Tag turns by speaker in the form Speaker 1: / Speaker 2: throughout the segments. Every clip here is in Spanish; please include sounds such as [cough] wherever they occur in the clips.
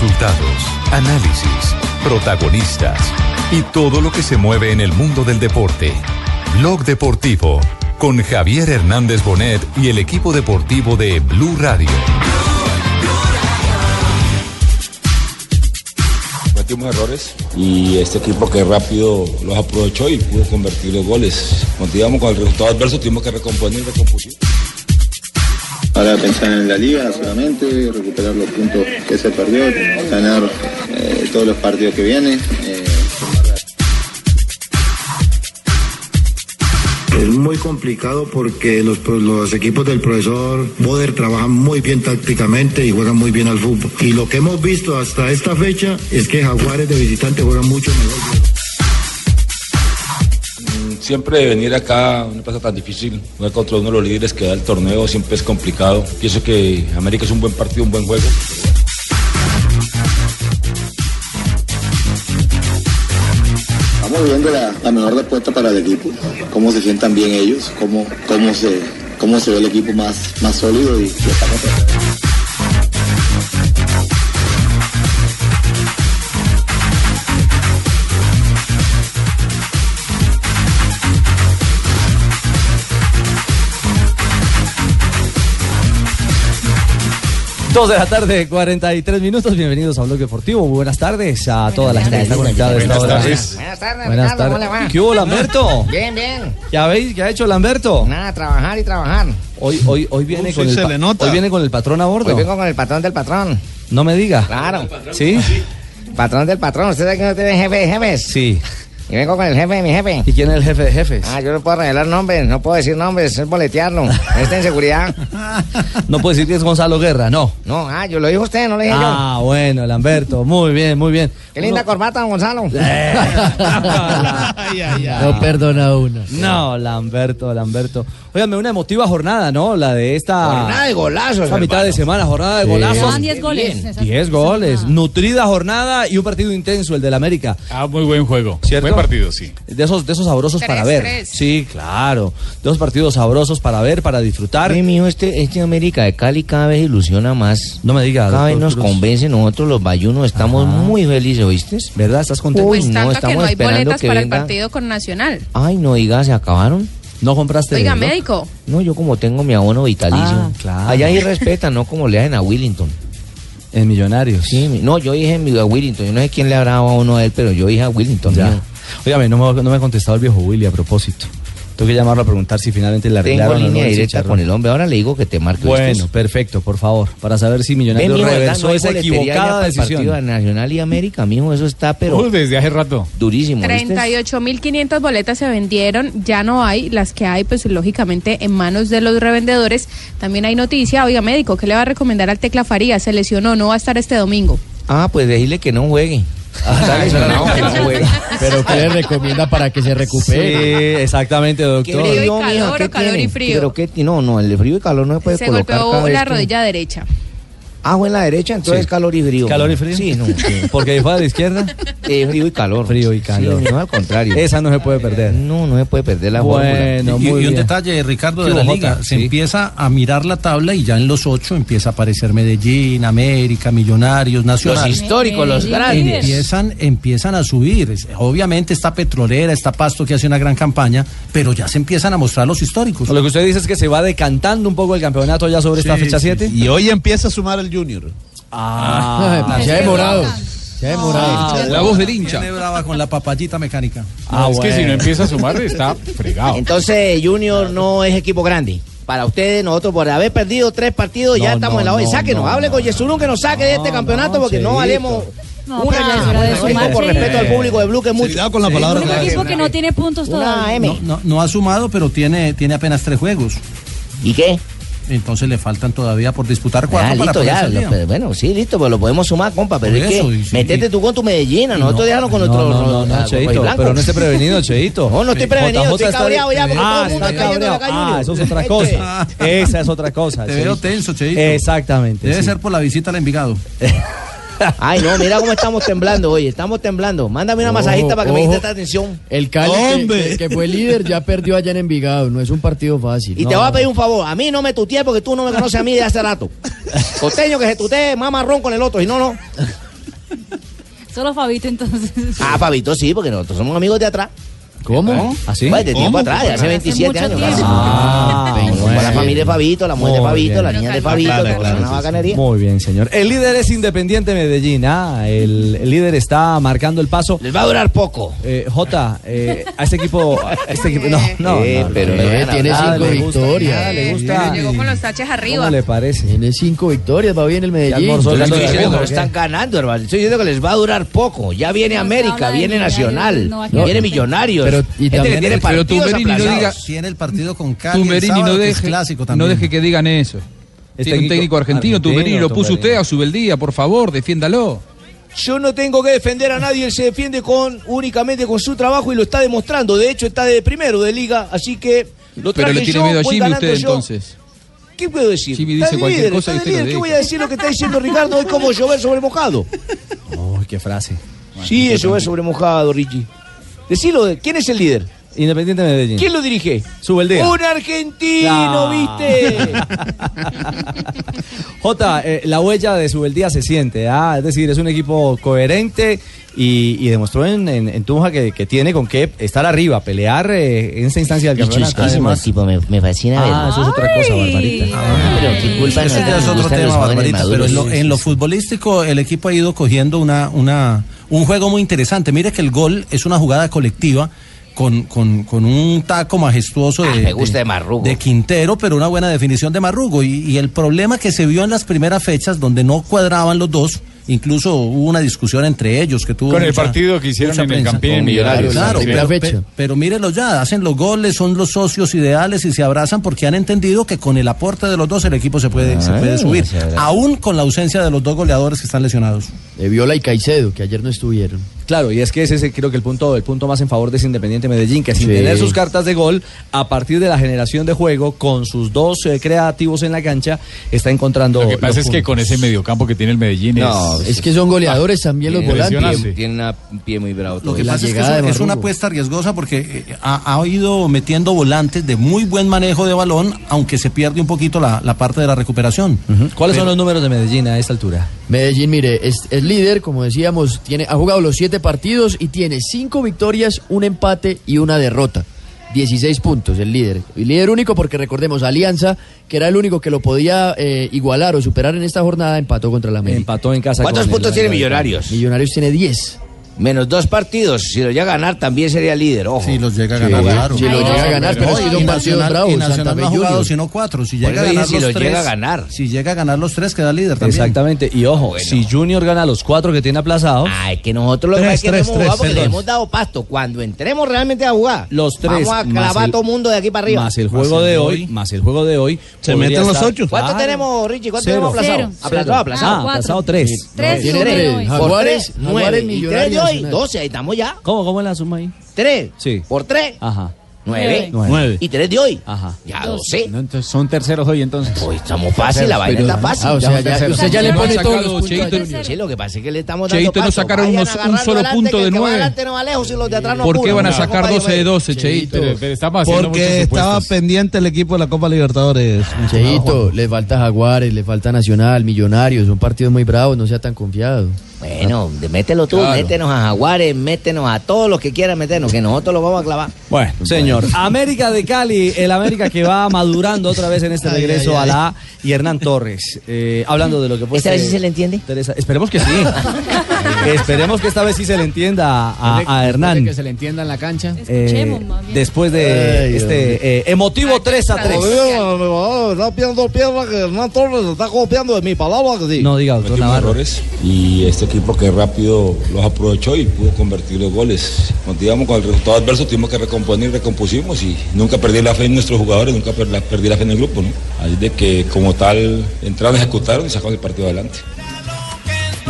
Speaker 1: resultados, análisis, protagonistas y todo lo que se mueve en el mundo del deporte. Blog Deportivo con Javier Hernández Bonet y el equipo deportivo de Blue Radio.
Speaker 2: Cometimos errores y este equipo que rápido los aprovechó y pudo convertir los goles. Cuando íbamos con el resultado adverso tuvimos que recomponer y recomponer.
Speaker 3: Ahora pensar en la liga solamente, recuperar los puntos que se perdió, ganar eh, todos los partidos que vienen. eh,
Speaker 4: Es muy complicado porque los, pro- los equipos del profesor Boder trabajan muy bien tácticamente y juegan muy bien al fútbol. Y lo que hemos visto hasta esta fecha es que Jaguares de visitante juegan mucho mejor.
Speaker 2: Siempre venir acá a una plaza tan difícil, jugar contra uno de los líderes que da el torneo, siempre es complicado. Pienso que América es un buen partido, un buen juego.
Speaker 3: Estamos viendo la, la mejor respuesta para el equipo, cómo se sientan bien ellos, cómo, cómo, se, cómo se ve el equipo más, más sólido y, y estamos
Speaker 5: Dos de la tarde, 43 minutos. Bienvenidos a Blog Deportivo. Muy buenas tardes a toda la gente que está conectada a esta
Speaker 6: Buenas
Speaker 5: hora.
Speaker 6: tardes. [laughs] Buenas tardes,
Speaker 5: Buenas
Speaker 6: Ricardo, ¿cómo
Speaker 5: tardes.
Speaker 6: le va?
Speaker 5: ¿Qué hubo, Lamberto?
Speaker 6: Bien, bien.
Speaker 5: ¿Ya veis qué ha hecho Lamberto?
Speaker 6: Nada, trabajar y trabajar.
Speaker 5: Hoy, hoy, hoy, viene,
Speaker 6: Uy,
Speaker 5: con
Speaker 6: sí,
Speaker 5: el
Speaker 6: se
Speaker 5: pa-
Speaker 6: le nota.
Speaker 5: hoy viene con el patrón a bordo.
Speaker 6: Hoy vengo con el patrón del patrón.
Speaker 5: No me diga.
Speaker 6: Claro.
Speaker 5: ¿Sí?
Speaker 6: Patrón del patrón. ¿Usted sabe que no tiene jefe de jefes?
Speaker 5: Sí.
Speaker 6: Y vengo con el jefe de mi jefe.
Speaker 5: ¿Y quién es el jefe de jefes?
Speaker 6: Ah, yo no puedo revelar nombres, no puedo decir nombres, es boletearlo. Esta inseguridad.
Speaker 5: [laughs] No puedo decir que es Gonzalo Guerra, no.
Speaker 6: No, ah, yo lo dijo usted, no lo dije yo.
Speaker 5: Ah, bueno, Lamberto. Muy bien, muy bien. Eh,
Speaker 6: Qué linda corbata, don
Speaker 5: [laughs]
Speaker 6: Gonzalo.
Speaker 5: No perdona a uno. No, Lamberto, Lamberto. Óigame, una emotiva jornada, ¿no? La de esta.
Speaker 6: Jornada de golazos,
Speaker 5: Esta mitad de semana, jornada de golazos.
Speaker 7: Llevan 10 goles. Esa-
Speaker 5: 10 goles. Nutrida jornada y un partido intenso, el del América.
Speaker 8: Ah, muy buen juego.
Speaker 5: ¿Cierto?
Speaker 8: Buen partido, sí.
Speaker 5: De esos, de esos sabrosos para ver. Sí, claro. De esos partidos sabrosos para ver, para disfrutar.
Speaker 9: Ay, mijo, este, este América de Cali cada vez ilusiona más.
Speaker 5: No me diga.
Speaker 9: Cada vez
Speaker 5: doctor
Speaker 9: nos
Speaker 5: Cruz.
Speaker 9: convence, nosotros los bayunos estamos muy felices, ¿oíste?
Speaker 5: ¿Verdad? ¿Estás contento?
Speaker 9: Uy,
Speaker 10: Pues
Speaker 9: no,
Speaker 10: tanto que
Speaker 9: estamos
Speaker 10: no hay
Speaker 9: esperando
Speaker 10: boletas
Speaker 9: que
Speaker 10: para
Speaker 9: venga.
Speaker 10: el partido con Nacional.
Speaker 9: Ay, no digas, ¿se acabaron?
Speaker 5: ¿No compraste?
Speaker 10: Oiga,
Speaker 5: ¿no?
Speaker 10: médico.
Speaker 9: No, yo como tengo mi abono vitalicio.
Speaker 5: Ah, claro.
Speaker 9: Allá ahí respetan, ¿no? Como le hacen a Willington.
Speaker 5: En Millonarios.
Speaker 9: Sí, mi- no, yo dije mi- a Willington. Yo no sé quién le habrá dado abono a él, pero yo dije a Willington.
Speaker 5: Ya.
Speaker 9: mijo.
Speaker 5: Óigame, no me, no me ha contestado el viejo Willy a propósito. Tengo que llamarlo a preguntar si finalmente le arreglaron o
Speaker 9: Tengo
Speaker 5: no
Speaker 9: línea
Speaker 5: el
Speaker 9: directa
Speaker 5: chicharrón.
Speaker 9: con el hombre. Ahora le digo que te marque. ¿oíste?
Speaker 5: Bueno, perfecto, por favor, para saber si
Speaker 9: Ven,
Speaker 5: Millonarios
Speaker 9: mijo, ¿verdad?
Speaker 5: reversó
Speaker 9: No hay
Speaker 5: esa
Speaker 9: boletería ya
Speaker 5: equivocada
Speaker 9: para el partido de
Speaker 5: decisión.
Speaker 9: Nacional y América, mijo, eso está, pero
Speaker 8: Uh, desde hace rato.
Speaker 9: durísimo. ¿oíste?
Speaker 10: 38.500 boletas se vendieron, ya no hay, las que hay pues lógicamente en manos de los revendedores. También hay noticia, oiga médico, ¿qué le va a recomendar al Tecla Faría? Se lesionó, no va a estar este domingo.
Speaker 9: Ah, pues decirle que no juegue. Está lesionado, que no juegue.
Speaker 11: Pero ¿qué le recomienda para que se
Speaker 5: Sí,
Speaker 11: recupere?
Speaker 5: exactamente,
Speaker 9: ¿Qué
Speaker 5: doctor.
Speaker 10: Frío y
Speaker 9: frío,
Speaker 10: calor,
Speaker 9: mija,
Speaker 10: o
Speaker 9: ¿qué
Speaker 10: calor y
Speaker 9: tiene?
Speaker 10: frío.
Speaker 9: Pero qué ti- no, no, el frío y calor no se puede
Speaker 10: Se
Speaker 9: colocar
Speaker 10: golpeó
Speaker 9: cada
Speaker 10: la
Speaker 9: vez que-
Speaker 10: rodilla derecha.
Speaker 9: Ah, bueno, la derecha, entonces
Speaker 5: Sí.
Speaker 9: calor y frío.
Speaker 5: ¿Calor y frío? [laughs]
Speaker 9: Sí, no. sí.
Speaker 5: Porque fue a la izquierda,
Speaker 9: Eh, frío y calor.
Speaker 5: Frío y calor.
Speaker 9: Sí, no, al contrario.
Speaker 5: esa no se puede perder.
Speaker 9: No, no se puede perder la fórmula.
Speaker 5: Bueno,
Speaker 12: Y, y
Speaker 5: muy
Speaker 12: un
Speaker 5: bien.
Speaker 12: detalle, Ricardo,
Speaker 5: ¿Qué
Speaker 12: de la
Speaker 5: hubo,
Speaker 12: liga.
Speaker 5: Jota?
Speaker 12: Se
Speaker 5: Sí.
Speaker 12: empieza a mirar la tabla y ya en los ocho empieza a aparecer Medellín, América, Millonarios,
Speaker 9: Los
Speaker 12: Nacional.
Speaker 9: históricos, los grandes.
Speaker 12: Empiezan, empiezan a subir. Es- Obviamente está Petrolera, está Pasto que hace una gran campaña, pero ya se empiezan a mostrar los históricos.
Speaker 5: Lo que usted dice es que se va decantando un poco el campeonato ya sobre esta
Speaker 12: Sí,
Speaker 5: fecha
Speaker 12: sí,
Speaker 5: 7.
Speaker 11: Y hoy empieza a sumar el Junior.
Speaker 12: [laughs]
Speaker 5: Ah,
Speaker 11: se ha demorado. Se ha demorado.
Speaker 5: Ah,
Speaker 11: la voz del hincha.
Speaker 12: Viene brava con la papayita mecánica.
Speaker 5: ah,
Speaker 8: es que si no
Speaker 5: bueno.
Speaker 8: empieza a sumar,
Speaker 5: Ah,
Speaker 8: está fregado.
Speaker 9: Entonces, Junior no es equipo grande. Para ustedes, nosotros por haber perdido tres partidos, ya
Speaker 5: No,
Speaker 9: estamos
Speaker 5: no,
Speaker 9: en la hoy.
Speaker 5: no,
Speaker 9: Sáquenos,
Speaker 5: no,
Speaker 9: hable con
Speaker 5: no.
Speaker 9: Yesurún que nos saque de este
Speaker 5: No,
Speaker 9: campeonato
Speaker 5: no,
Speaker 9: porque no
Speaker 5: Cheito.
Speaker 9: valemos
Speaker 7: No,
Speaker 9: una
Speaker 7: pero fuera de
Speaker 9: por
Speaker 7: sumar, sí.
Speaker 9: respeto al público de Blue que es mucho.
Speaker 11: Cuidado con la palabra.
Speaker 7: Un equipo que no tiene puntos
Speaker 9: Una
Speaker 7: todavía.
Speaker 9: Ah, M.
Speaker 12: No, no, no ha sumado, pero tiene, tiene apenas tres juegos.
Speaker 9: ¿Y qué?
Speaker 12: Entonces le faltan todavía por disputar cuatro.
Speaker 9: Ah,
Speaker 12: para
Speaker 9: listo,
Speaker 12: poder
Speaker 9: ya.
Speaker 12: salir.
Speaker 9: lo- pero bueno, sí, listo, pues lo podemos sumar, compa. Pero
Speaker 12: Por
Speaker 9: es
Speaker 12: eso,
Speaker 9: que
Speaker 12: y sí.
Speaker 9: metete tú con tu Medellín, a nosotros déjanos con
Speaker 5: No,
Speaker 9: nuestro.
Speaker 5: no, no, no,
Speaker 9: ah,
Speaker 5: Cheito,
Speaker 9: Rojiblanco.
Speaker 5: pero no esté
Speaker 9: [laughs]
Speaker 5: prevenido, Cheito.
Speaker 9: No, no estoy prevenido,
Speaker 5: JJ
Speaker 9: estoy
Speaker 5: está-
Speaker 9: cabreado ya, porque todo
Speaker 5: Ah,
Speaker 9: el mundo
Speaker 5: está
Speaker 9: está yendo a la
Speaker 5: cabreado.
Speaker 9: calle,
Speaker 5: Ah,
Speaker 9: Junior.
Speaker 5: eso es otra cosa. Esa es otra cosa.
Speaker 12: Te veo
Speaker 5: Cheito.
Speaker 12: tenso, Cheito.
Speaker 5: Exactamente.
Speaker 12: Debe
Speaker 5: sí.
Speaker 12: ser por la visita al Envigado.
Speaker 9: [laughs] Ay, no, mira cómo estamos temblando, oye, estamos temblando. Mándame una masajista para que me
Speaker 11: ojo.
Speaker 9: quite esta atención.
Speaker 11: El Cali, que-
Speaker 12: ¡Hombre!
Speaker 11: que, que fue líder, ya perdió allá en Envigado. No es un partido fácil.
Speaker 9: Y te voy a pedir un favor, a mí no este me tutees porque tú no me conoces a mí de hace rato. Costeño que se tutee, más marrón con el otro, y no, no.
Speaker 7: Solo Fabito entonces. [laughs]
Speaker 9: Ah, Fabito, sí, porque nosotros somos amigos de atrás.
Speaker 5: ¿Cómo? ¿Así?
Speaker 9: Pues de tiempo atrás, hace 27
Speaker 7: mucho
Speaker 9: años.
Speaker 7: tiempo.
Speaker 9: casi. Con la familia de Fabito, la mujer de
Speaker 5: Muy
Speaker 9: Fabito,
Speaker 5: bien.
Speaker 9: la niña de Fabito, todo, una bacanería.
Speaker 5: Muy bien, señor. El líder es Independiente Medellín. Ah, el, el líder está marcando el paso. Les
Speaker 9: va a durar poco.
Speaker 5: Eh, Jota, eh, a este equipo, a este equipo, no, no,
Speaker 11: Eh,
Speaker 5: no,
Speaker 11: pero
Speaker 5: no,
Speaker 11: no,
Speaker 5: nada,
Speaker 11: tiene
Speaker 5: nada
Speaker 11: cinco
Speaker 5: le gusta,
Speaker 11: victorias.
Speaker 5: nada Ah, le gusta.
Speaker 10: Llegó con los taches arriba.
Speaker 5: ¿Cómo le parece?
Speaker 11: Tiene cinco victorias, va bien el Medellín.
Speaker 5: almorzó
Speaker 9: Yo
Speaker 5: el
Speaker 9: no estoy
Speaker 5: Gato
Speaker 9: diciendo que
Speaker 5: García,
Speaker 9: no
Speaker 5: ¿o qué?
Speaker 9: están ganando, hermano. Estoy diciendo que les va a durar poco. Ya viene América, viene Nacional,
Speaker 12: no va a quedar
Speaker 9: viene
Speaker 12: contento.
Speaker 9: Millonarios.
Speaker 12: Pero- y
Speaker 9: Gente que
Speaker 12: también-
Speaker 9: tiene
Speaker 12: pero tú,
Speaker 9: partidos
Speaker 12: Berini, no
Speaker 9: aplazados.
Speaker 12: diga- Tiene el partido con Cali. el
Speaker 13: Tumberini,
Speaker 12: sábado,
Speaker 13: no
Speaker 12: que es
Speaker 13: deje,
Speaker 12: clásico
Speaker 13: no
Speaker 12: también.
Speaker 13: deje que digan eso.
Speaker 8: Este
Speaker 13: Tiene un
Speaker 12: Es técnico
Speaker 13: técnico argentino,
Speaker 12: argentino,
Speaker 13: Tumberini, lo puso
Speaker 12: Tumberini.
Speaker 13: usted a su beldía, por favor, defiéndalo.
Speaker 9: Yo no tengo que defender a nadie, él se defiende con únicamente con su trabajo y lo está demostrando. De hecho, está de primero de liga, así que lo
Speaker 13: Pero
Speaker 9: traje
Speaker 13: le tiene
Speaker 9: yo,
Speaker 13: miedo a
Speaker 9: voy
Speaker 13: Jimmy
Speaker 9: ganando
Speaker 13: usted
Speaker 9: yo.
Speaker 13: entonces.
Speaker 9: ¿Qué puedo decir?
Speaker 13: Jimmy
Speaker 9: Está
Speaker 13: dice
Speaker 9: de
Speaker 13: cualquier
Speaker 9: líder,
Speaker 13: cosa
Speaker 9: está
Speaker 13: y
Speaker 9: de
Speaker 13: usted lo
Speaker 9: líder. ¿Qué
Speaker 13: deja.
Speaker 9: voy a decir lo que está diciendo Ricardo? Es como llover sobre mojado.
Speaker 5: Uy, qué frase.
Speaker 9: Sí, es llover sobre mojado, Richie. Decilo, ¿quién es el líder?
Speaker 5: Independiente Medellín.
Speaker 9: ¿Quién lo dirige?
Speaker 5: Sube el dedo.
Speaker 9: Un argentino,
Speaker 5: Ah.
Speaker 9: ¿viste?
Speaker 5: Jota, eh, la huella de su beldía se siente, ah, es decir, es un equipo coherente y, y demostró en, en, en Tunja que, que tiene con qué estar arriba, pelear eh, en esta instancia del campeonato.
Speaker 9: tipo, me, fascina
Speaker 5: ah, eso es otra cosa, Barbarita.
Speaker 11: Ah,
Speaker 9: pero qué culpa
Speaker 12: Ese ya es otro tema, Barbarita, pero en lo, en lo futbolístico el equipo ha ido cogiendo una, una, un juego muy interesante. Mire que el gol es una jugada colectiva con, con, con un taco majestuoso de,
Speaker 9: Ah, me gusta de Marrugo.
Speaker 12: de Quintero, pero una buena definición de Marrugo. Y, y el problema que se vio en las primeras fechas, donde no cuadraban los dos, incluso hubo una discusión entre ellos que tuvo
Speaker 8: Con el
Speaker 12: mucha-
Speaker 8: partido que hicieron
Speaker 12: mucha
Speaker 8: en el
Speaker 12: prensa.
Speaker 8: Campín, Con Millonarios,
Speaker 12: Claro,
Speaker 8: la
Speaker 12: pero,
Speaker 8: primera
Speaker 12: pe- pero mírenlo ya, hacen los goles, son los socios ideales y se abrazan porque han entendido que con el aporte de los dos el equipo se puede, se
Speaker 11: Ah,
Speaker 12: puede subir,
Speaker 11: se abrazan.
Speaker 12: aún con la ausencia de los dos goleadores que están lesionados.
Speaker 11: De Viola y Caicedo, que ayer no estuvieron.
Speaker 5: Claro, y es que ese es el- creo que el punto, el punto más en favor de ese Independiente Medellín, que sin
Speaker 11: Sí.
Speaker 5: tener sus cartas de gol, a partir de la generación de juego, con sus dos eh, creativos en la cancha, está encontrando.
Speaker 8: Lo que pasa es que con ese mediocampo que tiene el Medellín
Speaker 5: No,
Speaker 8: es...
Speaker 5: es que son goleadores
Speaker 9: Ah,
Speaker 5: también los volantes.
Speaker 14: Tiene una- un pie muy bravo.
Speaker 12: Lo
Speaker 14: todo.
Speaker 12: que pasa es que es, es una apuesta riesgosa porque eh, ha, ha ido metiendo volantes de muy buen manejo de balón, aunque se pierde un poquito la, la parte de la recuperación.
Speaker 5: ¿Cuáles son los números de Medellín a esta altura?
Speaker 11: Medellín, mire, es, es líder, como decíamos, tiene, ha jugado los siete partidos y tiene cinco victorias, un empate y una derrota. 16 puntos el líder. Y líder único porque recordemos, Alianza, que era el único que lo podía eh, igualar o superar en esta jornada, empató contra la América.
Speaker 5: Empató en casa.
Speaker 9: ¿Cuántos puntos tiene Millonarios?
Speaker 11: Millonarios tiene 10.
Speaker 9: Menos dos partidos. Si lo llega a ganar, también sería líder. Ojo. Si
Speaker 12: los llega
Speaker 11: a ganar, claro. Si los llega a ganar, pero
Speaker 12: No,
Speaker 11: sí,
Speaker 12: y
Speaker 11: dos partidos
Speaker 12: Nacional,
Speaker 11: bravos,
Speaker 12: y Nacional
Speaker 11: Santa
Speaker 12: no ha
Speaker 11: Fe
Speaker 12: jugado
Speaker 11: Junior.
Speaker 12: sino cuatro. Si
Speaker 11: Por
Speaker 12: llega a
Speaker 11: eso
Speaker 12: ganar
Speaker 11: dije,
Speaker 12: los
Speaker 11: si lo
Speaker 12: tres,
Speaker 11: llega a ganar.
Speaker 12: Si llega a ganar los tres, queda líder también.
Speaker 5: Exactamente. Y ojo, si Junior gana los cuatro que tiene aplazados.
Speaker 9: Ay, Ah, que nosotros
Speaker 5: los
Speaker 9: Lo que queremos jugar porque le hemos dado pasto. Cuando entremos realmente a jugar,
Speaker 5: Los tres,
Speaker 9: vamos a
Speaker 5: más
Speaker 9: clavar a
Speaker 5: el-
Speaker 9: todo mundo de aquí para arriba.
Speaker 5: Más el juego de hoy, más el juego de hoy.
Speaker 9: Se
Speaker 5: podría
Speaker 9: meten los
Speaker 5: estar-
Speaker 9: ocho. ¿Cuánto tenemos, Richie? ¿Cuánto
Speaker 5: Cero.
Speaker 9: tenemos aplazado?
Speaker 5: Cero.
Speaker 9: Aplazado, aplazado.
Speaker 5: Ah, aplazado tres.
Speaker 9: Tres,
Speaker 5: Tiene
Speaker 9: nueve,
Speaker 5: tres.
Speaker 9: nueve.
Speaker 5: Jaguares,
Speaker 9: Por tres, nueve.
Speaker 5: Jaguares,
Speaker 9: Y
Speaker 5: Millonarios,
Speaker 9: tres de hoy,
Speaker 5: Nacional.
Speaker 9: doce, ahí estamos ya.
Speaker 5: ¿Cómo, cómo es la suma ahí?
Speaker 9: Tres.
Speaker 5: Sí.
Speaker 9: Por tres,
Speaker 5: Ajá.
Speaker 9: nueve.
Speaker 5: Nueve. Nueve.
Speaker 9: Y tres de hoy.
Speaker 5: Ajá.
Speaker 9: Ya doce.
Speaker 8: No, entonces son terceros hoy entonces.
Speaker 9: Hoy estamos Fácil, la vaina está
Speaker 15: Ah,
Speaker 9: fácil.
Speaker 13: Cheito,
Speaker 9: Sí, lo que pasa es que le estamos dando
Speaker 13: Cheito, no
Speaker 9: paso.
Speaker 13: sacaron
Speaker 9: Vayan
Speaker 13: unos- un
Speaker 9: agarrando
Speaker 13: solo
Speaker 9: adelante,
Speaker 13: punto
Speaker 9: que
Speaker 13: de
Speaker 9: el que va
Speaker 13: nueve.
Speaker 9: adelante no va lejos y los de atrás no
Speaker 13: ¿Por qué
Speaker 9: apuran.
Speaker 13: van a
Speaker 9: No,
Speaker 13: sacar
Speaker 9: compadre,
Speaker 13: 12 de 12, Cheito?
Speaker 8: Pero- pero estamos haciendo muchos
Speaker 16: Porque Eh, estaba
Speaker 8: supuestos.
Speaker 16: pendiente el equipo de la Copa Libertadores.
Speaker 11: Cheito, le falta Jaguares, le falta Nacional, Millonarios, son partidos muy bravos, no sea tan confiado.
Speaker 9: Bueno, de- mételo tú,
Speaker 11: Claro.
Speaker 9: métenos a Jaguares, métenos a todos los que quieran meternos, que nosotros los vamos a clavar.
Speaker 5: Bueno, señor. [laughs] América de Cali, el América que va madurando otra vez en este
Speaker 9: Ay,
Speaker 5: regreso
Speaker 9: ay,
Speaker 5: a
Speaker 9: ay.
Speaker 5: la A. Y Hernán Torres, eh, hablando de lo que puede
Speaker 9: ¿Esta
Speaker 5: ser-
Speaker 9: vez sí se le entiende?
Speaker 5: Teresa, esperemos que
Speaker 9: [laughs]
Speaker 5: sí. esperemos que esta vez sí se le entienda a- a, a Hernán.
Speaker 11: se le entienda en la cancha.
Speaker 5: eh, después de
Speaker 11: Ay, Dios mío.
Speaker 5: este eh, emotivo 3 a 3.
Speaker 16: Está pidiendo pierna que Hernán Torres está copiando de mi palabra que sí.
Speaker 5: No diga, doctor
Speaker 2: Cometimos
Speaker 5: Navarro.
Speaker 2: errores y este equipo que rápido los aprovechó y pudo convertir los goles. Cuando íbamos con el resultado adverso tuvimos que recomponer y recompusimos y nunca perdí la fe en nuestros jugadores, nunca per- la- perdí la fe en el grupo. ¿no? Así de que como tal entraron, ejecutaron y sacaron el partido adelante.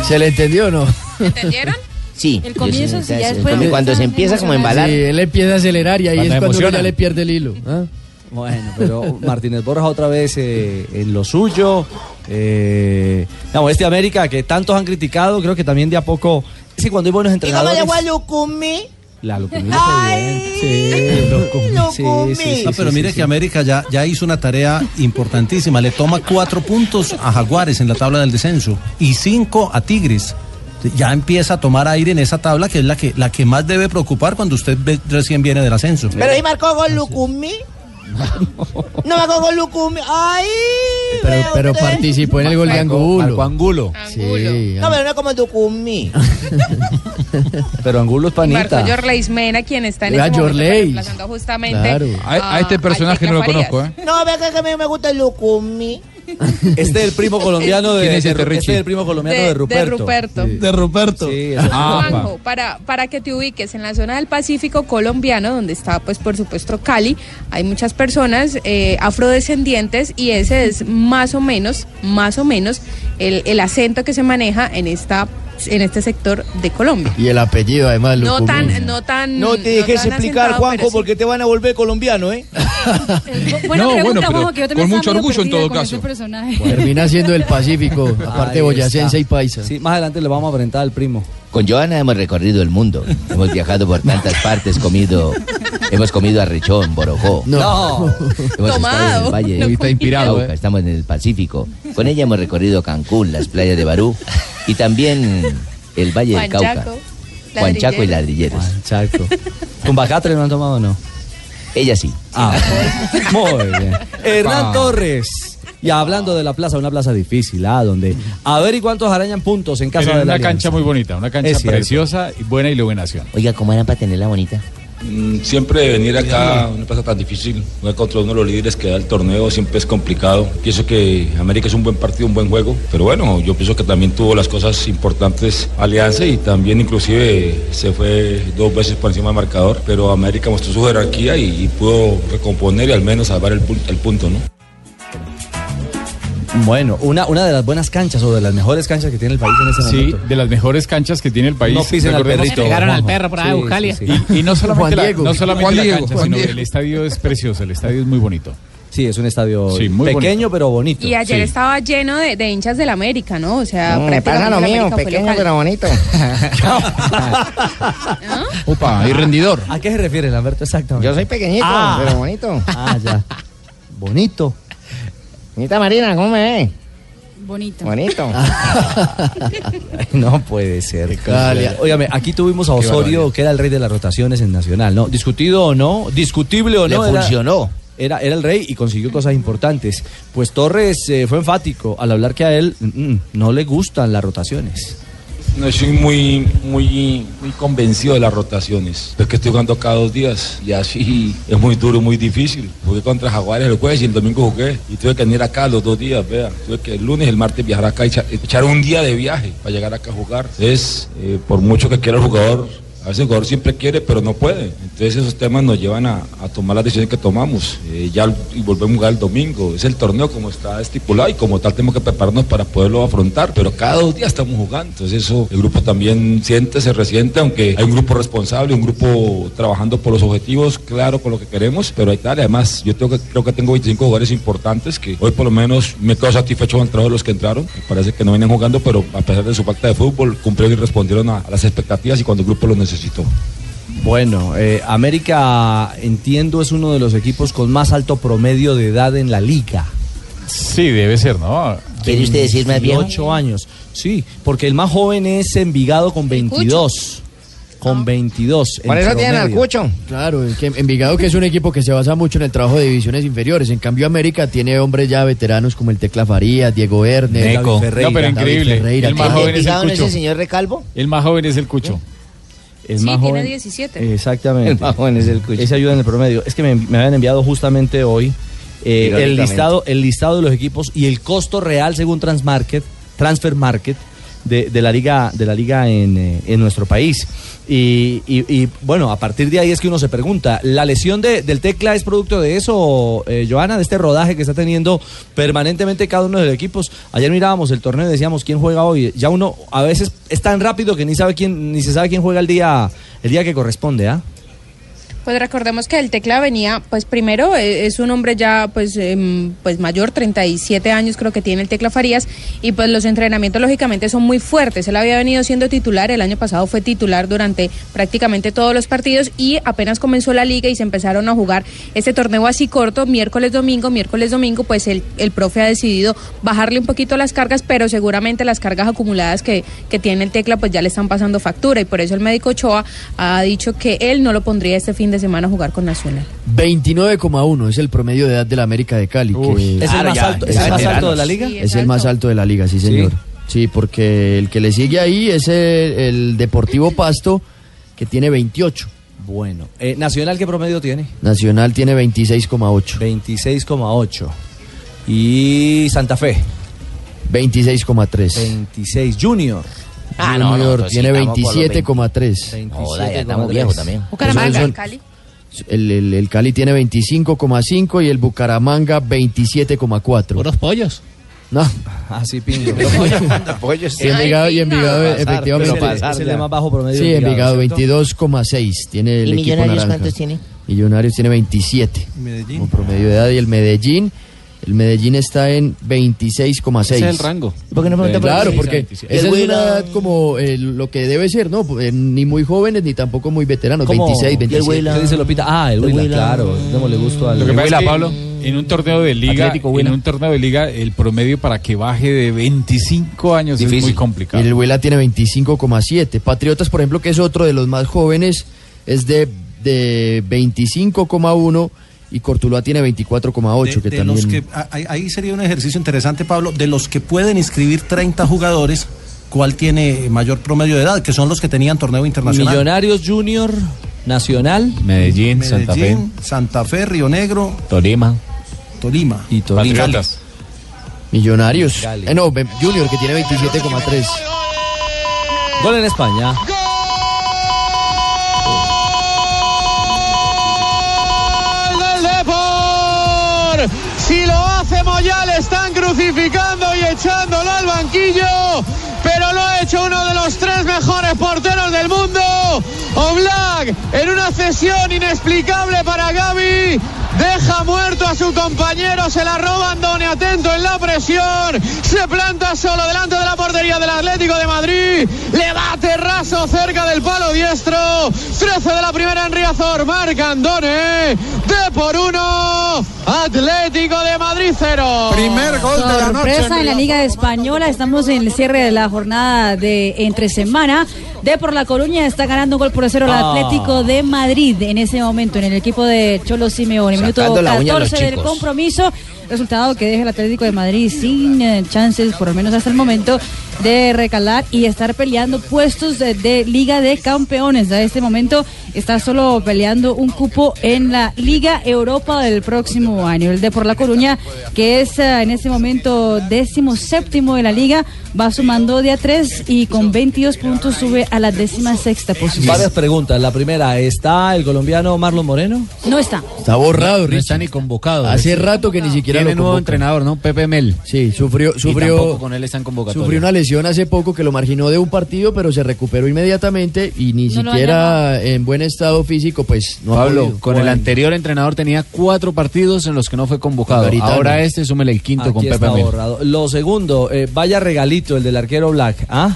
Speaker 11: ¿Se le entendió o no?
Speaker 10: ¿Entendieron?
Speaker 9: Sí.
Speaker 10: El comienzo, sí, ya después-
Speaker 9: Porque cuando se empieza como a embalar.
Speaker 11: Sí, él empieza a acelerar y ahí
Speaker 5: Cuando
Speaker 11: es cuando uno
Speaker 5: emociona.
Speaker 11: ya le pierde el hilo. ¿ah?
Speaker 5: Bueno, pero Martínez Borja otra vez eh, en lo suyo. Eh, no, este América que tantos han criticado, creo que también de a poco. Sí, cuando hay buenos
Speaker 9: ¿Y cómo
Speaker 5: entrenadores.
Speaker 9: llegó a Lucumí?
Speaker 5: La Lucumí
Speaker 9: Ay,
Speaker 5: Sí, lo comí. Sí, sí, sí,
Speaker 12: No,
Speaker 5: sí,
Speaker 12: Ah, pero
Speaker 5: sí,
Speaker 12: mire
Speaker 5: sí.
Speaker 12: que América ya, ya hizo una tarea importantísima. Le toma cuatro puntos a Jaguares en la tabla del descenso y cinco a Tigres. ya empieza a tomar aire en esa tabla que es la que, la que más debe preocupar cuando usted ve- recién viene del ascenso.
Speaker 14: Pero ahí marcó
Speaker 11: [laughs]
Speaker 14: gol Lucumí. No marcó gol Lucumí. ¡Ay!
Speaker 11: Pero, pero participó en el gol de Angulo.
Speaker 5: Marco Angulo.
Speaker 11: Sí,
Speaker 5: ah.
Speaker 14: No, pero no
Speaker 9: [laughs]
Speaker 14: como Lucumí.
Speaker 11: ah.
Speaker 5: Pero Angulo es
Speaker 10: Marco
Speaker 5: panita.
Speaker 10: Yorley Mena, quien está en
Speaker 5: Vea,
Speaker 10: este momento pues,
Speaker 5: Yorley.
Speaker 10: reemplazando justamente
Speaker 5: Claro. A- a este personaje
Speaker 10: Tecla
Speaker 5: no lo
Speaker 10: Farías.
Speaker 5: conozco, ¿eh?
Speaker 14: No, ve que que a mí me gusta el Lucumí.
Speaker 5: [laughs] Este es el primo colombiano de,
Speaker 8: ¿Quién es
Speaker 5: de
Speaker 8: este,
Speaker 5: Ru- este
Speaker 8: Richie?
Speaker 5: es el primo colombiano de,
Speaker 10: De- de
Speaker 5: Ruperto.
Speaker 10: Ruperto.
Speaker 5: De Ruperto. Sí,
Speaker 17: Ah,
Speaker 5: eso.
Speaker 9: Ah,
Speaker 10: [laughs] Juanjo, para, para que te ubiques en la zona del Pacífico colombiano, donde está, pues, por supuesto, Cali, hay muchas personas eh, afrodescendientes y ese es más o menos, más o menos, el, el acento que se maneja en esta en este sector de Colombia.
Speaker 11: Y el apellido, además,
Speaker 10: No
Speaker 11: Lucumí.
Speaker 10: [laughs] tan, no tan.
Speaker 9: No te dejes
Speaker 10: tan
Speaker 9: explicar,
Speaker 10: asentado,
Speaker 9: Juanjo,
Speaker 10: pero sí.
Speaker 9: porque te van a volver colombiano, ¿eh?
Speaker 7: Buena
Speaker 11: No,
Speaker 7: pregunta,
Speaker 11: bueno, pero
Speaker 7: Juanjo, que yo también
Speaker 11: con
Speaker 7: estaba
Speaker 11: mucho
Speaker 7: medio
Speaker 11: orgullo en
Speaker 7: perdida
Speaker 11: todo
Speaker 7: con ese
Speaker 11: caso.
Speaker 7: personaje. [laughs]
Speaker 11: Termina siendo el Pacífico, aparte
Speaker 5: Ahí
Speaker 11: boyacense
Speaker 5: está.
Speaker 11: y paisa.
Speaker 5: Sí, más adelante le vamos a presentar al primo.
Speaker 18: Con Joana hemos recorrido el mundo, hemos viajado por tantas partes, comido, hemos comido arrechón, borojó.
Speaker 5: No.
Speaker 11: [laughs]
Speaker 18: Hemos estado en
Speaker 5: Tomado,
Speaker 18: el Valle
Speaker 5: lo comido.
Speaker 18: del
Speaker 11: eh.
Speaker 18: Cauca, estamos en el Pacífico. Con ella hemos recorrido Cancún, las playas de Barú y también el Valle del Cauca, Juanchaco y Ladrilleros.
Speaker 5: Juanchaco. ¿Con Bacatre no han tomado o no?
Speaker 18: Ella sí.
Speaker 5: Ah, [laughs] muy bien. Hernán
Speaker 18: Ah.
Speaker 5: Torres. Y hablando de la plaza, una plaza difícil, ah, donde a ver y cuántos arañan puntos en casa
Speaker 8: Pero
Speaker 5: de
Speaker 8: una
Speaker 5: la Alianza.
Speaker 8: cancha muy bonita, una cancha
Speaker 5: Es cierto.
Speaker 8: preciosa y buena iluminación.
Speaker 18: Oiga, ¿cómo eran para tenerla bonita?
Speaker 2: Mm, Siempre venir acá, una plaza tan difícil, jugar contra uno de los líderes que da el torneo, siempre es complicado. Pienso que América es un buen partido, un buen juego, pero bueno, yo pienso que también tuvo las cosas importantes Alianza y también inclusive se fue dos veces por encima del marcador, pero América mostró su jerarquía y, y pudo recomponer y al menos salvar el, pun- el punto, ¿no?
Speaker 5: Bueno, una, una de las buenas canchas o de las mejores canchas que tiene el país en ese
Speaker 8: Sí,
Speaker 5: momento.
Speaker 8: de las mejores canchas que tiene el país.
Speaker 5: No pisen al
Speaker 8: Recordemos
Speaker 5: perrito.
Speaker 8: que-
Speaker 5: Le pegaron al perro por ahí,
Speaker 8: Sí,
Speaker 5: Buscalia.
Speaker 8: sí, sí. Y, y no
Speaker 5: Juan
Speaker 8: solamente, la,
Speaker 5: Diego.
Speaker 8: no solamente
Speaker 5: Juan
Speaker 8: la
Speaker 5: Diego,
Speaker 8: cancha,
Speaker 5: Juan
Speaker 8: sino
Speaker 5: Diego.
Speaker 8: el estadio es precioso, el estadio es muy bonito.
Speaker 5: Sí, es un estadio
Speaker 8: Sí, muy
Speaker 5: pequeño pero bonito.
Speaker 10: Y ayer estaba lleno de, de hinchas del América, ¿no? O sea,
Speaker 5: No, me
Speaker 10: prácticamente
Speaker 5: pasa lo
Speaker 10: el
Speaker 5: mío,
Speaker 10: América fue
Speaker 5: pequeño
Speaker 10: local.
Speaker 5: pero
Speaker 8: [laughs]
Speaker 6: bonito.
Speaker 5: Opa, y rendidor. ¿A qué se refiere, Lamberto, exactamente?
Speaker 6: Yo soy pequeñito,
Speaker 5: Ah.
Speaker 6: pero bonito.
Speaker 5: Ah, ya. Bonito.
Speaker 6: Bonita Marina, ¿cómo me
Speaker 7: Bonito.
Speaker 6: ve?
Speaker 9: [laughs]
Speaker 6: Bonito.
Speaker 5: [laughs] No puede ser.
Speaker 6: casualidad.
Speaker 5: Óigame, aquí tuvimos a
Speaker 6: Qué
Speaker 5: Osorio, que era el rey de las rotaciones en Nacional, ¿no? Discutido o no, discutible o
Speaker 18: Le
Speaker 5: no. era-
Speaker 18: funcionó.
Speaker 5: Era, era el rey y consiguió cosas importantes. Pues Torres eh, fue enfático al hablar que a él mm, mm, no le gustan las rotaciones.
Speaker 2: No, soy muy, muy, muy convencido de las rotaciones. Es que estoy jugando cada dos días y así es muy duro, muy difícil. Jugué contra Jaguares el jueves y el domingo jugué. Y tuve que venir acá los dos días, vea. Tuve que el lunes y el martes viajar acá y echa- echar un día de viaje para llegar acá a jugar. Entonces, eh, por mucho que quiera el jugador, a veces el jugador siempre quiere, pero no puede. Entonces esos temas nos llevan a, a tomar las decisiones que tomamos. Eh, ya el- y volvemos a jugar el domingo. Es el torneo como está estipulado y como tal tenemos que prepararnos para poderlo afrontar. Pero cada dos días estamos jugando. Entonces eso el grupo también siente, se resiente, aunque hay un grupo responsable, un grupo trabajando por los objetivos, claro, con lo que queremos. Pero hay tal, además yo tengo que- creo que tengo 25 jugadores importantes que hoy por lo menos me quedo satisfecho con el trabajo de los que entraron. Me parece que no vienen jugando, pero a pesar de su falta de fútbol, cumplieron y respondieron a- a las expectativas y cuando el grupo los necesitó.
Speaker 5: Bueno, eh, América, entiendo, es uno de los equipos con más alto promedio de edad en la liga.
Speaker 8: Sí, debe ser, ¿no?
Speaker 5: ¿Quiere usted decir más bien? 8 años. Sí, porque el más joven es Envigado con 22.
Speaker 10: Ah.
Speaker 5: Con 22. en
Speaker 11: Por eso tienen al
Speaker 5: promedio.
Speaker 11: Cucho. Claro, es que Envigado, que es un equipo que se basa mucho en el trabajo de divisiones inferiores. En cambio, América tiene hombres ya veteranos como el Tecla Farías, Diego Erne,
Speaker 8: Neco.
Speaker 11: David Ferreira.
Speaker 8: No, pero
Speaker 11: David
Speaker 8: increíble.
Speaker 11: Ferreira,
Speaker 8: El más
Speaker 11: Tecla.
Speaker 8: joven es el
Speaker 6: ¿Saben ese
Speaker 8: Cucho.
Speaker 6: señor Recalvo?
Speaker 8: El más joven es el Cucho.
Speaker 5: El
Speaker 10: Sí,
Speaker 5: más
Speaker 10: tiene
Speaker 5: joven. Eh,
Speaker 10: 17.
Speaker 5: Exactamente.
Speaker 6: El más joven es el Cucho.
Speaker 5: Ese ayuda en el promedio. Es que me, me habían enviado justamente hoy eh, el,
Speaker 6: Irónicamente.
Speaker 5: listado, el listado de los equipos y el costo real según Transmarket, Transfer Market. De, de la liga de la liga en, eh, en nuestro país y, y- y, bueno a partir de ahí es que uno se pregunta la lesión de- del tecla es producto de eso eh, Joana de este rodaje que está teniendo permanentemente cada uno de los equipos ayer mirábamos el torneo y decíamos quién juega hoy ya uno a veces es tan rápido que ni sabe quién ni se sabe quién juega el día el día que corresponde ah
Speaker 10: Pues recordemos que el Tecla venía, pues primero eh, es un hombre ya pues em, pues mayor, 37 años creo que tiene el Tecla Farías y pues los entrenamientos lógicamente son muy fuertes. Él había venido siendo titular, el año pasado fue titular durante prácticamente todos los partidos y apenas comenzó la liga y se empezaron a jugar este torneo así corto, miércoles domingo, miércoles domingo, pues el, el profe ha decidido bajarle un poquito las cargas, pero seguramente las cargas acumuladas que, que tiene el Tecla pues ya le están pasando factura y por eso el médico Ochoa ha dicho que él no lo pondría este fin de semana a jugar con Nacional.
Speaker 11: 29,1 es el promedio de edad de la América de Cali. que-
Speaker 5: ¿Es
Speaker 8: Ah,
Speaker 5: el más alto- es el más alto de la liga? Sí, es
Speaker 11: es el más alto de la liga, sí, señor. Sí, porque el que le sigue ahí es el, el Deportivo Pasto, que tiene 28.
Speaker 5: Bueno, eh, Nacional, ¿qué promedio tiene?
Speaker 11: Nacional tiene 26,8.
Speaker 5: 26,8. Y Santa Fe.
Speaker 11: 26,3.
Speaker 5: 26 Junior.
Speaker 11: Ah, no, no, Junior entonces tiene sí, estamos por los 27,3.
Speaker 5: 27,3.
Speaker 11: Joda, ya
Speaker 19: estamos viejos también.
Speaker 11: Bucaramanga, Son-
Speaker 10: Cali.
Speaker 11: El, el- el Cali tiene 25,5 y el Bucaramanga 27,4. ¿Unos pollos? No.
Speaker 5: Ah,
Speaker 11: [laughs]
Speaker 5: sí, pingo. [laughs]
Speaker 11: Y Envigado, y Envigado, efectivamente.
Speaker 5: Es el de más bajo promedio.
Speaker 11: Sí,
Speaker 5: de
Speaker 11: Envigado,
Speaker 5: ¿cierto?
Speaker 11: 22,6 tiene el
Speaker 5: ¿Y
Speaker 11: equipo
Speaker 5: Millonarios
Speaker 11: naranja.
Speaker 5: cuántos tiene?
Speaker 11: Millonarios tiene 27 como promedio de edad. Y el Medellín, el Medellín está en 26,6.
Speaker 8: Ese es el rango.
Speaker 11: ¿Por qué no
Speaker 8: pregunta por el
Speaker 11: Claro,
Speaker 8: 26?
Speaker 11: porque esa
Speaker 8: 27.
Speaker 11: es una
Speaker 8: El güero-
Speaker 11: edad como eh, lo que debe ser, ¿no? Eh, ni muy jóvenes ni tampoco muy veteranos,
Speaker 5: ¿Cómo?
Speaker 11: 26,
Speaker 5: ¿Y el
Speaker 11: 27.
Speaker 5: Huila? ¿Qué dice Lopita? Ah, el Huila, claro. Démosle gusto al
Speaker 8: Lo que
Speaker 5: el
Speaker 8: pasa
Speaker 5: Huila,
Speaker 8: es que
Speaker 5: Pablo.
Speaker 8: en un torneo de liga,
Speaker 5: Atlético
Speaker 8: en
Speaker 5: Huila.
Speaker 8: un torneo de liga, el promedio para que baje de 25 años es muy complicado.
Speaker 11: Y el Huila tiene 25,7. Patriotas, por ejemplo, que es otro de los más jóvenes, es de, de 25,1 y Cortuluá tiene 24,8, que
Speaker 12: de
Speaker 11: también...
Speaker 12: los que a- ahí- ahí sería un ejercicio interesante, Pablo, de los que pueden inscribir 30 jugadores, ¿cuál tiene mayor promedio de edad? Que son los que tenían torneo internacional.
Speaker 5: Millonarios Junior, Nacional.
Speaker 12: Medellín,
Speaker 5: Santa Fe.
Speaker 12: Santa Fe, Río Negro,
Speaker 5: Tolima.
Speaker 12: Tolima
Speaker 5: y
Speaker 12: Tolima.
Speaker 11: Patriotas. Millonarios. Eh, no, Be- Junior, que tiene 27,3.
Speaker 5: Gol en España.
Speaker 20: ¡Gol del Depor! Si lo hace Moyal están crucificando y echándolo al banquillo, pero lo ha hecho uno de los tres mejores porteros del mundo, Oblak, en una cesión inexplicable para Gaby. Deja muerto a su compañero, se la roba Andone atento en la presión, se planta solo delante de la portería del Atlético de Madrid, le va a terrazo cerca del palo diestro, 13 de la primera en Riazor, marca Andone, de por uno, Atlético de Madrid cero.
Speaker 7: Primer Sorpresa en la Liga Española. Estamos en el cierre de la jornada de entre semana. De por la Coruña está ganando un gol por cero el
Speaker 21: Ah.
Speaker 7: Atlético de Madrid en ese momento en el equipo de Cholo Simeone. Minuto
Speaker 21: Sacando la uña a los
Speaker 7: 14 del
Speaker 21: chicos.
Speaker 7: compromiso. Resultado que deja el Atlético de Madrid sin eh, chances, por lo menos hasta el momento, de recalar y estar peleando puestos de, de Liga de Campeones. A este momento está solo peleando un cupo en la Liga Europa del próximo año. El de por La Coruña, que es eh, en este momento décimo séptimo de la Liga, va sumando día 3 y con 22 puntos sube a la décima sexta posición.
Speaker 5: Varias preguntas. La primera, ¿está el colombiano Marlon Moreno?
Speaker 7: No está.
Speaker 11: Está borrado,
Speaker 5: No,
Speaker 11: Richie.
Speaker 5: está ni
Speaker 11: convocado. Hace rato
Speaker 15: Ah,
Speaker 11: que ni siquiera
Speaker 5: Tiene
Speaker 11: lo
Speaker 5: nuevo
Speaker 11: entrenador, ¿no? Pepe Mel. Sí, sufrió
Speaker 5: Y
Speaker 11: sufrió
Speaker 5: tampoco con él están convocatorias.
Speaker 11: sufrió una lesión hace poco que lo marginó de un partido, pero se recuperó inmediatamente y ni
Speaker 15: No lo han
Speaker 11: siquiera en buen estado físico, pues no ha
Speaker 15: Pablo,
Speaker 11: podido.
Speaker 15: con el anterior entrenador tenía cuatro partidos en los que no fue convocado.
Speaker 5: Ahorita
Speaker 15: Ahora
Speaker 5: no.
Speaker 15: este, súmele el quinto
Speaker 5: Aquí
Speaker 15: con Pepe
Speaker 5: está
Speaker 15: Mel.
Speaker 5: borrado. Lo segundo, eh, vaya regalito el del arquero Black. ¿Ah?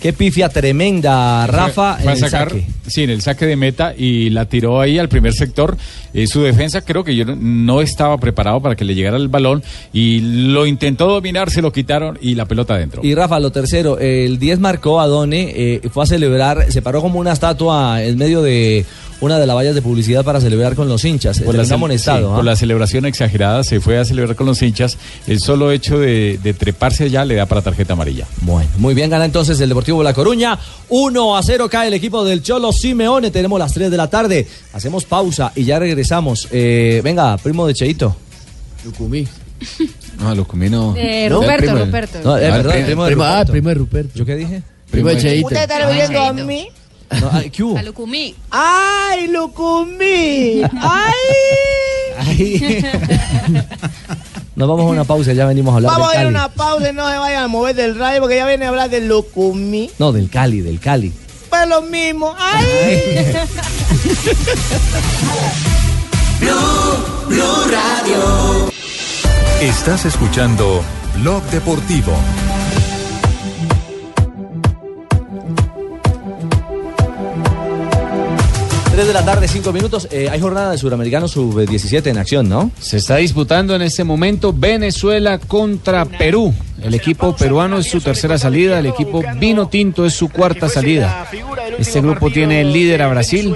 Speaker 5: Qué pifia tremenda, Rafa.
Speaker 8: Fue a
Speaker 5: en el
Speaker 8: sacar,
Speaker 5: saque.
Speaker 8: sí, en el saque de meta y la tiró ahí al primer sector. Eh, su defensa creo que yo no- no estaba preparado para que le llegara el balón y lo intentó dominar, se lo quitaron y la pelota adentro.
Speaker 5: Y Rafa, lo tercero, el 10 marcó a Done, eh, fue a celebrar, se paró como una estatua en medio de una de las vallas de publicidad para celebrar con los hinchas. Por
Speaker 8: la, cel-
Speaker 5: amonestado.
Speaker 8: sí,
Speaker 5: ¿ah?
Speaker 8: por la celebración exagerada se fue a celebrar con los hinchas. El solo hecho de, de treparse allá le da para tarjeta amarilla.
Speaker 5: Bueno, muy bien, gana entonces el Deportivo La Coruña. 1 a 0 cae el equipo del Cholo Simeone. Tenemos las 3 de la tarde. Hacemos pausa y ya regresamos. Eh, venga, primo de Cheito.
Speaker 11: Lucumí.
Speaker 15: No, lo comino.
Speaker 7: Eh, Ruperto, Ruperto.
Speaker 5: No, eh,
Speaker 15: Ah,
Speaker 5: perdón,
Speaker 15: primo-
Speaker 5: primo de
Speaker 15: primo- ah,
Speaker 5: Ruperto.
Speaker 11: primo de Ruperto.
Speaker 5: ¿Yo qué dije?
Speaker 15: Primo de Cheito.
Speaker 9: ¿Usted está viendo a mí?
Speaker 5: No, ah, ¿qué hubo?
Speaker 10: Lucumí.
Speaker 9: ¡Ay, Lucumí! ¡Ay!
Speaker 17: [laughs]
Speaker 5: Nos vamos a una pausa, ya venimos a hablar
Speaker 9: Vamos
Speaker 5: del
Speaker 9: a ir a
Speaker 5: Cali.
Speaker 9: una pausa y no se vayan a mover del radio porque ya viene a hablar de Lucumí.
Speaker 5: No, del Cali, del Cali.
Speaker 9: [laughs] Pues lo mismo. ¡Ay!
Speaker 21: Blue, Blue Radio.
Speaker 1: Estás escuchando Blog Deportivo.
Speaker 5: Tres de la tarde, cinco minutos. Eh, hay jornada de Suramericano Sub-17 en acción, ¿no?
Speaker 15: Se está disputando en este momento Venezuela contra Perú. El equipo peruano es su tercera salida, el equipo vino tinto es su cuarta salida. Este grupo tiene el líder a Brasil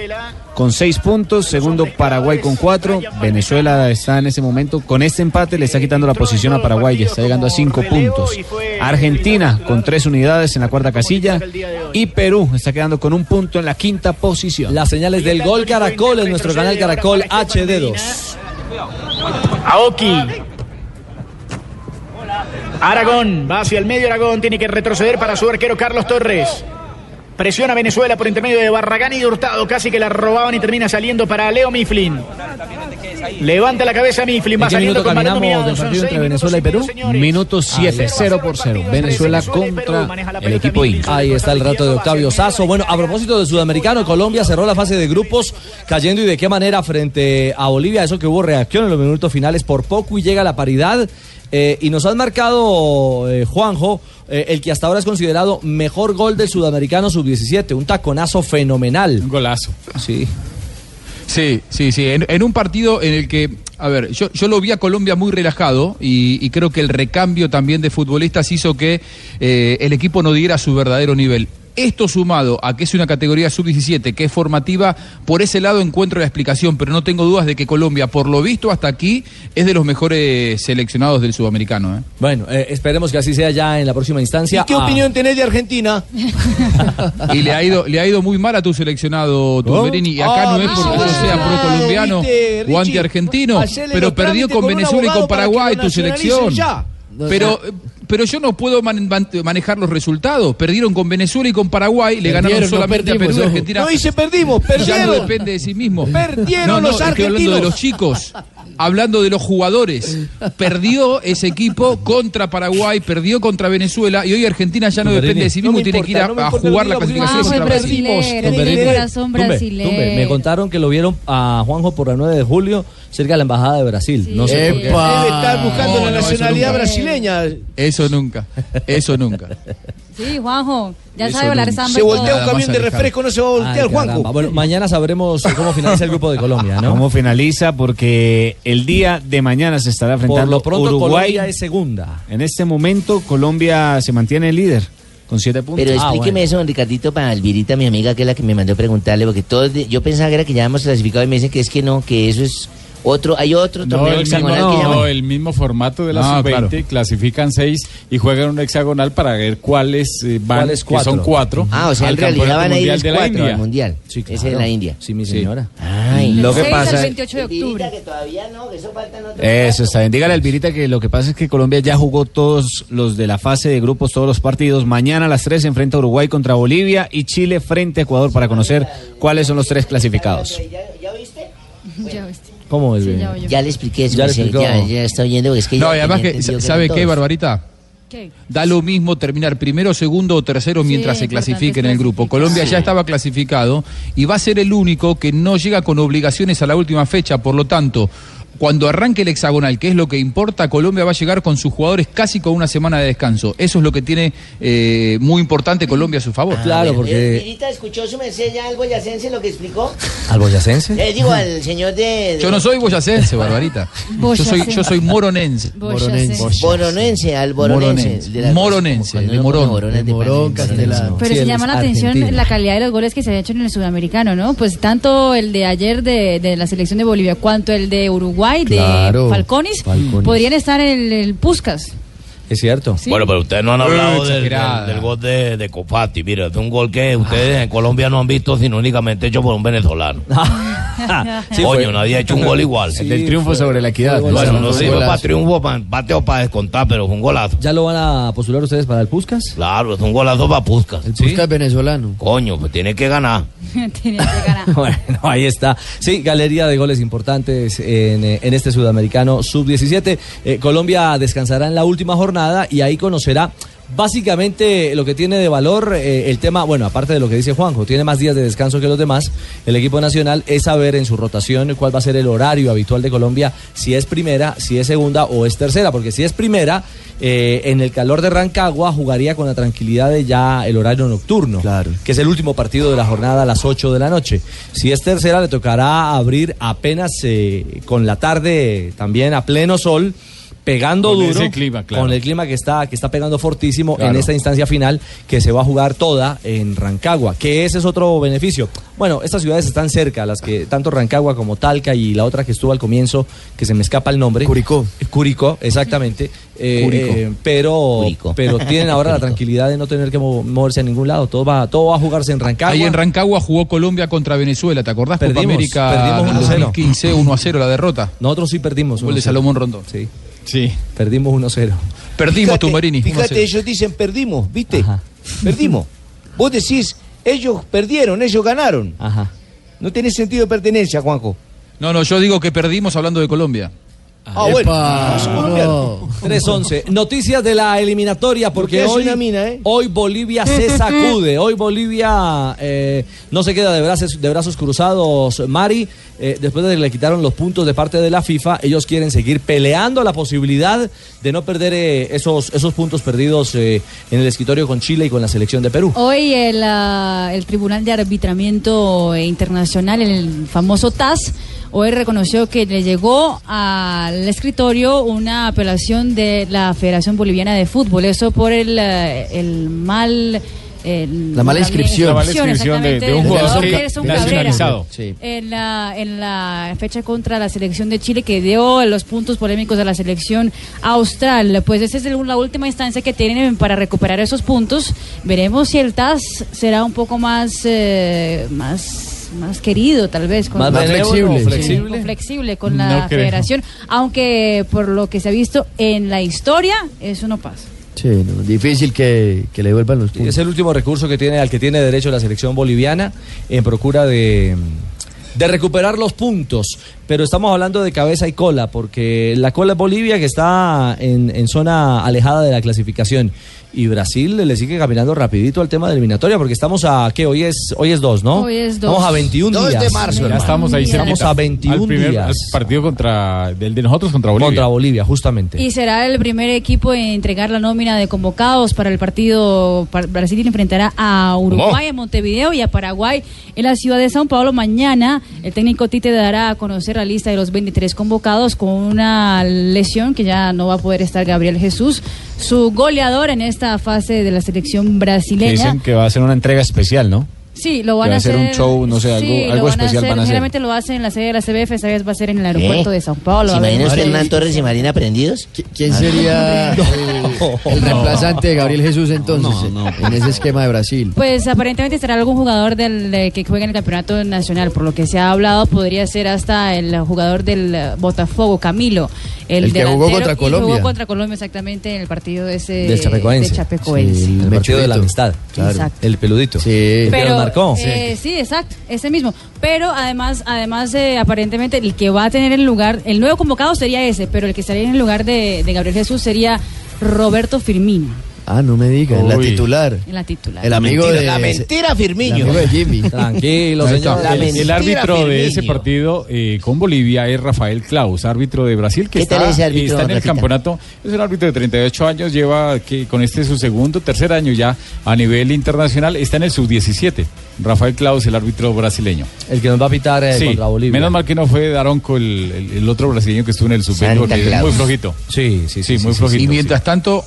Speaker 15: con seis puntos, segundo Paraguay con cuatro. Venezuela está en ese momento con este empate, le está quitando la posición a Paraguay, ya está llegando a cinco puntos. Argentina con tres unidades en la cuarta casilla y Perú está quedando con un punto en la quinta posición.
Speaker 5: Las señales del gol Caracol en nuestro canal Caracol HD2.
Speaker 20: Aoki. Aragón va hacia el medio. Aragón tiene que retroceder para su arquero Carlos Torres. Presiona Venezuela por intermedio de Barragán y de Hurtado. Casi que la robaban y termina saliendo para Leo Mifflin. Levanta la cabeza Mifflin. Va
Speaker 15: ¿En qué
Speaker 20: saliendo
Speaker 15: minuto
Speaker 20: con Mariano
Speaker 15: caminamos
Speaker 20: Mirado.
Speaker 15: del
Speaker 20: Son
Speaker 15: partido
Speaker 20: seis
Speaker 15: entre Venezuela y Perú? Minuto 7, 0 por 0. Venezuela contra el equipo Inca.
Speaker 5: Ahí está el rato de Octavio Sazo. Bueno, a propósito de Sudamericano, Colombia cerró la fase de grupos cayendo y de qué manera frente a Bolivia. Eso que hubo reacción en los minutos finales por poco y llega la paridad. Eh, y nos han marcado, eh, Juanjo, eh, el que hasta ahora es considerado mejor gol del Sudamericano sub-17. Un taconazo fenomenal. Un
Speaker 13: golazo.
Speaker 5: Sí.
Speaker 13: Sí, sí, sí. En, en un partido en el que, a ver, yo, yo lo vi a Colombia muy relajado y, y creo que el recambio también de futbolistas hizo que eh, el equipo no diera su verdadero nivel. Esto sumado a que es una categoría sub-17 que es formativa, por ese lado encuentro la explicación, pero no tengo dudas de que Colombia, por lo visto hasta aquí, es de los mejores seleccionados del sudamericano. ¿eh?
Speaker 5: Bueno, eh, esperemos que así sea ya en la próxima instancia. Ah,
Speaker 13: ¿Y qué
Speaker 5: opinión
Speaker 9: tenés de Argentina?
Speaker 13: ah. Y le ha ido, le ha ido muy mal a tu seleccionado Tumberini. Y acá
Speaker 9: Ah,
Speaker 13: no es
Speaker 9: viste,
Speaker 13: porque yo sea
Speaker 9: claro,
Speaker 13: procolombiano
Speaker 9: viste, Eh, Richie.
Speaker 13: o antiargentino,
Speaker 9: Hacele los
Speaker 13: pero perdió
Speaker 9: trámites
Speaker 13: con
Speaker 9: con un
Speaker 13: Venezuela y con
Speaker 9: abogado para que lo
Speaker 13: Paraguay tu
Speaker 9: nacionalicen
Speaker 13: selección.
Speaker 9: ya. No,
Speaker 13: Pero, eh,
Speaker 9: ya.
Speaker 13: pero yo no puedo man- man- manejar los resultados. Perdieron con Venezuela y con Paraguay, le
Speaker 9: Perdieron,
Speaker 13: ganaron
Speaker 9: no
Speaker 13: solamente a
Speaker 9: perdimos,
Speaker 13: Perú y
Speaker 9: ojo.
Speaker 13: Argentina.
Speaker 9: No dice perdimos,
Speaker 13: Ya no
Speaker 9: perdieron.
Speaker 13: depende de sí mismo.
Speaker 9: Perdieron
Speaker 13: no, no,
Speaker 9: los
Speaker 13: estoy hablando de
Speaker 9: argentinos.
Speaker 13: los chicos. Hablando de los jugadores, perdió ese equipo contra Paraguay, perdió contra Venezuela y hoy Argentina ya no
Speaker 5: Tumberini.
Speaker 13: depende de sí mismo y tiene que ir a, a jugar la clasificación.
Speaker 7: Juanjo es
Speaker 13: contra Brasil.
Speaker 7: Ah, brasilero,
Speaker 5: Tumbe,
Speaker 7: tiene
Speaker 5: Tumbe,
Speaker 7: corazón
Speaker 5: Tumbe,
Speaker 7: brasilero.
Speaker 5: Tumbe, me contaron que lo vieron a Juanjo por la 9 de julio cerca de la Embajada de Brasil. No sé por qué.
Speaker 9: Él está buscando
Speaker 13: No,
Speaker 9: la
Speaker 13: no, eso
Speaker 9: nacionalidad
Speaker 13: nunca.
Speaker 9: brasileña.
Speaker 13: Eso nunca, eso nunca.
Speaker 7: Sí, Juanjo, ya
Speaker 13: Eso
Speaker 7: sabe hablar
Speaker 13: nunca.
Speaker 7: samba.
Speaker 13: Se
Speaker 7: y
Speaker 13: voltea
Speaker 7: todo.
Speaker 13: un camión de
Speaker 9: refresco, no se va a
Speaker 5: Ay,
Speaker 9: voltear,
Speaker 5: caramba.
Speaker 9: Juanjo.
Speaker 5: Ah, Bueno, mañana sabremos cómo finaliza el grupo de Colombia, ¿no?
Speaker 15: ¿Cómo finaliza? Porque el día de mañana se estará
Speaker 5: Por
Speaker 15: enfrentando
Speaker 5: lo pronto
Speaker 15: Uruguay.
Speaker 5: Colombia es segunda.
Speaker 15: En este momento Colombia se mantiene líder con siete puntos.
Speaker 18: Pero
Speaker 8: Ah,
Speaker 5: Ah,
Speaker 18: explíqueme eso, don Ricardito, para Alvirita, mi amiga, que es la que me mandó preguntarle, porque todos, de- yo pensaba que era que ya habíamos clasificado y me dicen que es que no, que eso es otro, hay otro
Speaker 8: No,
Speaker 18: torneo
Speaker 8: el mismo,
Speaker 18: hexagonal que
Speaker 8: no,
Speaker 18: llaman.
Speaker 8: el mismo formato de la
Speaker 18: Ah,
Speaker 8: sub-20,
Speaker 18: claro.
Speaker 8: clasifican seis y juegan un hexagonal para ver cuáles eh, van,
Speaker 18: ¿Cuáles
Speaker 8: que son cuatro.
Speaker 18: Ah, o sea,
Speaker 8: al
Speaker 18: en realidad
Speaker 8: campeonato
Speaker 18: van a ir
Speaker 8: mundial
Speaker 18: los
Speaker 8: de la
Speaker 18: cuatro al
Speaker 8: India.
Speaker 18: mundial. Ese es
Speaker 8: claro.
Speaker 18: de la India.
Speaker 5: Sí, mi señora.
Speaker 18: Ay,
Speaker 15: Lo que
Speaker 18: Seis al
Speaker 15: pasa es-
Speaker 18: 28 de octubre. que todavía no, que eso faltan otros
Speaker 11: Eh,
Speaker 15: Eso está bien. Dígale al Virita que lo que pasa es que Colombia ya jugó todos los de la fase de grupos, todos los partidos. Mañana a las 3 se enfrenta Uruguay contra Bolivia y Chile frente a Ecuador para conocer cuáles son los tres clasificados.
Speaker 7: Ya viste.
Speaker 5: ¿Cómo
Speaker 7: Sí, ya oyó.
Speaker 18: Ya le expliqué eso,
Speaker 13: Ya
Speaker 18: ya,
Speaker 13: le explicó.
Speaker 18: ya, ya está oyendo, porque es que
Speaker 13: No,
Speaker 18: ya
Speaker 13: y además
Speaker 18: tenía
Speaker 13: que,
Speaker 18: entendido
Speaker 13: ¿sabe
Speaker 18: eran
Speaker 13: qué,
Speaker 18: todos.
Speaker 13: Barbarita?
Speaker 7: ¿Qué?
Speaker 13: Da lo mismo terminar primero, segundo o tercero mientras se clasifique en el grupo. Colombia ya estaba clasificado y va a ser el único que no llega con obligaciones a la última fecha. Por lo tanto, cuando arranque el hexagonal, que es lo que importa, Colombia va a llegar con sus jugadores casi con una semana de descanso. Eso es lo que tiene eh, muy importante Colombia a su favor.
Speaker 5: Claro,
Speaker 18: Eh, Virita, ¿escuchó su merced ya al boyacense lo
Speaker 11: [laughs]
Speaker 18: que explicó?
Speaker 5: ¿Al boyacense?
Speaker 18: Le Eh, digo al señor de... de-
Speaker 13: Yo no soy boyacense, Barbarita. Yo soy, yo soy moronense.
Speaker 18: Boronense, al boronense. de la-
Speaker 13: Moronense, de Morón.
Speaker 7: Pero se llama la atención la calidad de los goles que se han hecho en el sudamericano, ¿no? Pues tanto el de ayer de, de la selección de Bolivia, cuanto el de Uruguay, de
Speaker 5: Claro,
Speaker 7: Falconis,
Speaker 5: Falconis.
Speaker 7: podrían estar en el, el [laughs] Puskas.
Speaker 5: Es cierto.
Speaker 22: Bueno, pero ustedes no han hablado
Speaker 5: Eh,
Speaker 22: del,
Speaker 5: exagerada.
Speaker 22: del- del gol de, de Copati. Mira, es un gol que ustedes en Colombia no han visto, sino únicamente hecho por un venezolano.
Speaker 5: [laughs] Sí,
Speaker 22: Coño,
Speaker 5: fue.
Speaker 22: nadie ha hecho un gol igual.
Speaker 5: El del triunfo Sí, fue. sobre la equidad. Fue
Speaker 22: Bueno,
Speaker 5: golazo.
Speaker 22: no sirve
Speaker 5: Golazo.
Speaker 22: para triunfo, para empate o para descontar, pero fue un golazo.
Speaker 5: ¿Ya lo van a postular ustedes para el Puskas?
Speaker 22: Claro, es un golazo para Puskas. El
Speaker 5: Puskas
Speaker 22: venezolano. Coño, pues tiene que ganar.
Speaker 5: [laughs] Bueno, ahí está. Sí, galería de goles importantes en, eh, en este sudamericano sub-17. Eh, Colombia descansará en la última jornada y ahí conocerá Básicamente lo que tiene de valor eh, el tema, bueno, aparte de lo que dice Juanjo, tiene más días de descanso que los demás, el equipo nacional es saber en su rotación cuál va a ser el horario habitual de Colombia, si es primera, si es segunda o es tercera, porque si es primera, eh, en el calor de Rancagua jugaría con la tranquilidad de ya el horario nocturno, que es el último partido de la jornada a las 8 de la noche. Si es tercera, le tocará abrir apenas eh, con la tarde también a pleno sol pegando
Speaker 8: Con
Speaker 5: duro
Speaker 8: ese clima, claro.
Speaker 5: con el clima que está que está pegando fortísimo en
Speaker 8: Claro.
Speaker 5: esta instancia final que se va a jugar toda en Rancagua que ese es otro beneficio bueno estas ciudades están cerca las que tanto Rancagua como Talca y la otra que estuvo al comienzo que se me escapa el nombre Curicó Curicó exactamente Eh,
Speaker 18: Curicó.
Speaker 5: eh, pero pero tienen ahora la tranquilidad de no tener que mo- moverse a ningún lado todo va todo va a jugarse en Rancagua
Speaker 13: Ahí en Rancagua jugó Colombia contra Venezuela, ¿te acordás? Copa
Speaker 5: Perdimos,
Speaker 13: América
Speaker 5: perdimos 1 a 0.
Speaker 13: 2015, 1 a 0 la derrota.
Speaker 5: Nosotros sí perdimos.
Speaker 13: Gol de
Speaker 5: 1-0.
Speaker 13: Salomón Rondón.
Speaker 5: Sí.
Speaker 13: Sí.
Speaker 5: Perdimos 1-0.
Speaker 13: Perdimos
Speaker 9: Fíjate,
Speaker 13: Tumberini. 1 a 0.
Speaker 9: Fíjate, ellos dicen perdimos, ¿viste? Perdimos. Vos decís, ellos perdieron, ellos ganaron.
Speaker 5: Ajá.
Speaker 9: No tiene sentido de pertenencia, Juanjo.
Speaker 13: No, no, yo digo que perdimos hablando de Colombia.
Speaker 9: Ah, bueno. Ah, soy colombiano.
Speaker 5: 3-11. Noticias de la eliminatoria, porque
Speaker 9: Porque es
Speaker 5: hoy,
Speaker 9: una mina, ¿eh?
Speaker 5: hoy Bolivia se
Speaker 9: [laughs]
Speaker 5: sacude. Hoy Bolivia eh, no se queda de brazos, de brazos cruzados. Mari, eh, después de que le quitaron los puntos de parte de la FIFA, ellos quieren seguir peleando la posibilidad de no perder eh, esos, esos puntos perdidos eh, en el escritorio con Chile y con la selección de Perú.
Speaker 7: Hoy el, ah, el Tribunal de Arbitramiento Internacional, el famoso TAS, hoy reconoció que le llegó al escritorio una apelación de la Federación Boliviana de Fútbol. Eso por el, ah, el mal... el-
Speaker 11: La mala inscripción.
Speaker 7: La mala
Speaker 11: inscripción de-
Speaker 7: exactamente,
Speaker 11: de un
Speaker 7: del
Speaker 11: jugador que-
Speaker 7: Nelson
Speaker 11: nacionalizado.
Speaker 7: Cabrera.
Speaker 11: Sí.
Speaker 7: En la, en la fecha contra la selección de Chile que dio los puntos polémicos a la selección austral. Pues esa es el- la última instancia que tienen para recuperar esos puntos. Veremos si el TAS será un poco más, eh, más, más querido, tal vez.
Speaker 5: Más benévolo,
Speaker 7: Sí,
Speaker 5: flexible.
Speaker 7: o flexible con la
Speaker 5: No creo.
Speaker 7: federación. Aunque por lo que se ha visto en la historia, eso no pasa.
Speaker 11: Sí, no, difícil que, que le devuelvan los puntos.
Speaker 5: Es el último recurso que tiene, al que tiene derecho la selección boliviana en procura de, de recuperar los puntos. Pero estamos hablando de cabeza y cola, porque la cola es Bolivia, que está en, en zona alejada de la clasificación. Y Brasil le sigue caminando rapidito al tema de eliminatoria, porque estamos a, ¿qué? Hoy es, hoy es 2, ¿no?
Speaker 7: Hoy es dos.
Speaker 5: Estamos a 21
Speaker 7: Dos de
Speaker 5: días.
Speaker 7: marzo,
Speaker 8: Ya estamos ahí
Speaker 5: Estamos
Speaker 8: cerquita.
Speaker 5: a 21
Speaker 8: Al primer
Speaker 5: días.
Speaker 8: partido contra del de nosotros contra Bolivia. Contra
Speaker 5: Bolivia, justamente.
Speaker 15: Este.
Speaker 7: Y será el primer equipo en entregar la nómina de convocados para el partido. par- Brasil enfrentará a
Speaker 15: Oh.
Speaker 7: Uruguay en Montevideo y a Paraguay en la ciudad de Sao Paulo. Mañana el técnico Tite dará a conocer la lista de los 23 convocados con una lesión que ya no va a poder estar Gabriel Jesús, su goleador en esta fase de la selección
Speaker 15: Que
Speaker 7: brasileña.
Speaker 15: dicen que va a ser una entrega especial, ¿no?
Speaker 7: Sí, lo
Speaker 15: Que
Speaker 7: van
Speaker 15: va
Speaker 7: a
Speaker 15: a
Speaker 7: hacer.
Speaker 15: ser un show, no sé, algo-
Speaker 7: sí, lo
Speaker 15: algo
Speaker 7: van
Speaker 15: especial van a hacer. ¿Eh?
Speaker 7: Generalmente lo hacen en la sede de la CBF, esta vez va a ser en el aeropuerto de Sao Paulo.
Speaker 18: ¿Se
Speaker 7: A ver,
Speaker 18: imagina usted
Speaker 7: sí.
Speaker 18: Hernán Torres y Marina Prendidos? Ah.
Speaker 11: ¿Quién
Speaker 18: [laughs]
Speaker 11: sería eh, el reemplazante de Gabriel Jesús entonces eh, en ese esquema de Brasil?
Speaker 7: Pues aparentemente será algún jugador del eh, que juega en el campeonato nacional, por lo que se ha hablado podría ser hasta el jugador del eh, Botafogo, Camilo, el,
Speaker 11: El que jugó
Speaker 7: delantero,
Speaker 11: contra
Speaker 7: y
Speaker 11: Colombia.
Speaker 7: jugó contra Colombia exactamente en el partido ese
Speaker 5: Del Chapecoense.
Speaker 7: de Chapecoense.
Speaker 5: Sí, el partido de la
Speaker 11: mechudito.
Speaker 5: amistad.
Speaker 11: Claro.
Speaker 7: Exacto.
Speaker 5: El peludito. Sí.
Speaker 7: Pero,
Speaker 5: marcó.
Speaker 7: eh, sí, exacto, ese mismo. Pero además, además eh, aparentemente el que va a tener el lugar, el nuevo convocado sería ese, pero el que estaría en el lugar de, de Gabriel Jesús sería Roberto Firmino,
Speaker 11: Ah, no me digas, la
Speaker 7: Uy.
Speaker 11: titular.
Speaker 7: en la titular.
Speaker 11: El amigo
Speaker 7: Mentira,
Speaker 11: de...
Speaker 7: la
Speaker 9: mentira, Firmino.
Speaker 11: El amigo de Jimmy.
Speaker 5: Tranquilo,
Speaker 8: Ahí está.
Speaker 5: señor.
Speaker 8: El, el árbitro de ese partido eh, con Bolivia es Rafael Klaus, árbitro de Brasil, que
Speaker 18: ¿Qué tal
Speaker 8: está, eh,
Speaker 18: ese árbitro,
Speaker 8: está en el
Speaker 18: Rafita?
Speaker 8: campeonato. Es un árbitro de 38 años, lleva que con este su segundo, tercer año ya a nivel internacional, está en el sub-17. Rafael Klaus, el árbitro brasileño.
Speaker 5: El que nos va a pitar eh,
Speaker 8: Sí,
Speaker 5: contra Bolivia.
Speaker 8: menos mal que no fue Daronco el, el- el otro brasileño que estuvo en el
Speaker 13: Santa
Speaker 8: sub-20, porque es
Speaker 13: Claus.
Speaker 8: muy flojito.
Speaker 5: Sí, sí,
Speaker 13: sí,
Speaker 8: muy flojito.
Speaker 13: Y mientras tanto,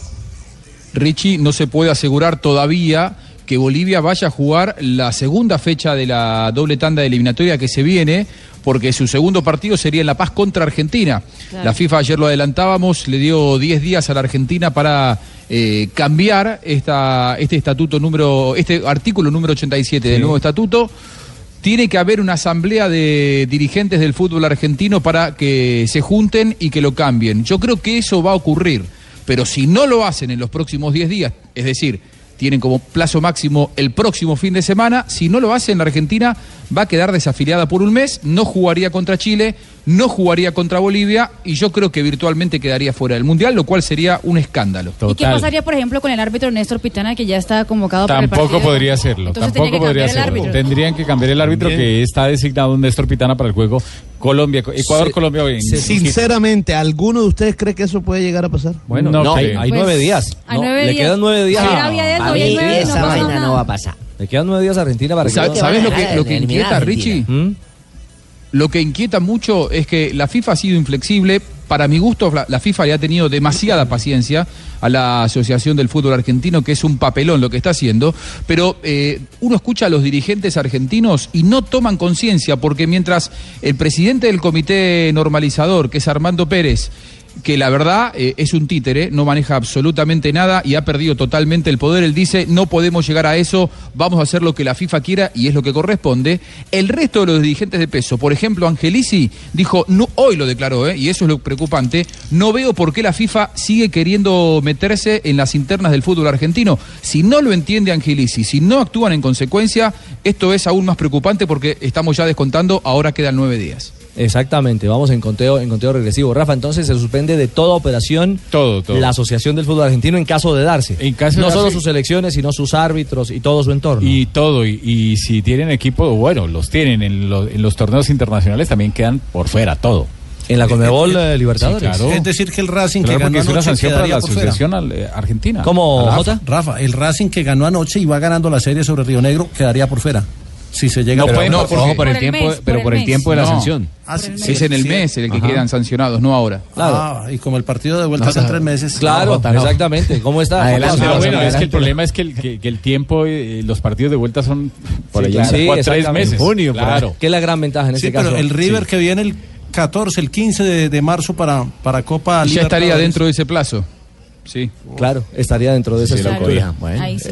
Speaker 13: Richie no se puede asegurar todavía que Bolivia vaya a jugar la segunda fecha de la doble tanda de eliminatoria que se viene, porque su segundo partido sería en La Paz contra Argentina.
Speaker 17: Claro.
Speaker 13: La FIFA ayer lo adelantábamos, le dio 10 días a la Argentina para eh, cambiar esta, este estatuto número, este artículo número 87 del nuevo estatuto. Tiene que haber una asamblea de dirigentes del fútbol argentino para que se junten y que lo cambien. Yo creo que eso va a ocurrir, pero si no lo hacen en los próximos 10 días, es decir, tienen como plazo máximo el próximo fin de semana. Si no lo hacen, la Argentina va a quedar desafiliada por un mes, no jugaría contra Chile, no jugaría contra Bolivia y yo creo que virtualmente quedaría fuera del Mundial, lo cual sería un escándalo.
Speaker 7: ¿Y qué pasaría, por ejemplo, con el árbitro Néstor Pitana, que ya está convocado para el
Speaker 8: Tampoco
Speaker 7: partido?
Speaker 8: podría hacerlo,
Speaker 7: Entonces
Speaker 8: tampoco
Speaker 7: tenía que
Speaker 8: podría
Speaker 7: cambiar el
Speaker 8: hacerlo.
Speaker 7: árbitro.
Speaker 8: Tendrían que cambiar el árbitro que está designado Néstor Pitana para el juego Colombia, Ecuador, Colombia.
Speaker 17: Se- Sinceramente, ¿alguno de ustedes cree que eso puede llegar a pasar?
Speaker 8: Bueno, No, no, hay- creo. hay
Speaker 5: Pues, nueve días. hay No, nueve le días. quedan nueve días. Ah, Ayer había de eso,
Speaker 17: Para
Speaker 5: hoy hay
Speaker 17: mí
Speaker 5: nueve, no
Speaker 17: esa
Speaker 5: pasa
Speaker 17: vaina
Speaker 5: nada.
Speaker 17: no va a pasar.
Speaker 5: Le quedan nueve días a Argentina para que
Speaker 13: Sa-
Speaker 5: no-
Speaker 13: ¿Sabes lo que, lo que
Speaker 5: Eliminar
Speaker 13: inquieta,
Speaker 5: a
Speaker 13: Richie? ¿Mm?
Speaker 5: Argentina.
Speaker 13: Lo que inquieta mucho es que la FIFA ha sido inflexible. Para mi gusto, la, la FIFA le ha tenido demasiada paciencia a la Asociación del Fútbol Argentino, que es un papelón lo que está haciendo. Pero eh, uno escucha a los dirigentes argentinos y no toman conciencia, porque mientras el presidente del comité normalizador, que es Armando Pérez, que la verdad eh, es un títere, no maneja absolutamente nada y ha perdido totalmente el poder. Él dice, no podemos llegar a eso, vamos a hacer lo que la FIFA quiera y es lo que corresponde. El resto de los dirigentes de peso, por ejemplo, Angelici dijo, no, hoy lo declaró, eh, y eso es lo preocupante, no veo por qué la FIFA sigue queriendo meterse en las internas del fútbol argentino. Si no lo entiende Angelici, si no actúan en consecuencia, esto es aún más preocupante porque estamos ya descontando, ahora quedan nueve días.
Speaker 5: Exactamente, vamos en conteo, en conteo regresivo. Rafa, entonces se suspende de toda operación
Speaker 8: todo, todo.
Speaker 5: la Asociación del Fútbol Argentino en caso de darse.
Speaker 8: caso de
Speaker 5: no solo
Speaker 8: darse-
Speaker 5: sus elecciones, sino sus árbitros y todo su entorno.
Speaker 8: Y todo, y, y si tienen equipo, bueno, los tienen en, lo- en los torneos internacionales también quedan por fuera todo.
Speaker 5: En la Conmebol, eh,
Speaker 8: de
Speaker 5: Libertadores.
Speaker 12: Es decir, que el Racing
Speaker 8: Claro,
Speaker 12: que ganó
Speaker 8: porque es una
Speaker 12: anoche
Speaker 8: sanción para
Speaker 12: quedaría
Speaker 8: la
Speaker 12: por fuera.
Speaker 8: asociación al- eh, argentina.
Speaker 12: Rafa,
Speaker 8: Jota?
Speaker 12: Rafa, el Racing que ganó anoche y va ganando la serie sobre Río Negro quedaría por fuera. Si se llega
Speaker 13: No
Speaker 12: a
Speaker 13: pueden,
Speaker 12: no,
Speaker 13: no, porque-
Speaker 12: ojo,
Speaker 13: Por el tiempo-
Speaker 12: mes,
Speaker 13: pero por el
Speaker 12: mes.
Speaker 13: tiempo de la sanción.
Speaker 12: Ah, sí,
Speaker 13: Es en el mes en el que
Speaker 12: Ajá.
Speaker 13: quedan sancionados, no ahora.
Speaker 12: Ah, y como el partido de vuelta
Speaker 13: No,
Speaker 12: está en
Speaker 13: no.
Speaker 12: tres meses.
Speaker 13: Claro,
Speaker 12: No, Jota, no.
Speaker 5: exactamente. ¿Cómo está?
Speaker 12: Adelante,
Speaker 8: Ah,
Speaker 12: Rafa,
Speaker 8: bueno, es que el
Speaker 12: adelante.
Speaker 8: problema es que el, que- que el tiempo, eh, los partidos de vuelta son por
Speaker 5: Sí,
Speaker 8: allá
Speaker 5: claro.
Speaker 8: cuatro-
Speaker 5: Sí,
Speaker 8: tres
Speaker 5: exactamente.
Speaker 8: meses.
Speaker 5: En junio, por
Speaker 8: claro.
Speaker 5: ahí. Que es la gran ventaja en
Speaker 12: Sí,
Speaker 5: este
Speaker 12: pero
Speaker 5: caso.
Speaker 12: el River
Speaker 5: Sí.
Speaker 12: que viene el 14, el 15 de, de marzo para, para Copa
Speaker 13: Ya estaría
Speaker 12: Libertadores.
Speaker 13: dentro de ese plazo. Sí.
Speaker 5: Claro, estaría dentro de esa
Speaker 13: Sí, lo
Speaker 5: estructura.
Speaker 13: cobija, bueno. Eh,
Speaker 7: Ahí sí.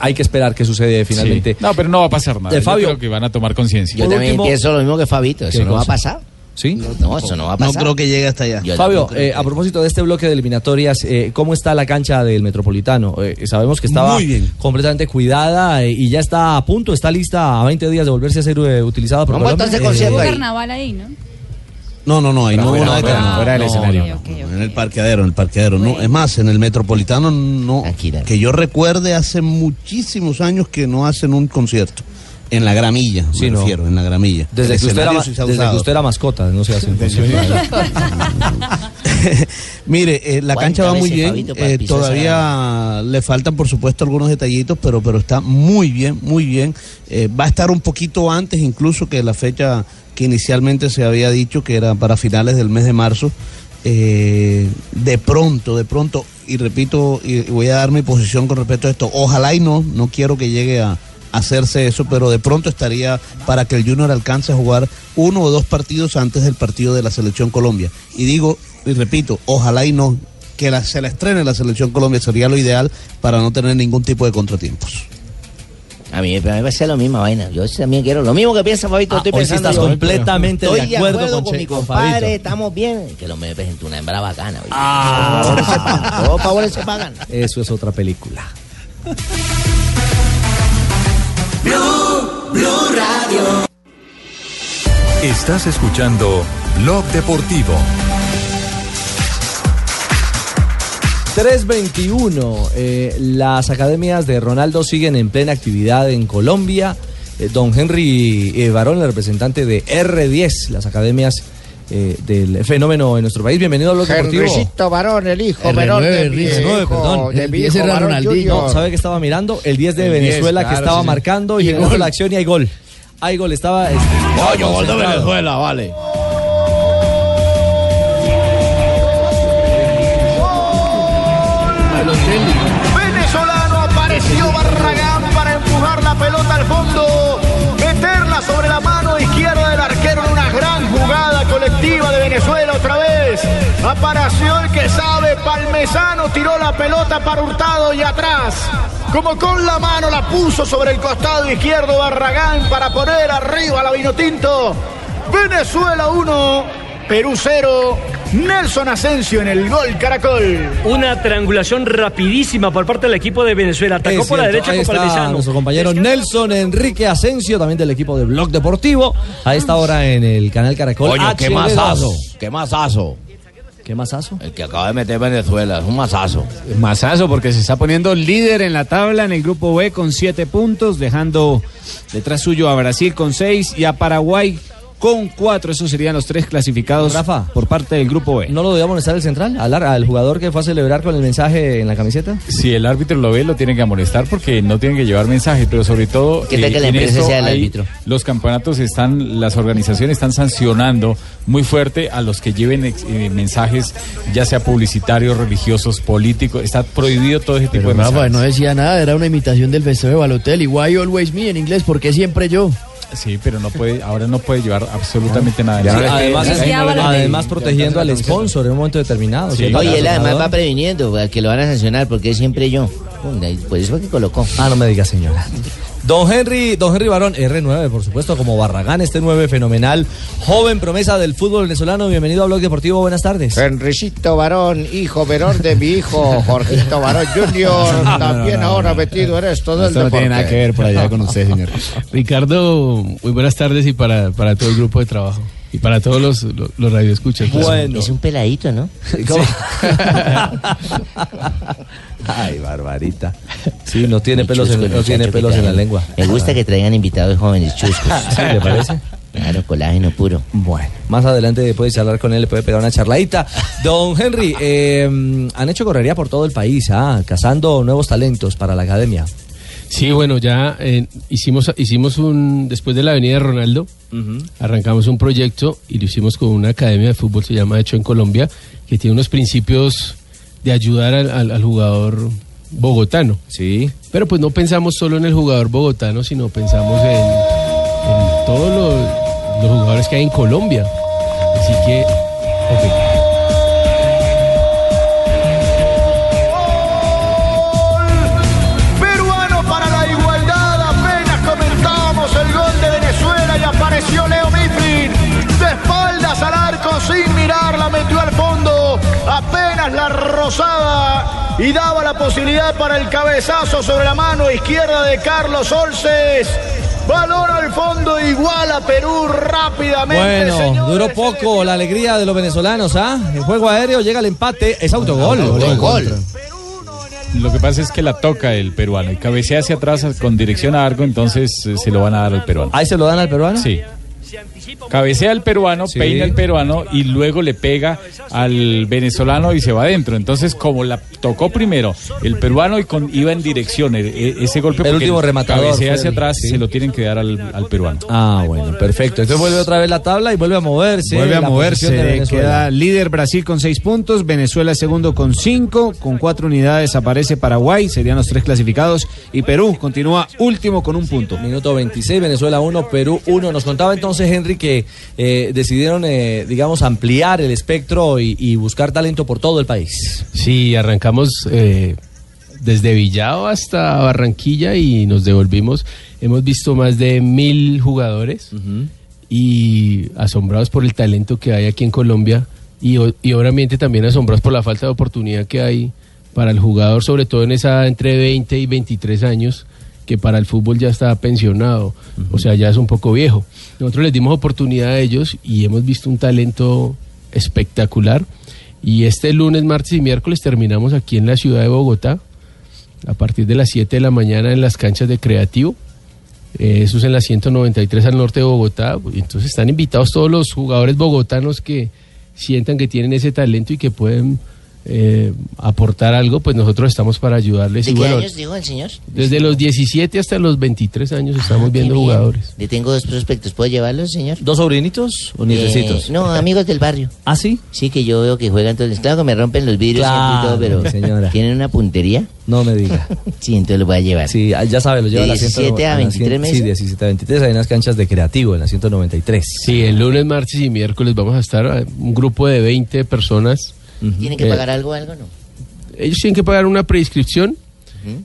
Speaker 5: Hay que esperar qué sucede
Speaker 8: Sí.
Speaker 5: finalmente.
Speaker 8: No, pero no va a pasar nada.
Speaker 5: Eh,
Speaker 8: Yo
Speaker 5: Fabio.
Speaker 8: creo que van a tomar conciencia.
Speaker 18: Yo también pienso lo mismo que Fabito, eso
Speaker 5: ¿Qué
Speaker 18: no va a
Speaker 5: cosa?
Speaker 18: pasar.
Speaker 5: ¿Sí?
Speaker 18: No, eso no va a pasar.
Speaker 5: llegue hasta allá.
Speaker 18: Yo
Speaker 5: Fabio,
Speaker 18: tampoco creo
Speaker 5: eh, a propósito de este bloque de eliminatorias, eh, ¿cómo está la cancha del Metropolitano? Eh, sabemos que estaba
Speaker 18: Muy bien.
Speaker 5: completamente cuidada eh, y ya está a punto, está lista a 20 días de volverse a ser eh, utilizada por
Speaker 7: Vamos a
Speaker 5: Colombia.
Speaker 7: hacer
Speaker 5: Eh,
Speaker 7: carnaval ahí, ¿no?
Speaker 17: No, no, no, ahí no hubo nada de carnaval.
Speaker 7: fuera del escenario.
Speaker 17: no, no, En el parqueadero, en el parqueadero. No, es más, en el metropolitano no. Que yo recuerde hace muchísimos años que no hacen un concierto. En la gramilla, me
Speaker 5: no.
Speaker 17: refiero, en la gramilla.
Speaker 5: Desde,
Speaker 17: El
Speaker 5: que usted, era,
Speaker 17: escenario
Speaker 5: ma-
Speaker 17: sí se ha
Speaker 5: desde que
Speaker 17: usado.
Speaker 5: usted era mascota, no se hace.
Speaker 17: [laughs] Mire, eh, la cancha va
Speaker 5: ¿Cuántas
Speaker 17: muy
Speaker 5: veces,
Speaker 17: bien.
Speaker 5: Fabito, para
Speaker 17: eh,
Speaker 5: pisar esa
Speaker 17: todavía le faltan, por supuesto, algunos detallitos, pero, pero está muy bien, muy bien. Eh, va a estar un poquito antes incluso que la fecha que inicialmente se había dicho, que era para finales del mes de marzo. Eh, de pronto, de pronto, y repito, y y voy a dar mi posición con respecto a esto. Ojalá y no, no quiero que llegue a a hacerse eso, pero de pronto estaría para que el Junior alcance a jugar uno o dos partidos antes del partido de la Selección Colombia. Y digo, y repito, ojalá y no, que la- se la estrene la Selección Colombia sería lo ideal para no tener ningún tipo de contratiempos.
Speaker 18: A mí me parece la misma vaina. Yo también quiero lo mismo que piensa Fabito.
Speaker 17: Ah,
Speaker 18: estoy
Speaker 17: hoy sí
Speaker 18: pensando
Speaker 17: estás
Speaker 18: yo.
Speaker 17: completamente
Speaker 18: Estoy
Speaker 17: de acuerdo
Speaker 18: con,
Speaker 17: con Che-
Speaker 18: mi
Speaker 17: con
Speaker 18: compadre.
Speaker 17: Fabito.
Speaker 18: Estamos bien. Que lo me presentó una hembra bacana. oye.
Speaker 5: Ah.
Speaker 18: Todos favores se pagan.
Speaker 5: [laughs] Eso es otra película.
Speaker 1: Estás escuchando Blog Deportivo.
Speaker 5: 321. eh, las academias de Ronaldo siguen en plena actividad en Colombia. Eh, don Henry eh, Barón, el representante de R10, las academias eh, del fenómeno en nuestro país. Bienvenido a Blog Deportivo.
Speaker 6: Henrycito varón, el hijo varón de mi
Speaker 5: R9,
Speaker 6: hijo,
Speaker 5: perdón.
Speaker 6: de mi hijo varón
Speaker 5: No,
Speaker 6: Junior.
Speaker 5: ¿Sabe que estaba mirando? El 10 de
Speaker 6: El 10,
Speaker 5: Venezuela que
Speaker 6: claro,
Speaker 5: estaba
Speaker 6: sí, sí.
Speaker 5: marcando y,
Speaker 6: Y
Speaker 5: generando
Speaker 6: gol.
Speaker 5: la acción y hay gol. Hay gol, estaba. este,
Speaker 6: Coño, gol de
Speaker 5: concentrado.
Speaker 6: Venezuela, vale.
Speaker 20: Venezolano apareció Barragán para empujar la pelota al fondo, meterla sobre la mano izquierda del arquero en una gran jugada colectiva de Venezuela otra vez. Apareció el que sabe, Palmesano tiró la pelota para Hurtado y atrás. Como con la mano la puso sobre el costado izquierdo Barragán para poner arriba la Vinotinto. Venezuela 1, Perú 0. Nelson Asensio en el gol Caracol.
Speaker 4: Una triangulación rapidísima por parte del equipo de Venezuela. Atacó
Speaker 5: Es
Speaker 4: por la
Speaker 5: cierto,
Speaker 4: derecha
Speaker 5: ahí está
Speaker 4: con Palmisano.
Speaker 5: Nuestro compañero Nelson Enrique Asensio, también del equipo de Blog Deportivo, a esta hora en el canal Caracol.
Speaker 22: Coño, qué
Speaker 5: HD2.
Speaker 22: masazo, qué masazo.
Speaker 5: ¿Qué masazo?
Speaker 22: El que acaba de meter Venezuela, es un masazo.
Speaker 15: Mazazo porque se está poniendo líder en la tabla en el grupo B con siete puntos, dejando detrás suyo a Brasil con seis y a Paraguay con cuatro. Esos serían los tres clasificados por parte del grupo B.
Speaker 5: ¿No lo debía molestar el central? ¿Al, ar- al jugador que fue a celebrar con el mensaje en la camiseta?
Speaker 8: Si el árbitro lo ve, lo tienen que amonestar porque no tienen que llevar mensaje, pero sobre todo. eh,
Speaker 5: ¿Qué tal que la
Speaker 8: en
Speaker 5: empresa
Speaker 8: esto
Speaker 5: sea el
Speaker 8: hay-
Speaker 5: árbitro?
Speaker 8: Los campeonatos están, las organizaciones están sancionando muy fuerte a los que lleven ex- eh, mensajes, ya sea publicitarios, religiosos, políticos. Está prohibido todo ese tipo
Speaker 18: Pues,
Speaker 11: Pero
Speaker 8: de mensajes.
Speaker 11: Rafa Ah, no decía nada, era una imitación del vestido de Balotelli. Why always me en inglés? ¿Por qué siempre yo?
Speaker 8: Sí, pero no puede, ahora no puede llevar absolutamente nada.
Speaker 5: Sí,
Speaker 8: Ya.
Speaker 5: además,
Speaker 8: Ya no le-
Speaker 5: además
Speaker 8: ya
Speaker 5: protegiendo al
Speaker 8: alcanza la
Speaker 5: sponsor en un momento determinado.
Speaker 8: Sí.
Speaker 5: ¿cierto?
Speaker 18: Oye, él además va
Speaker 5: patrocinador.
Speaker 18: previniendo a que lo van a sancionar porque es siempre yo. Ponga, y Por pues, eso fue que colocó.
Speaker 5: Ah, no me diga, señora. Don Henry, don Henry Barón, R9, por supuesto, como Barragán, este 9 fenomenal, joven promesa del fútbol venezolano. Bienvenido a Blog Deportivo, buenas tardes.
Speaker 6: Henrycito Varón, hijo menor de mi hijo,
Speaker 23: [laughs]
Speaker 6: Jorgito Varón Junior, también ahora metido en esto del
Speaker 23: Esto no tiene
Speaker 6: deporte.
Speaker 23: nada que ver por allá con usted,
Speaker 9: [laughs]
Speaker 23: señor. Ricardo, muy buenas tardes y para, para todo el grupo de trabajo. Y para todos los, los, los radioescuchas. por
Speaker 18: Bueno. Es
Speaker 23: supuesto.
Speaker 18: un
Speaker 5: [laughs]
Speaker 18: peladito, ¿no?
Speaker 5: Ay, barbarita. Sí, no tiene pelos, en, no tiene pelos en la lengua.
Speaker 18: [laughs] Me gusta que traigan invitados jóvenes chuscos.
Speaker 5: [laughs] ¿Sí, le parece?
Speaker 18: Claro, colágeno puro.
Speaker 5: Bueno. Más adelante puedes charlar con él, le puede pegar una [laughs] charladita. Don Henry, eh, han hecho correría por todo el país, ah, cazando nuevos talentos para la academia.
Speaker 23: Sí, bueno, ya eh, hicimos, hicimos un, después de la avenida de Ronaldo, arrancamos un proyecto y lo hicimos con una academia de fútbol, se llama Hecho en Colombia, que tiene unos principios de ayudar al, al- al jugador bogotano.
Speaker 5: Sí.
Speaker 23: Pero pues no pensamos solo en el jugador bogotano, sino pensamos en, en todos los, los jugadores que hay en Colombia. Así que, ok.
Speaker 20: Peruano para la igualdad. Apenas comentábamos el gol de Venezuela y apareció Leo Mifflin. De espaldas al arco sin mirar, la metió al fondo. Apenas la rozaba y daba la posibilidad para el cabezazo sobre la mano izquierda de Carlos Olces. Balón al fondo igual a Perú rápidamente. señor.
Speaker 5: Bueno, duró poco la alegría de los venezolanos, ¿ah? El juego aéreo llega el empate, es autogol.
Speaker 8: Gol. Lo que pasa es que la toca el peruano y cabecea hacia atrás con dirección a arco, entonces eh, se lo van a dar al peruano.
Speaker 5: ¿Ahí se lo dan al peruano?
Speaker 8: Sí. Cabecea al peruano, peina al peruano y luego le pega al venezolano y se va adentro. Entonces, como la tocó primero el peruano y con, iba en dirección, e- e- ese golpe
Speaker 5: El
Speaker 8: porque
Speaker 5: último rematador
Speaker 8: Cabecea
Speaker 5: fue
Speaker 8: hacia
Speaker 5: el-
Speaker 8: atrás, se lo tienen que dar al, al peruano.
Speaker 5: Ah, bueno, perfecto. Entonces vuelve otra vez la tabla y vuelve a moverse.
Speaker 15: Vuelve a
Speaker 5: la
Speaker 15: moverse,
Speaker 5: posición de Venezuela.
Speaker 15: queda líder Brasil con seis puntos, Venezuela segundo con cinco, con cuatro unidades aparece Paraguay, serían los tres clasificados, y Perú continúa último con un punto.
Speaker 5: Minuto 26, Venezuela 1, Perú 1. Nos contaba entonces Henry que eh, decidieron, eh, digamos, ampliar el espectro y, y buscar talento por todo el país.
Speaker 23: Sí, arrancamos eh, desde Villado hasta Barranquilla y nos devolvimos. Hemos visto más de mil jugadores y asombrados por el talento que hay aquí en Colombia y, o- y obviamente también asombrados por la falta de oportunidad que hay para el jugador, sobre todo en esa entre 20 y 23 años que para el fútbol ya está pensionado, o sea, ya es un poco viejo. Nosotros les dimos oportunidad a ellos y hemos visto un talento espectacular. Y este lunes, martes y miércoles terminamos aquí en la ciudad de Bogotá, a partir de las 7 de la mañana en las canchas de Creativo. Eh, eso es en la 193 al norte de Bogotá. Y Entonces están invitados todos los jugadores bogotanos que sientan que tienen ese talento y que pueden eh, aportar algo, pues nosotros estamos para ayudarles.
Speaker 18: ¿De
Speaker 23: Y
Speaker 18: qué
Speaker 23: bueno,
Speaker 18: años dijo el señor?
Speaker 23: desde los 17 hasta los 23 años estamos viendo
Speaker 18: Ah, bien.
Speaker 23: jugadores.
Speaker 18: Le tengo dos prospectos. ¿Puedo llevarlos, señor?
Speaker 5: ¿Dos sobrinitos o nietecitos?
Speaker 18: Eh, no, amigos del barrio.
Speaker 5: ¿Ah, sí?
Speaker 18: Sí, que yo veo que juegan todos. Claro que me rompen los vidrios
Speaker 5: Claro,
Speaker 18: siempre y todo, pero
Speaker 5: señora.
Speaker 18: tienen una puntería.
Speaker 5: No me diga.
Speaker 18: [laughs] sí, entonces lo voy a llevar.
Speaker 5: Sí, ah, ya sabe, lo lleva
Speaker 18: De
Speaker 5: a la 100
Speaker 18: 17 a
Speaker 5: la
Speaker 18: 23
Speaker 5: 100
Speaker 18: meses.
Speaker 5: Sí, 17 a 23, hay unas canchas de creativo en la 193.
Speaker 23: Sí, el lunes, martes y miércoles vamos a estar eh, un grupo de 20 personas.
Speaker 18: ¿Tienen que
Speaker 23: Eh,
Speaker 18: pagar algo algo no?
Speaker 23: Ellos tienen que pagar una preinscripción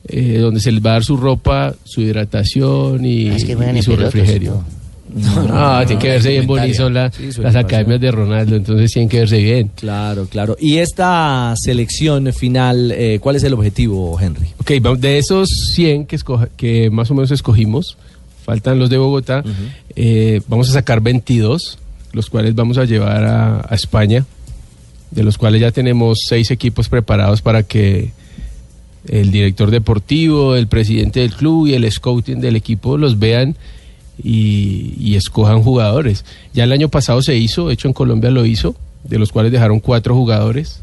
Speaker 23: eh, donde se les va a dar su ropa, su hidratación y,
Speaker 18: Ah, es que juegan
Speaker 23: y
Speaker 18: en
Speaker 23: su
Speaker 18: pelotas y
Speaker 23: refrigerio. No, tiene que verse bien bonito. Son la-
Speaker 5: Sí, suele
Speaker 23: las
Speaker 5: pasar.
Speaker 23: academias de Ronaldo, entonces tienen que verse bien.
Speaker 5: Claro, claro. Y esta selección final, eh, ¿cuál es el objetivo, Henry?
Speaker 23: Ok, vamos- de esos 100 que, escoja- que más o menos escogimos, faltan los de Bogotá, eh, vamos a sacar 22, los cuales vamos a llevar a, a España, de los cuales ya tenemos seis equipos preparados para que el director deportivo, el presidente del club y el scouting del equipo los vean y, y escojan jugadores. Ya el año pasado se hizo, de hecho en Colombia lo hizo, de los cuales dejaron cuatro jugadores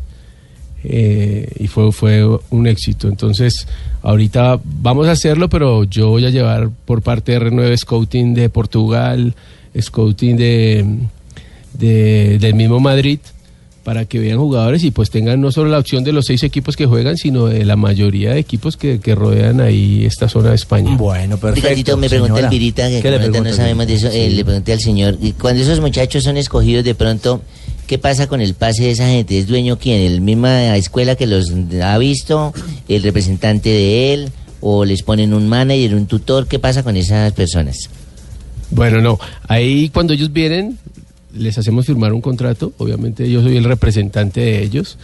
Speaker 23: eh, y fue, fue un éxito. Entonces, ahorita vamos a hacerlo, pero yo voy a llevar por parte de R9 Scouting de Portugal, Scouting de, de- del mismo Madrid, para que vean jugadores y pues tengan no solo la opción de los seis equipos que juegan, sino de la mayoría de equipos que, que rodean ahí esta zona de España.
Speaker 5: Bueno,
Speaker 24: Ricardito, me pregunta el Pirita, que como ahorita no sabemos de eso, eh, le pregunté al señor, y cuando esos muchachos son escogidos de pronto, ¿qué pasa con el pase de esa gente? ¿Es dueño quién? ¿El misma escuela que los ha visto? ¿El representante de él? ¿O les ponen un manager, un tutor? ¿Qué pasa con esas personas?
Speaker 23: Bueno, no. Ahí cuando ellos vienen, les hacemos firmar un contrato. Obviamente yo soy el representante de ellos.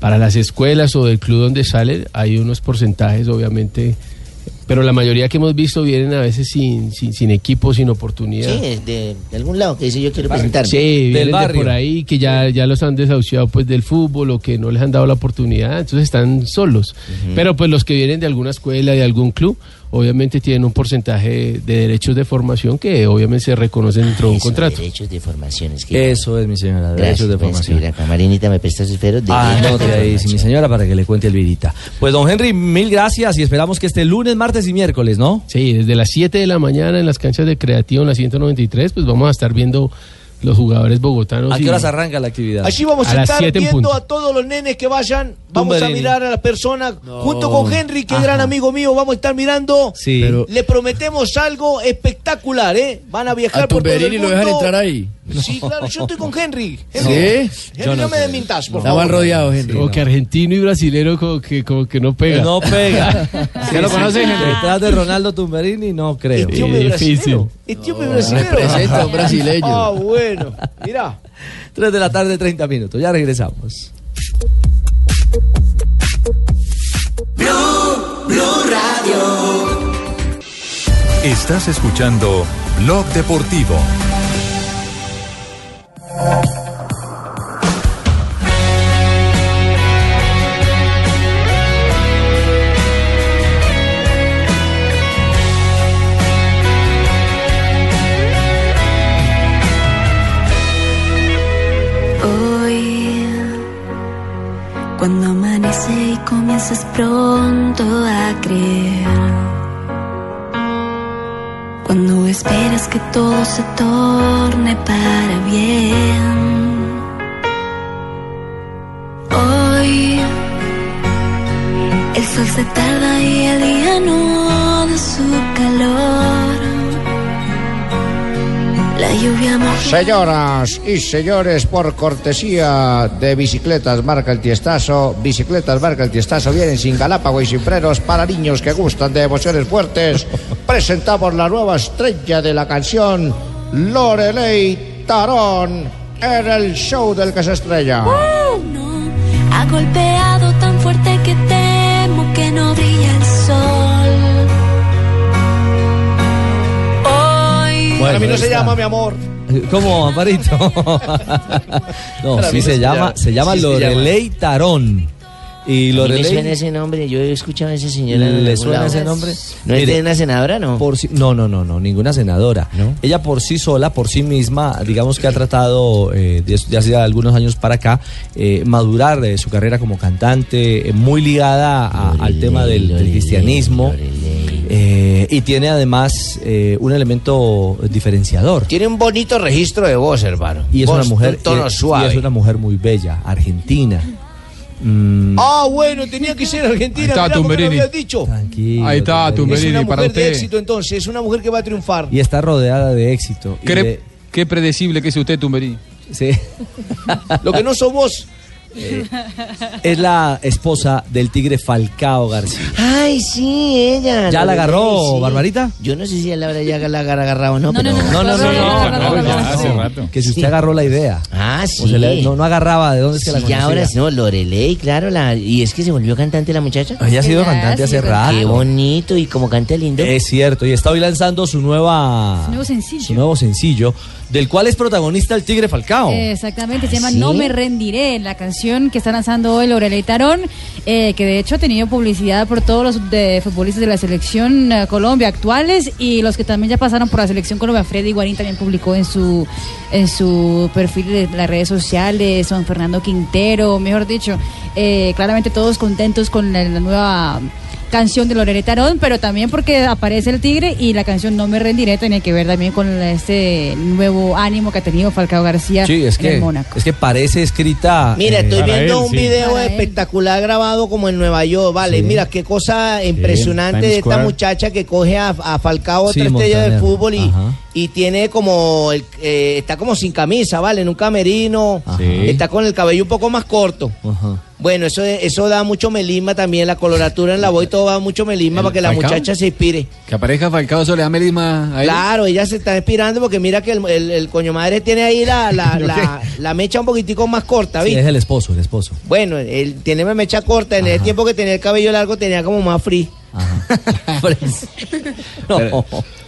Speaker 23: Para las escuelas o del club donde salen, hay unos porcentajes, obviamente. Pero la mayoría que hemos visto vienen a veces sin, sin, sin equipo, sin oportunidad.
Speaker 24: Sí, es de, de algún lado que dice yo quiero presentarme.
Speaker 23: Sí, vienen de por ahí que ya, ya los han desahuciado pues del fútbol o que no les han dado la oportunidad, entonces están solos. Pero pues los que vienen de alguna escuela, de algún club, obviamente tienen un porcentaje de derechos de formación que obviamente se reconocen dentro de un
Speaker 24: Eso,
Speaker 23: contrato.
Speaker 24: Derechos de formación. Es que
Speaker 5: Eso es, mi señora,
Speaker 24: Gracias,
Speaker 5: derechos de
Speaker 24: voy a
Speaker 5: formación.
Speaker 24: escribir acá. Marinita, ¿me prestas sus feros? De-
Speaker 5: Anote ahí, sí, mi señora, para que le cuente el vidita. Pues, don Henry, mil gracias y esperamos que este lunes, martes y miércoles, ¿no?
Speaker 23: Sí, desde las 7 de la mañana en las canchas de Creativo en la 193, pues vamos a estar viendo los jugadores bogotanos.
Speaker 5: ¿A
Speaker 23: y-
Speaker 5: qué horas arranca la actividad?
Speaker 23: Allí
Speaker 9: Vamos a,
Speaker 23: las
Speaker 9: estar
Speaker 23: 7 en
Speaker 9: viendo
Speaker 23: punto.
Speaker 9: a todos los nenes que vayan. Vamos a
Speaker 23: Tumberini.
Speaker 9: mirar a las personas junto con Henry, que es gran amigo mío. Vamos a estar mirando.
Speaker 23: Sí. Pero-
Speaker 9: Le prometemos algo espectacular, ¿eh? Van a viajar
Speaker 11: A
Speaker 9: por todo el
Speaker 11: Tumberini lo dejan
Speaker 9: mundo.
Speaker 11: entrar ahí.
Speaker 9: Sí, claro, yo estoy con
Speaker 11: [laughs]
Speaker 9: Henry.
Speaker 11: ¿Sí?
Speaker 9: Henry, Henry,
Speaker 11: Yo
Speaker 9: no,
Speaker 11: no
Speaker 9: me desmintas, por
Speaker 23: Estaban
Speaker 9: favor.
Speaker 23: rodeados, gente. Como que argentino y brasilero como que, como que no pega. [laughs]
Speaker 5: No pega.
Speaker 23: ¿Ya lo conocen, Henry?
Speaker 5: Detrás de Ronaldo Tumberini, no creo.
Speaker 23: Etíope Eh, difícil. brasilero.
Speaker 9: Etíope
Speaker 5: brasileño.
Speaker 11: representa a un brasileño.
Speaker 9: Ah, bueno. Mirá.
Speaker 5: 3 de la tarde, 30 minutos. Ya regresamos.
Speaker 18: [laughs]
Speaker 25: Estás escuchando Blog Deportivo.
Speaker 14: Hoy, cuando amanece y comienzas pronto a creer, cuando esperas que todo se torne para bien, hoy el sol se tarda y el día no da su calor, la lluvia moja.
Speaker 6: Señoras y señores, por cortesía de Bicicletas Marca el Tiestazo, Bicicletas Marca el Tiestazo vienen sin Galápago y sin frenos para niños que gustan de
Speaker 5: [laughs]
Speaker 6: emociones fuertes. Presentamos la nueva estrella de la canción, Lorelei Tarón, en el show del que se estrella.
Speaker 5: Uh.
Speaker 14: Bueno, ha golpeado tan fuerte que temo que no brilla el sol. Hoy.
Speaker 9: Para mí no se llama mi amor.
Speaker 5: ¿Cómo,
Speaker 24: [laughs]
Speaker 5: Amparito? no,
Speaker 24: Para
Speaker 5: sí
Speaker 24: mí
Speaker 5: se
Speaker 24: no se
Speaker 5: llama,
Speaker 24: llama.
Speaker 5: se llama
Speaker 24: Sí se
Speaker 5: Lorelei Tarón. Y
Speaker 24: A mí me suena
Speaker 5: Lorelei
Speaker 24: ese nombre, yo he escuchado a esa señora. en
Speaker 5: le
Speaker 24: algún
Speaker 5: suena
Speaker 24: lado.
Speaker 5: ese nombre.
Speaker 24: ¿No es de una senadora, no?
Speaker 5: Por sí- no, no, no, no, ninguna senadora. Ella por sí sola, por sí misma, digamos que ha tratado eh, de- de hace algunos años para acá eh, madurar eh, su carrera como cantante, eh, muy ligada a- al tema del, del cristianismo. Eh, y tiene además eh, un elemento diferenciador.
Speaker 24: Tiene un bonito registro de voz, hermano.
Speaker 5: Y es
Speaker 24: Voz,
Speaker 5: una mujer eh,
Speaker 24: un tono
Speaker 5: y es-
Speaker 24: suave.
Speaker 5: y es una mujer muy bella, argentina. Mm,
Speaker 9: Ah, bueno, tenía que ser argentina.
Speaker 5: Ahí está,
Speaker 9: mirá por qué no
Speaker 5: Tumberini.
Speaker 9: habías dicho.
Speaker 5: tranquilo,
Speaker 15: Ahí está,
Speaker 5: tranquilo.
Speaker 9: Es una mujer de éxito entonces, es una mujer que va a triunfar.
Speaker 5: Y está rodeada de éxito. y
Speaker 15: Qué,
Speaker 5: de-
Speaker 9: [laughs]
Speaker 15: qué predecible que es usted, Tumberini.
Speaker 5: Sí.
Speaker 9: Lo que no somos
Speaker 5: Es la esposa del tigre Falcao García.
Speaker 24: Ay, sí, ella.
Speaker 5: ¿Ya la agarró,
Speaker 24: Sí.
Speaker 5: Barbarita?
Speaker 24: Yo no sé si a la hora ya la habrá agarrado o no. pero-
Speaker 5: No, no, no, no, no, ya hace rato. Que si usted agarró la idea.
Speaker 24: Ah,
Speaker 5: O
Speaker 24: sí.
Speaker 5: se le- no, no agarraba de dónde es que la
Speaker 24: Sí, ya
Speaker 5: conocía.
Speaker 24: ahora no, Lorelei, claro, la, y es que se volvió cantante la muchacha.
Speaker 5: Ella ha sido Ya, cantante hace sí, rato.
Speaker 24: Qué bonito y como canta lindo.
Speaker 5: Es cierto, y está hoy lanzando su nueva
Speaker 7: Nuevo
Speaker 5: su
Speaker 7: sencillo.
Speaker 5: nuevo sencillo, del cual es protagonista el Tigre Falcao.
Speaker 7: Eh, Exactamente, se
Speaker 5: ¿Ah,
Speaker 7: llama
Speaker 5: sí?
Speaker 7: No me rendiré, la canción que está lanzando hoy Lorelei Tarón, eh, que de hecho ha tenido publicidad por todos los de- futbolistas de la selección eh, Colombia actuales y los que también ya pasaron por la selección Colombia. Freddy Guarín también publicó en su en su perfil de las redes sociales, Juan Fernando Quintero, mejor dicho, eh, claramente todos contentos con la, la nueva canción de Lorelei Tarón, pero también porque aparece el tigre y la canción No me rendiré tiene que ver también con este nuevo ánimo que ha tenido Falcao García
Speaker 5: Sí, es
Speaker 7: en el
Speaker 5: que,
Speaker 7: Mónaco.
Speaker 5: es que parece escrita.
Speaker 9: Mira,
Speaker 5: eh,
Speaker 9: estoy
Speaker 5: para
Speaker 9: viendo
Speaker 5: él,
Speaker 9: un
Speaker 5: sí.
Speaker 9: video espectacular grabado como en Nueva York, vale.
Speaker 5: Sí.
Speaker 9: Mira qué cosa impresionante
Speaker 5: Times
Speaker 9: de esta
Speaker 5: Square.
Speaker 9: muchacha que coge a, a Falcao,
Speaker 5: Sí,
Speaker 9: otra estrella del
Speaker 5: Montaner.
Speaker 9: fútbol, y,
Speaker 5: Ajá.
Speaker 9: y tiene como. el- eh, está como sin camisa, vale, en un camerino.
Speaker 5: Ajá.
Speaker 9: Está con el cabello un poco más corto.
Speaker 5: Ajá.
Speaker 9: Bueno, eso, eso da mucho melisma también, la coloratura en la voz y todo da mucho melisma para que la
Speaker 26: Falcao?
Speaker 9: muchacha se inspire.
Speaker 26: Que aparezca Falcao, eso le da melisma a él.
Speaker 9: Claro, ella se está inspirando porque mira que el, el- el coño madre tiene ahí
Speaker 5: [laughs]
Speaker 9: la, la,
Speaker 26: ¿Lo
Speaker 9: la- la mecha un poquitico más corta,
Speaker 5: Sí,
Speaker 9: ¿viste?
Speaker 5: es el esposo, el esposo.
Speaker 9: Bueno, él tiene una mecha corta. En el tiempo que tenía el cabello largo tenía como más free.
Speaker 5: [laughs]
Speaker 15: Pero,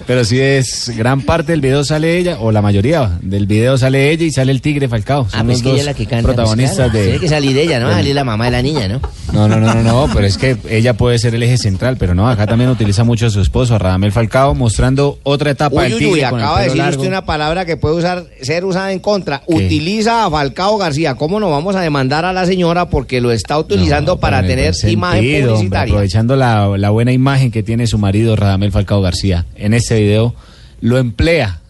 Speaker 15: pero si es gran parte del video sale ella, o la mayoría del video sale ella y sale el tigre Falcao. Son
Speaker 24: Ah, pues
Speaker 15: los
Speaker 24: que ella
Speaker 15: dos
Speaker 24: es la que canta. pues,
Speaker 15: protagonistas
Speaker 24: claro. Tiene que
Speaker 15: de...
Speaker 24: salir ella, ¿no? Va a
Speaker 15: del-
Speaker 24: salir la mamá de la niña, ¿no?
Speaker 15: No, no, no, no, no, pero es que ella puede ser el eje central, pero no, acá también utiliza mucho a su esposo, a Radamel Falcao, mostrando otra etapa
Speaker 9: Uy,
Speaker 15: del
Speaker 9: uy,
Speaker 15: tigre
Speaker 9: uy,
Speaker 15: con el
Speaker 9: acaba de
Speaker 15: pelo
Speaker 9: decir
Speaker 15: largo.
Speaker 9: usted una palabra que puede usar, ser usada en contra. Utiliza a Falcao García. ¿Cómo nos vamos a demandar a la señora porque lo está utilizando para
Speaker 15: Pero en
Speaker 9: tener
Speaker 15: el buen
Speaker 9: imagen
Speaker 15: sentido, hombre,
Speaker 9: publicitaria?
Speaker 15: aprovechando la, la buena imagen que tiene su marido Radamel Falcao García. En este video lo emplea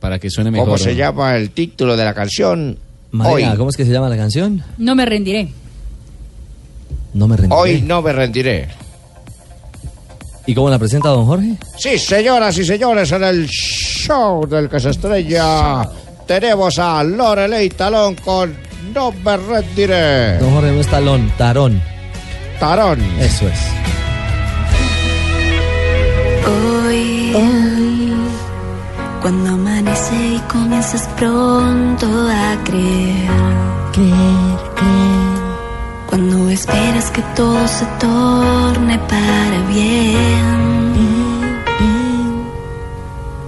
Speaker 15: para que suene mejor.
Speaker 9: ¿Cómo se llama el título de la canción?
Speaker 5: Marina,
Speaker 9: Hoy.
Speaker 5: ¿cómo es que se llama la canción?
Speaker 7: No me rendiré.
Speaker 5: No me rendiré.
Speaker 9: Hoy no me rendiré.
Speaker 5: ¿Y cómo la presenta don Jorge?
Speaker 6: Sí, señoras y señores, en el show del que se estrella tenemos a Lorelei Talón con No me rendiré.
Speaker 5: Don Jorge no es talón, tarón.
Speaker 6: Tarón.
Speaker 5: Eso es.
Speaker 14: Hoy, cuando amanece y comienzas pronto a creer, creer, creer, cuando esperas que todo se torne para bien,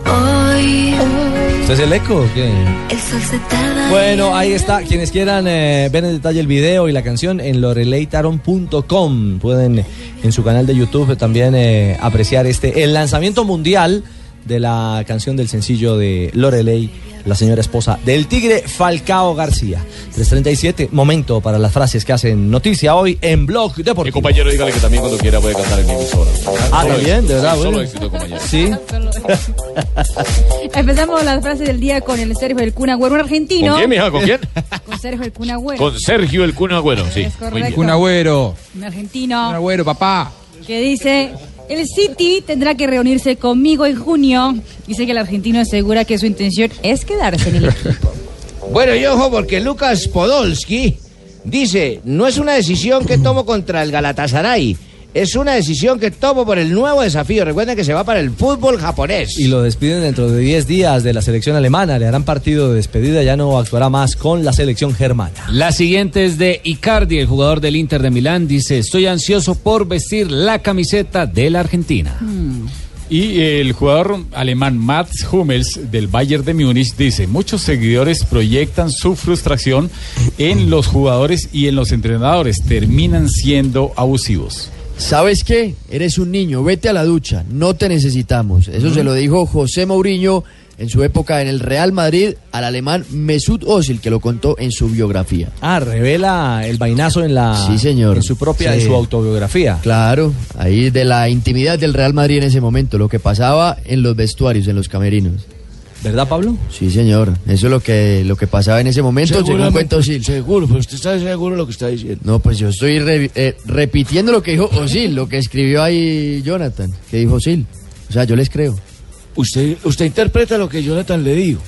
Speaker 14: hoy,
Speaker 5: ¿Usted es el eco o qué?
Speaker 14: el sol se tarda.
Speaker 5: Bueno, ahí [laughs] está. Quienes quieran eh, ver en detalle el video y la canción en loreleitaron.com. Pueden eh, en su canal de YouTube también eh, apreciar este el lanzamiento mundial de la canción del sencillo de Lorelei, la señora esposa del tigre Falcao García. 337, momento para las frases que hacen noticia hoy en Blog Deportivo.
Speaker 22: Compañero, dígale que también cuando quiera puede cantar en mi emisora.
Speaker 5: Ah,
Speaker 22: Solo
Speaker 5: también, de verdad,
Speaker 22: Solo
Speaker 5: bueno.
Speaker 22: éxito, compañero.
Speaker 7: [laughs]
Speaker 5: Sí.
Speaker 7: Empezamos la frase del día con el Sergio El Kun Agüero, un argentino.
Speaker 22: ¿Con quién, mija? ¿Con quién?
Speaker 7: [laughs] Con Sergio El Kun Agüero.
Speaker 22: Con Sergio el Kun Agüero, sí.
Speaker 7: correcto.
Speaker 22: Muy bien.
Speaker 7: Kun
Speaker 22: Agüero.
Speaker 7: Un argentino.
Speaker 22: Agüero, papá.
Speaker 7: que dice, el City tendrá que reunirse conmigo en junio. Dice que el argentino asegura que su intención es quedarse en el equipo.
Speaker 9: Bueno, y ojo, porque Lucas Podolski dice: No es una decisión que
Speaker 15: [clears throat]
Speaker 9: tomo contra el Galatasaray. Es una decisión que tomo por el nuevo desafío. Recuerden que se va para el fútbol japonés.
Speaker 5: Y lo despiden dentro de 10 días de la selección alemana. Le harán partido de despedida. Ya no actuará más con la selección germana.
Speaker 15: La siguiente es de Icardi, el jugador del Inter de Milán. Dice, estoy ansioso por vestir la camiseta de la Argentina.
Speaker 8: Y el jugador alemán Mats Hummels del Bayern de Múnich dice, muchos seguidores proyectan su frustración en los jugadores y en los entrenadores, terminan siendo abusivos.
Speaker 11: ¿Sabes qué? Eres un niño, vete a la ducha, no te necesitamos. Eso se lo dijo José Mourinho en su época en el Real Madrid al alemán Mesut Özil, que lo contó en su biografía.
Speaker 5: Ah, revela el vainazo en la
Speaker 11: Sí, señor.
Speaker 5: en su propia en
Speaker 11: Sí.
Speaker 5: su autobiografía.
Speaker 11: Claro, ahí de la intimidad del Real Madrid en ese momento, lo que pasaba en los vestuarios, en los camerinos.
Speaker 5: ¿Verdad, Pablo?
Speaker 11: Sí, señor. Eso es lo que, lo que pasaba en ese momento, según cuenta Özil.
Speaker 27: Seguro, pero usted está seguro de lo que está diciendo.
Speaker 11: No, pues yo estoy re- eh, repitiendo lo que dijo Osil, lo que escribió ahí Jonathan, que dijo Osil. O sea, yo les creo.
Speaker 27: Usted, usted interpreta lo que Jonathan le dijo.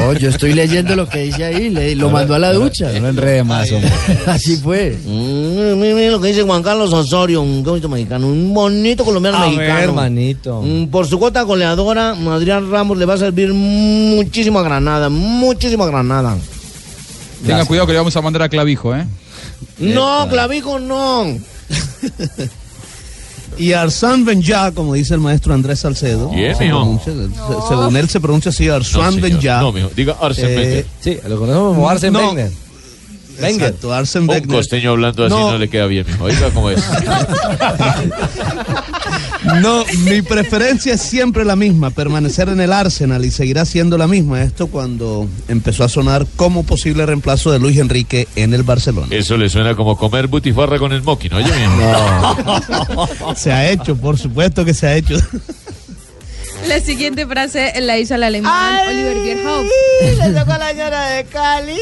Speaker 11: No, yo estoy leyendo lo que dice ahí, le- lo mandó a la ducha.
Speaker 15: eh,
Speaker 11: No enrede más, hombre.
Speaker 5: [laughs]
Speaker 11: Así fue.
Speaker 22: Miren Mm, lo que dice Juan Carlos Osorio, un bonito mexicano, un bonito colombiano
Speaker 5: A
Speaker 22: mexicano.
Speaker 5: ver, manito.
Speaker 22: Mm, Por su cuota goleadora, Adrián Ramos le va a servir muchísimo a Granada, muchísimo a Granada.
Speaker 13: Tengan cuidado que le vamos a mandar a clavijo, ¿eh?
Speaker 22: No, clavijo no.
Speaker 17: Y Arsán Benja, como dice el maestro Andrés Salcedo.
Speaker 2: Bien,
Speaker 17: se
Speaker 2: mijo.
Speaker 17: pronuncia- se- Según él se pronuncia así, Arsán
Speaker 2: señor.
Speaker 17: Benja.
Speaker 2: No, mijo, diga Arsène
Speaker 11: Eh,
Speaker 2: Wenger.
Speaker 17: Sí, lo conocemos
Speaker 2: como Arsène
Speaker 17: no.
Speaker 2: Wenger.
Speaker 17: Exacto, Arsène
Speaker 2: Un
Speaker 17: Wenger.
Speaker 2: costeño hablando así
Speaker 17: No.
Speaker 2: no, le queda bien, mijo. Oiga cómo
Speaker 5: [laughs]
Speaker 2: es.
Speaker 17: No, mi preferencia es siempre la misma, permanecer en el Arsenal y seguirá siendo la misma. Esto cuando empezó a sonar como posible reemplazo de Luis Enrique en el Barcelona.
Speaker 2: Eso le suena como comer butifarra con el moqui, ¿no? Oye, mijo.
Speaker 17: Se ha hecho, por supuesto que se ha hecho.
Speaker 10: La siguiente frase la hizo el alemán Oliver Bierhoff.
Speaker 22: Le tocó a la señora de Cali.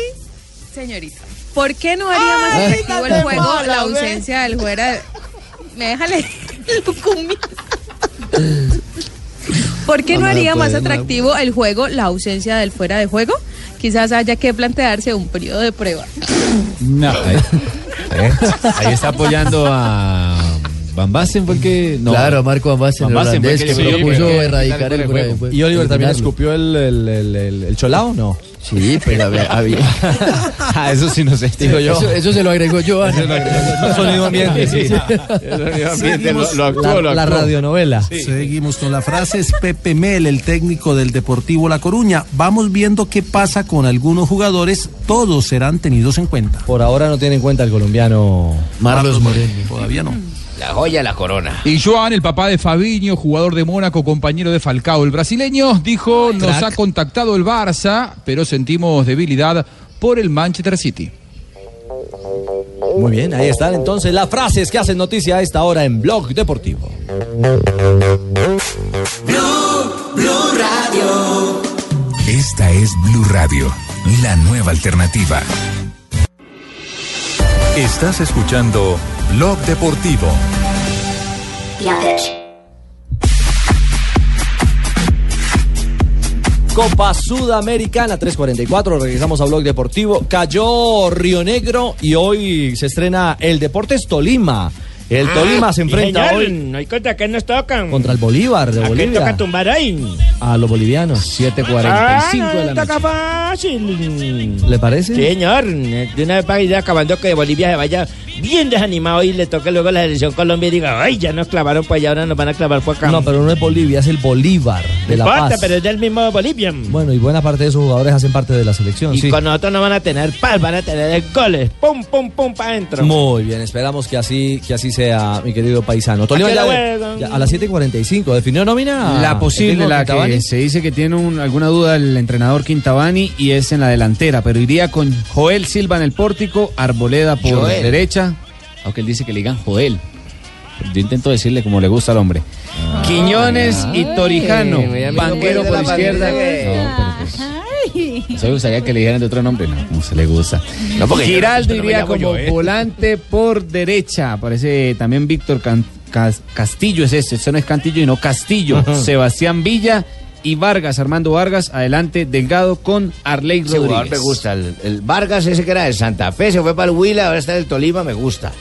Speaker 10: Señorita, ¿por qué no haría más
Speaker 22: Ay,
Speaker 10: efectivo el
Speaker 22: tan
Speaker 10: juego
Speaker 22: mola,
Speaker 10: la
Speaker 22: ¿ves?
Speaker 10: ausencia del juera? de- Me déjale Lucumí. ¿Por qué no,
Speaker 16: No, no se
Speaker 10: haría más
Speaker 16: puede, no.
Speaker 10: atractivo el juego la ausencia del fuera de juego? Quizás haya que plantearse un periodo de prueba.
Speaker 15: No, ahí, ahí está apoyando a Van Basten, fue el que. No,
Speaker 11: Claro, a Marco Van Basten, el
Speaker 15: fue el
Speaker 11: holandés que
Speaker 15: decidió
Speaker 11: propuso
Speaker 15: que-
Speaker 11: erradicar
Speaker 15: que-
Speaker 11: el juego. Fue-
Speaker 5: ¿Y Oliver también
Speaker 11: eliminarlo.
Speaker 5: escupió el, el, el, el- el cholao? No. Ah,
Speaker 11: Sí, pero había.
Speaker 5: [laughs] eso sí no sé.
Speaker 11: Digo yo. Eso, eso se lo agregó yo. ah. Eso lo agregó
Speaker 5: Un sonido ambiente, sí.
Speaker 2: ambiente, lo- lo actuó,
Speaker 12: la,
Speaker 2: lo actuó.
Speaker 12: radionovela. Seguimos con la frase es Pepe Mel, el técnico del Deportivo La Coruña. Vamos viendo qué pasa con algunos jugadores. Todos serán tenidos en cuenta.
Speaker 5: Por ahora no tiene en cuenta el colombiano
Speaker 12: Marlos Moreno. Todavía no.
Speaker 22: La joya, la corona.
Speaker 13: Y Joan, el papá de Fabiño, jugador de Mónaco, compañero de Falcao, el brasileño, dijo, nos ha contactado el Barça, pero sentimos debilidad por el Manchester City.
Speaker 5: Muy bien, ahí están entonces las frases que hacen noticia a esta hora en Blog Deportivo.
Speaker 25: Blue Radio.
Speaker 1: Esta es Blue Radio, la nueva alternativa. Estás escuchando Blog Deportivo.
Speaker 5: Copa Sudamericana 344, regresamos a Blog Deportivo. Cayó Río Negro y hoy se estrena el Deportes Tolima. El
Speaker 24: Ah,
Speaker 5: Tolima
Speaker 22: Ah,
Speaker 5: se enfrenta hoy
Speaker 24: No hay contra que nos tocan.
Speaker 5: contra el Bolívar de
Speaker 24: ¿A quién toca
Speaker 5: Bolivia.
Speaker 24: tumbar hoy?
Speaker 5: A los bolivianos.
Speaker 22: Ah,
Speaker 24: 45 de la toca fácil.
Speaker 5: ¿Le parece?
Speaker 24: Sí, señor. De una vez para ir acabando que Bolivia se vaya bien desanimado y le toque luego la selección Colombia y diga, ay, ya nos clavaron para allá, ahora nos van a clavar por acá.
Speaker 5: No, pero no es Bolivia, es el Bolívar de La
Speaker 24: No importa,
Speaker 5: Paz.
Speaker 24: pero es del mismo Bolivia.
Speaker 5: Bueno, y buena parte de esos jugadores hacen parte de la selección.
Speaker 24: Y
Speaker 5: sí.
Speaker 24: con nosotros no van a tener paz, van a tener goles. Pum, pum, pum, para adentro.
Speaker 5: Muy bien, esperamos que así, que así sea, mi querido paisano. Tolima
Speaker 24: qué
Speaker 5: ya,
Speaker 24: hora
Speaker 5: de-
Speaker 24: juegan?
Speaker 5: ya a las 7.45. ¿Definió nómina?
Speaker 15: La posible,
Speaker 5: ¿Técnico
Speaker 15: la
Speaker 5: Quintabani?
Speaker 15: que se dice que tiene un- alguna duda el entrenador Quintabani y es en la delantera, pero iría con Joel Silva en el pórtico, Arboleda por
Speaker 28: Joel.
Speaker 15: derecha, aunque él dice que le digan Joel. Yo intento decirle como le gusta al hombre. Ah. Quiñones y Torijano,
Speaker 28: Ay, mi amigo
Speaker 15: banquero
Speaker 28: puede
Speaker 15: por
Speaker 28: la
Speaker 15: izquierda.
Speaker 28: bandera.
Speaker 15: No, pero pues, eso me gustaría que le dijeran de otro nombre, no, como se le gusta.
Speaker 28: No, porque yo-
Speaker 15: Giraldo
Speaker 28: yo no me
Speaker 15: iría
Speaker 28: llamo
Speaker 15: como
Speaker 28: Joel.
Speaker 15: volante por derecha. Aparece también Víctor Can- Cas- Castillo, es este, este no es Cantillo, no Castillo.
Speaker 28: Ajá.
Speaker 15: Sebastián Villa y Vargas, Armando Vargas, adelante, Delgado con Arley
Speaker 14: Ese jugador
Speaker 15: Rodríguez.
Speaker 14: me gusta,
Speaker 15: el,
Speaker 14: Vargas, ese que era de Santa Fe, se fue para el Huila, ahora está en el Tolima, me gusta.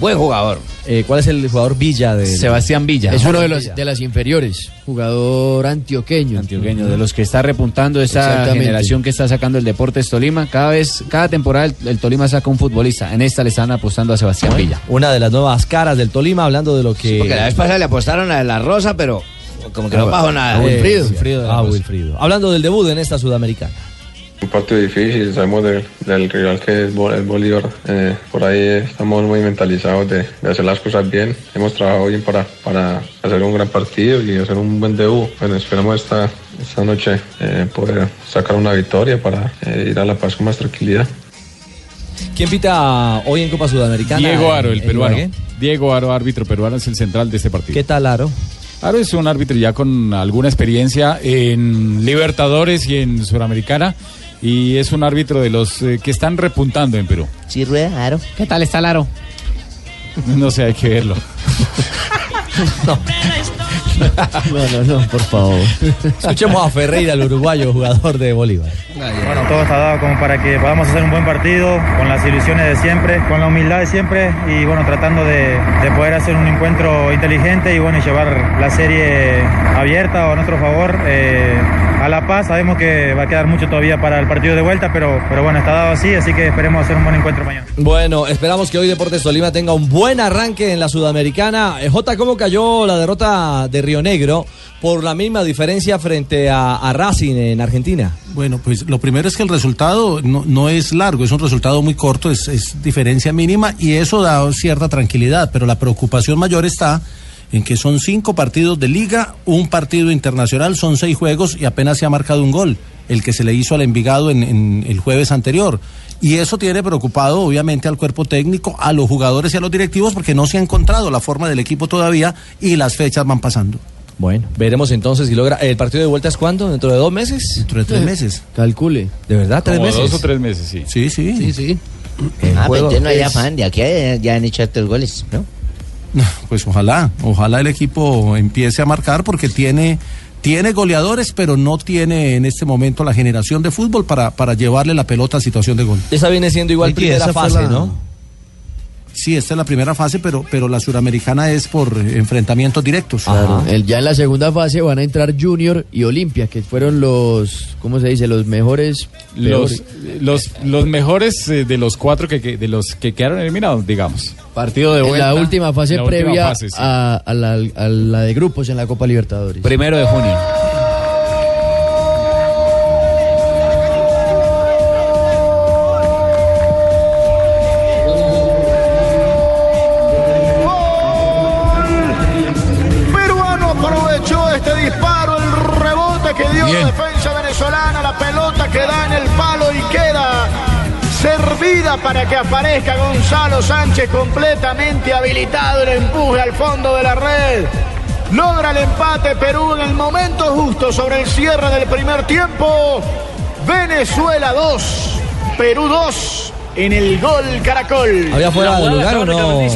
Speaker 14: Buen jugador.
Speaker 5: Eh, ¿Cuál es el jugador Villa de
Speaker 15: Sebastián Villa.
Speaker 11: Es uno de los de las inferiores, jugador antioqueño.
Speaker 15: Antioqueño, de los que está repuntando esa
Speaker 11: Exactamente.
Speaker 15: generación que está sacando el Deportes Tolima. Cada vez, cada temporada el, el Tolima saca un futbolista. En esta le están apostando a Sebastián Villa.
Speaker 5: Una de las nuevas caras del Tolima, hablando de lo que.
Speaker 14: Porque la vez pasada le apostaron a la Rosa, pero como que no pasó nada. Pues
Speaker 5: Eh, Wilfrido de la Ah, Rosa. Wilfrido. Hablando del debut en esta Sudamericana.
Speaker 29: Un partido difícil, sabemos de- del rival que es Bo- el Bolívar. Eh, por ahí estamos muy mentalizados de, de hacer las cosas bien. Hemos trabajado bien para, para hacer un gran partido y hacer un buen debut. Bueno, esperamos esta, esta noche eh, poder sacar una victoria para eh, ir a La Paz con más tranquilidad.
Speaker 5: ¿Quién pita hoy en Copa Sudamericana?
Speaker 8: Diego Aro, el
Speaker 5: en
Speaker 8: peruano.
Speaker 5: Ibagué?
Speaker 8: Diego Aro, árbitro peruano, es el central de este partido.
Speaker 5: ¿Qué tal Aro?
Speaker 8: Aro es un árbitro ya con alguna experiencia en Libertadores y en Suramericana. Y es un árbitro de los eh, que están repuntando en Perú.
Speaker 18: Sí, rueda, Aro.
Speaker 15: ¿Qué tal está Laro?
Speaker 18: [laughs]
Speaker 8: No sé, hay que verlo.
Speaker 11: No, no, no, por favor.
Speaker 5: Escuchemos a Ferreira, el uruguayo, jugador de Bolívar.
Speaker 4: Bueno, todo está dado como para que podamos hacer un buen partido, con las ilusiones de siempre, con la humildad de siempre y bueno, tratando de, de poder hacer un encuentro inteligente y bueno, y llevar la serie abierta o a nuestro favor eh, a La Paz. Sabemos que va a quedar mucho todavía para el partido de vuelta, pero, pero bueno, está dado así, así que esperemos hacer un buen encuentro mañana.
Speaker 5: Bueno, esperamos que hoy Deportes Tolima tenga un buen arranque en la Sudamericana. Eh, J, ¿cómo cayó la derrota de Río Negro por la misma diferencia frente a, a Racing en Argentina?
Speaker 12: Bueno, pues lo primero es que el resultado no, no es largo, es un resultado muy corto, es, es diferencia mínima y eso da cierta tranquilidad, pero la preocupación mayor está en que son cinco partidos de liga, un partido internacional, son seis juegos y apenas se ha marcado un gol, el que se le hizo al Envigado en, en el jueves anterior. Y eso tiene preocupado obviamente al cuerpo técnico, a los jugadores y a los directivos porque no se ha encontrado la forma del equipo todavía y las fechas van pasando.
Speaker 5: Bueno, veremos entonces si logra. ¿El partido de vuelta es cuándo? ¿Dentro de dos meses?
Speaker 12: Dentro de tres meses.
Speaker 5: Calcule. ¿De verdad? ¿Tres
Speaker 8: Como
Speaker 5: meses?
Speaker 8: dos o tres meses, sí.
Speaker 12: Sí, sí.
Speaker 11: Sí, sí.
Speaker 5: El
Speaker 24: pues,
Speaker 18: Ah, pero
Speaker 5: juego
Speaker 18: entonces no hay
Speaker 5: es-
Speaker 18: afán, de aquí ya, ya han hecho hartos goles, ¿no?
Speaker 12: Pues ojalá, ojalá el equipo empiece a marcar porque tiene, tiene goleadores, pero no tiene en este momento la generación de fútbol para, para llevarle la pelota a situación de gol.
Speaker 5: Esa viene siendo igual
Speaker 12: Ricky,
Speaker 5: primera
Speaker 12: esa fue
Speaker 5: fase,
Speaker 12: la-
Speaker 5: ¿no?
Speaker 12: Sí, esta es la primera fase, pero, pero la suramericana es por eh, enfrentamientos directos.
Speaker 11: Claro. El- ya en la segunda fase van a entrar Junior y Olimpia, que fueron los, ¿cómo se dice? Los mejores.
Speaker 8: Los,
Speaker 11: peores.
Speaker 8: los, los mejores eh, de los cuatro que, que- de los que quedaron eliminados, digamos.
Speaker 11: Partido
Speaker 8: de
Speaker 11: En
Speaker 8: vuelta.
Speaker 11: la última fase
Speaker 8: La última
Speaker 11: previa
Speaker 8: fase, sí.
Speaker 11: a, a la, a la de grupos en la Copa Libertadores.
Speaker 15: Primero de junio.
Speaker 9: Peruano aprovechó este disparo, el rebote que dio la defensa venezolana, la pelota que da en el palo y queda servida para que aparezca Gonzalo Sánchez completamente habilitado, el empuje al fondo de la red. Logra el empate Perú en el momento justo sobre el cierre del primer tiempo. Venezuela 2, Perú 2 en el gol Caracol.
Speaker 8: ¿Había fuera de lugar
Speaker 5: o
Speaker 8: no,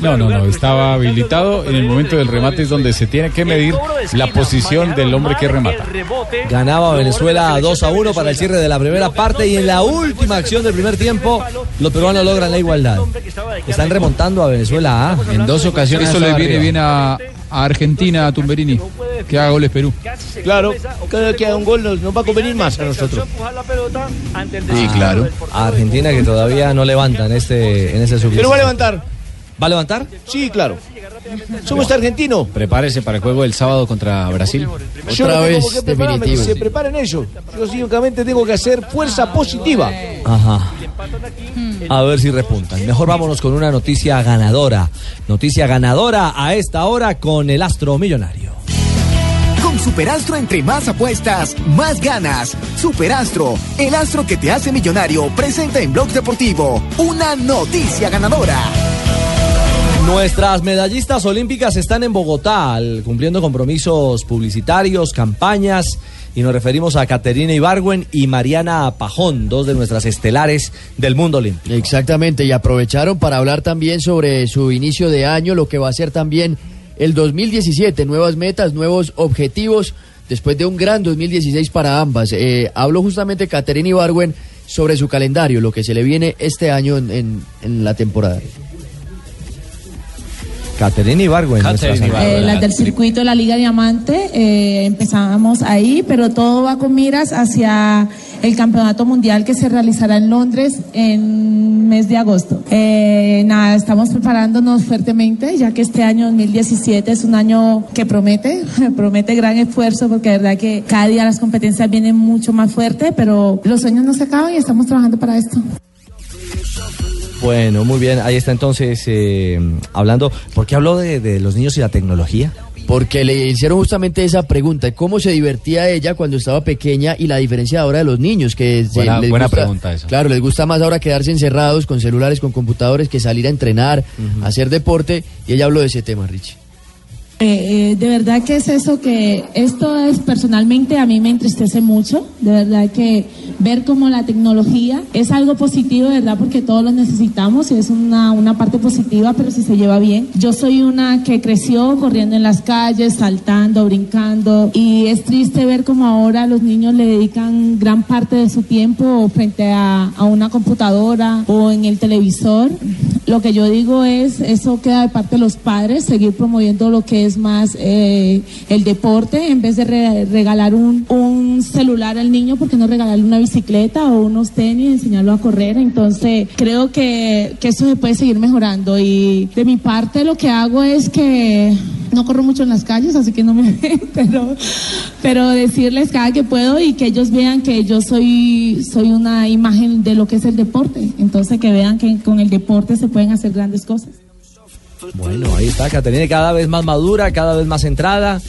Speaker 8: No, no, no, estaba habilitado. En el momento del remate es donde se tiene que medir la posición del hombre que remata.
Speaker 5: Ganaba Venezuela 2 a 1 para el cierre de la primera parte y en la última acción del primer tiempo los peruanos logran la igualdad. Están remontando a Venezuela ¿ah?
Speaker 13: En dos ocasiones. Eso le viene bien a, a Argentina, a Tumberini, que haga goles Perú.
Speaker 24: Claro, cada vez que haga un gol nos, nos va a convenir más a nosotros.
Speaker 5: Sí,
Speaker 15: Ah.
Speaker 5: claro. A Argentina que todavía no levanta en este en ese sub
Speaker 24: Pero va a levantar.
Speaker 5: ¿Va a levantar?
Speaker 24: Sí, claro. Somos argentinos.
Speaker 15: Prepárese para el juego del sábado contra Brasil.
Speaker 24: Yo no tengo por qué prepararme, que se preparen ellos. Yo únicamente tengo que hacer fuerza positiva.
Speaker 5: Ajá.
Speaker 1: Hmm.
Speaker 14: Ah,
Speaker 5: A ver si repuntan. Mejor vámonos con una noticia ganadora. Noticia ganadora a esta hora con el Astro Millonario.
Speaker 16: Con Superastro entre más apuestas, más ganas. Superastro, el astro que te hace millonario, presenta en Blog Deportivo una noticia ganadora.
Speaker 5: Nuestras medallistas olímpicas están en Bogotá, al- cumpliendo compromisos publicitarios, campañas, y nos referimos a Caterina Ibargüen y Mariana Pajón, dos de nuestras estelares del mundo olímpico.
Speaker 11: Exactamente, y aprovecharon para hablar también sobre su inicio de año, lo que va a ser también el 2017, nuevas metas, nuevos objetivos, después de un gran 2016 para ambas. Eh, habló justamente Caterina Ibarwen sobre su calendario, lo que se le viene este año en, en- en la temporada.
Speaker 5: Caterina Ibargüen. nuestras
Speaker 21: Eh, las del circuito, la Liga Diamante, eh, empezábamos ahí, pero todo va con miras hacia el campeonato mundial que se realizará en Londres en mes de agosto. Eh, nada, estamos preparándonos fuertemente, ya que este año 2017 es un año que promete, [laughs] promete gran esfuerzo, porque de verdad que cada día las competencias vienen mucho más fuerte, pero los sueños no se acaban y estamos trabajando para esto.
Speaker 5: Bueno, muy bien, ahí está entonces eh, hablando. ¿Por qué habló de, de Eh, los niños y la tecnología?
Speaker 11: Porque le hicieron justamente esa pregunta, ¿cómo se divertía ella cuando estaba pequeña y la diferencia ahora de los niños? Que se-
Speaker 23: Buena- buena
Speaker 11: gusta-
Speaker 23: pregunta esa.
Speaker 11: Claro, les gusta más ahora quedarse encerrados con celulares, con computadores, que salir a entrenar, hacer deporte. Y ella habló de ese tema, Richie.
Speaker 21: Eh, eh, de verdad que es eso que esto es personalmente a mí me entristece mucho, de verdad que ver cómo la tecnología es algo positivo, de verdad, porque todos lo necesitamos y es una, una parte positiva, pero si se lleva bien. Yo soy una que creció corriendo en las calles, saltando, brincando y es triste ver cómo ahora los niños le dedican gran parte de su tiempo frente a, a una computadora o en el televisor. Lo que yo digo es, eso queda de parte de los padres, seguir promoviendo lo que es más eh, el deporte, en vez de re- regalar un, un celular al niño, porque no regalarle una bicicleta o unos tenis, enseñarlo a correr? Entonces, creo que, que eso se puede seguir mejorando. Y de mi parte, lo que hago es que no corro mucho en las calles, así que no me [laughs] ven, pero, pero decirles cada que puedo y que ellos vean que yo soy, soy una imagen de lo que es el deporte. Entonces, que vean que con el deporte se pueden hacer grandes cosas.
Speaker 5: Bueno, ahí está Caterina cada vez más madura, cada vez más centrada.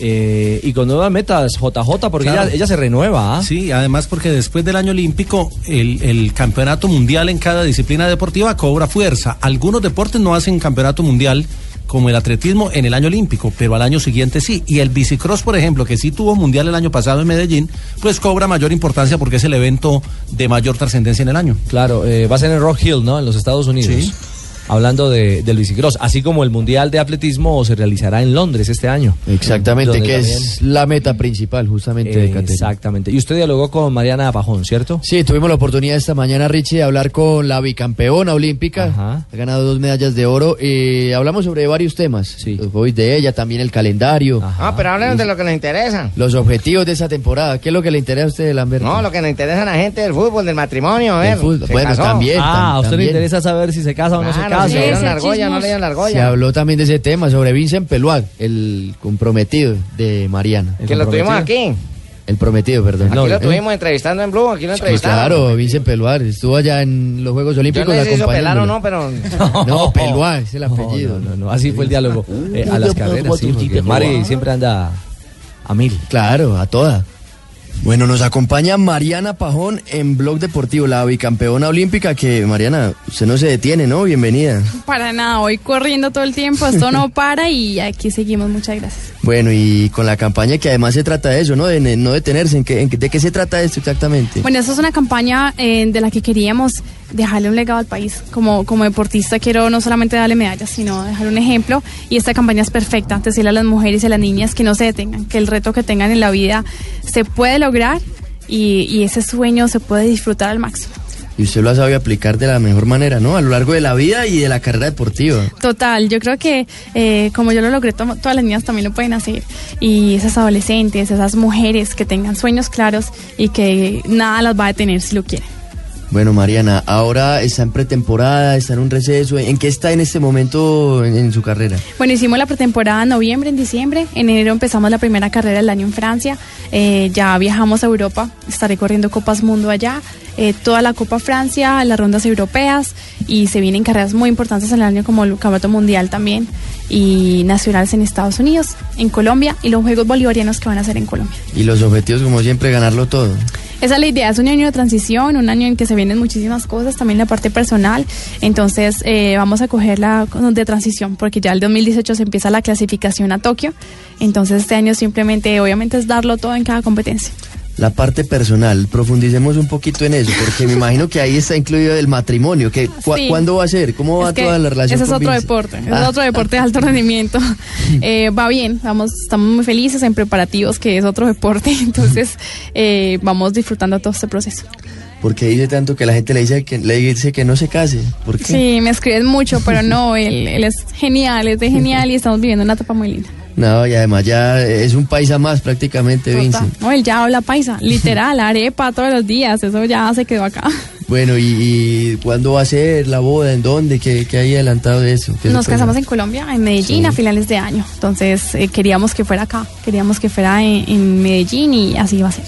Speaker 5: eh, y con nuevas metas, JJ, porque
Speaker 12: Claro.
Speaker 5: ella, ella se renueva. ¿ah?
Speaker 12: Sí, además porque después del año olímpico, el, el campeonato mundial en cada disciplina deportiva cobra fuerza. Algunos deportes no hacen campeonato mundial como el atletismo en el año olímpico, pero al año siguiente sí. Y el bicicross, por ejemplo, que sí tuvo mundial el año pasado en Medellín, pues cobra mayor importancia porque es el evento de mayor trascendencia en el año.
Speaker 5: Claro, eh, va a ser en Rock Hill, ¿no? En los Estados Unidos. Hablando de, del bicicross, así como el Mundial de Atletismo se realizará en Londres este año.
Speaker 11: Exactamente,
Speaker 5: Donde
Speaker 11: que
Speaker 5: también-
Speaker 11: es la meta principal justamente de Caterina.
Speaker 5: Exactamente. Y usted dialogó con Mariana Pajón, ¿cierto?
Speaker 11: Sí, tuvimos la oportunidad esta mañana, Richie, de hablar con la bicampeona olímpica. Ha ganado dos medallas de oro. y hablamos sobre varios temas. Los hobbies de ella, también el calendario.
Speaker 14: Ah, pero hablen de lo que nos interesa.
Speaker 11: Los objetivos de esa temporada. ¿Qué es lo que le interesa a usted, Lambert?
Speaker 14: No, lo que nos interesa a la gente del fútbol, del matrimonio, a
Speaker 11: Del
Speaker 14: ver.
Speaker 11: fútbol.
Speaker 14: se
Speaker 11: Bueno,
Speaker 14: casó.
Speaker 11: también,
Speaker 5: Ah, a usted
Speaker 11: también.
Speaker 5: le interesa saber si se casa o no se
Speaker 14: Claro,
Speaker 5: casa.
Speaker 14: si le dieron la argolla, no le dieron la
Speaker 11: Se
Speaker 14: argolla.
Speaker 11: habló también de ese tema, sobre Vincent Peluag, el comprometido de Mariana.
Speaker 14: Que lo tuvimos aquí.
Speaker 11: El prometido, perdón.
Speaker 14: Aquí lo tuvimos entrevistando en Blue, aquí lo
Speaker 11: Pues
Speaker 14: entrevistaron.
Speaker 11: claro, Vincent Peluar estuvo allá en los Juegos
Speaker 14: Yo
Speaker 11: Olímpicos
Speaker 14: no sé si hizo pelar o
Speaker 11: acompañándolo.
Speaker 14: no, pero...
Speaker 11: No, Peluá, es el apellido.
Speaker 5: No, no, así fue
Speaker 11: [laughs]
Speaker 5: el diálogo eh, a las carreras. Sí, porque Mari siempre anda a mil.
Speaker 11: Claro, a toda. Bueno, nos acompaña Mariana Pajón en Blog Deportivo, la bicampeona olímpica que, Mariana, usted no se detiene, ¿no? Bienvenida.
Speaker 3: Para nada, voy corriendo todo el tiempo, esto
Speaker 5: [laughs]
Speaker 3: no para y aquí seguimos, muchas gracias.
Speaker 11: Bueno, y con la campaña que además se trata de eso, ¿no? De ne- no detenerse. ¿En qué- en qué- ¿De qué se trata esto exactamente?
Speaker 3: Bueno, esta es una campaña eh, de la que queríamos dejarle un legado al país. Como, como deportista quiero no solamente darle medallas, sino dejar un ejemplo. Y esta campaña es perfecta, decirle a las mujeres y a las niñas que no se detengan, que el reto que tengan en la vida se puede lograr y, y ese sueño se puede disfrutar al máximo.
Speaker 11: Y usted lo ha sabido aplicar de la mejor manera, ¿no? A lo largo de la vida y de la carrera deportiva.
Speaker 3: Total, yo creo que eh, como yo lo logré, to- todas las niñas también lo pueden hacer. Y esas adolescentes, esas mujeres que tengan sueños claros y que nada las va a detener si lo quieren.
Speaker 11: Bueno, Mariana, ahora está en pretemporada, está en un receso. ¿En qué está en este momento en, en su carrera?
Speaker 3: Bueno, hicimos la pretemporada en noviembre, en diciembre. En enero empezamos la primera carrera del año en Francia. Eh, ya viajamos a Europa. Estaré corriendo Copas Mundo allá. eh, toda la Copa Francia, las rondas europeas. Y se vienen carreras muy importantes en el año como el Campeonato Mundial también. Y nacionales en Estados Unidos, en Colombia. Y los Juegos Bolivarianos que van a hacer en Colombia.
Speaker 11: Y los objetivos, como siempre, ganarlo todo.
Speaker 3: Esa es la idea, es un año de transición, un año en que se vienen muchísimas cosas, también la parte personal. Entonces eh, vamos a coger la de transición, porque ya el 2018 se empieza la clasificación a Tokio. Entonces este año simplemente, obviamente, es darlo todo en cada competencia.
Speaker 11: La parte personal, profundicemos un poquito en eso, porque me imagino que ahí está incluido el matrimonio. Que, cua-
Speaker 3: Ah, Sí.
Speaker 11: ¿Cuándo va a ser? ¿Cómo va
Speaker 3: Es que
Speaker 11: toda la relación?
Speaker 3: Ese es
Speaker 11: con
Speaker 3: otro
Speaker 11: Vince?
Speaker 3: deporte, ese
Speaker 11: Ah,
Speaker 3: es otro deporte de
Speaker 11: [laughs]
Speaker 3: alto rendimiento. Eh, va bien, vamos, estamos muy felices en preparativos, que es otro deporte. [laughs] Entonces eh, vamos disfrutando todo este proceso.
Speaker 11: ¿Por qué dice tanto que la gente le dice que, le dice que no se case? ¿Por qué?
Speaker 3: Sí, me escriben mucho, pero no, él, él es genial, es de genial y estamos viviendo una etapa muy linda.
Speaker 11: No, y además ya es un paisa más prácticamente, Vince.
Speaker 3: No, él ya habla paisa, literal, [laughs] arepa todos los días, eso ya se quedó acá.
Speaker 11: Bueno, ¿y, y cuándo va a ser la boda? ¿En dónde? ¿Qué, qué hay adelantado de eso? ¿Qué se
Speaker 3: Nos
Speaker 11: puede-
Speaker 3: casamos en Colombia, en Medellín, a finales de año. Entonces eh, queríamos que fuera acá, queríamos que fuera en, en Medellín y así va a ser.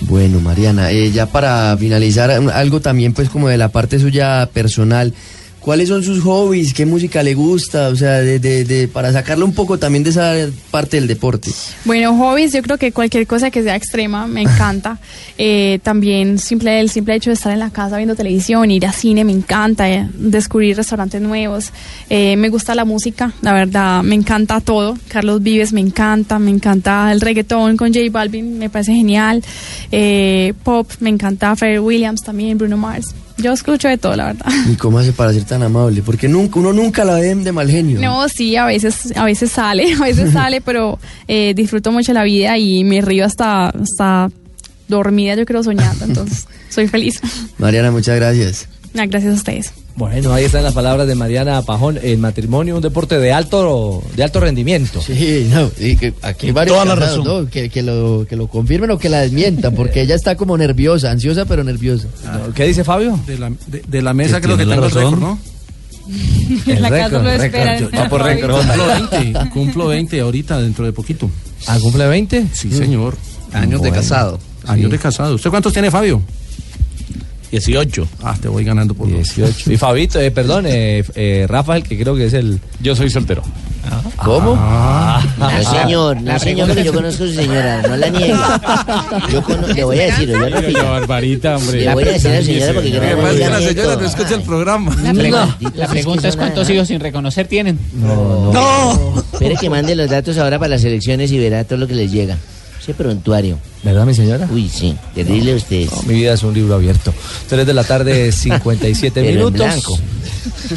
Speaker 11: Bueno, Mariana, eh, ya para finalizar, un- algo también pues como de la parte suya personal, ¿Cuáles son sus hobbies? ¿Qué música le gusta? O sea, de, de- de- para sacarle un poco también de esa parte del deporte.
Speaker 3: Bueno, hobbies, yo creo que cualquier cosa que sea extrema me encanta. Eh, también simple, el simple hecho de estar en la casa viendo televisión, ir a cine, me encanta. eh, descubrir restaurantes nuevos. Eh, me gusta la música, la verdad, me encanta todo. Carlos Vives me encanta, me encanta el reggaetón con J Balvin, me parece genial. Eh, pop, me encanta Pharrell Williams también, Bruno Mars. Yo escucho de todo, la verdad.
Speaker 11: ¿Y cómo hace para ser tan amable? Porque nunca, uno nunca la ve de mal genio.
Speaker 3: No, sí, a veces, a veces sale, [laughs] a veces sale, pero eh, disfruto mucho la vida y me río hasta, hasta dormida, yo creo, soñando. Entonces, soy feliz. [laughs]
Speaker 11: Mariana, muchas gracias.
Speaker 3: Ah, Gracias a ustedes.
Speaker 5: Bueno, ahí están las palabras de Mariana Pajón. El matrimonio, un deporte de alto, de alto rendimiento.
Speaker 11: Sí, no, y que aquí hay varios
Speaker 5: Toda la
Speaker 11: casados,
Speaker 5: razón.
Speaker 11: ¿no? Que, que lo, que lo confirmen o que la desmientan, porque ella está como nerviosa, ansiosa pero nerviosa.
Speaker 5: Ah, ¿Qué dice Fabio?
Speaker 12: De la, de, de la mesa creo que
Speaker 11: tiene
Speaker 12: tengo
Speaker 11: la
Speaker 12: el récord, ¿no?
Speaker 11: En la casa récord, lo récord. espera el
Speaker 12: Yo- yo por
Speaker 11: Fabio.
Speaker 12: récord.
Speaker 5: [laughs]
Speaker 12: Cumplo 20, cumplo 20 ahorita, dentro de poquito.
Speaker 5: ¿Ah, cumple 20?
Speaker 12: Sí, señor.
Speaker 5: Años de Bueno. casado.
Speaker 12: Años
Speaker 5: Sí.
Speaker 12: de casado. ¿Usted cuántos tiene, Fabio? 18. Ah, te voy ganando por
Speaker 5: 18. Y Fabito, eh, perdón, eh, eh, Rafa, el que creo que es el. Ah.
Speaker 8: Yo soy soltero.
Speaker 5: ¿Cómo? Ah,
Speaker 24: No, señor, no, señor, que yo conozco a su señora, no la niegue. Yo cono- le voy a decir, yo no pillo.
Speaker 8: Barbarita, hombre.
Speaker 24: Le voy a decir a la señora porque yo no
Speaker 12: Lo que
Speaker 24: voy a decir
Speaker 12: pasa es que la
Speaker 24: a
Speaker 12: señora no
Speaker 24: esto.
Speaker 12: escucha el programa.
Speaker 24: La pregunta- la pregunta es cuántos hijos
Speaker 15: sin reconocer tienen.
Speaker 24: [laughs] No, Espere que mande los datos ahora para las elecciones y verá todo lo que les llega. Ese prontuario.
Speaker 5: ¿Verdad, mi señora?
Speaker 24: Uy, sí. Terrible usted.
Speaker 5: No, mi vida es un libro abierto. 3 de la tarde, [laughs] 57
Speaker 24: Pero en
Speaker 5: minutos.
Speaker 24: blanco.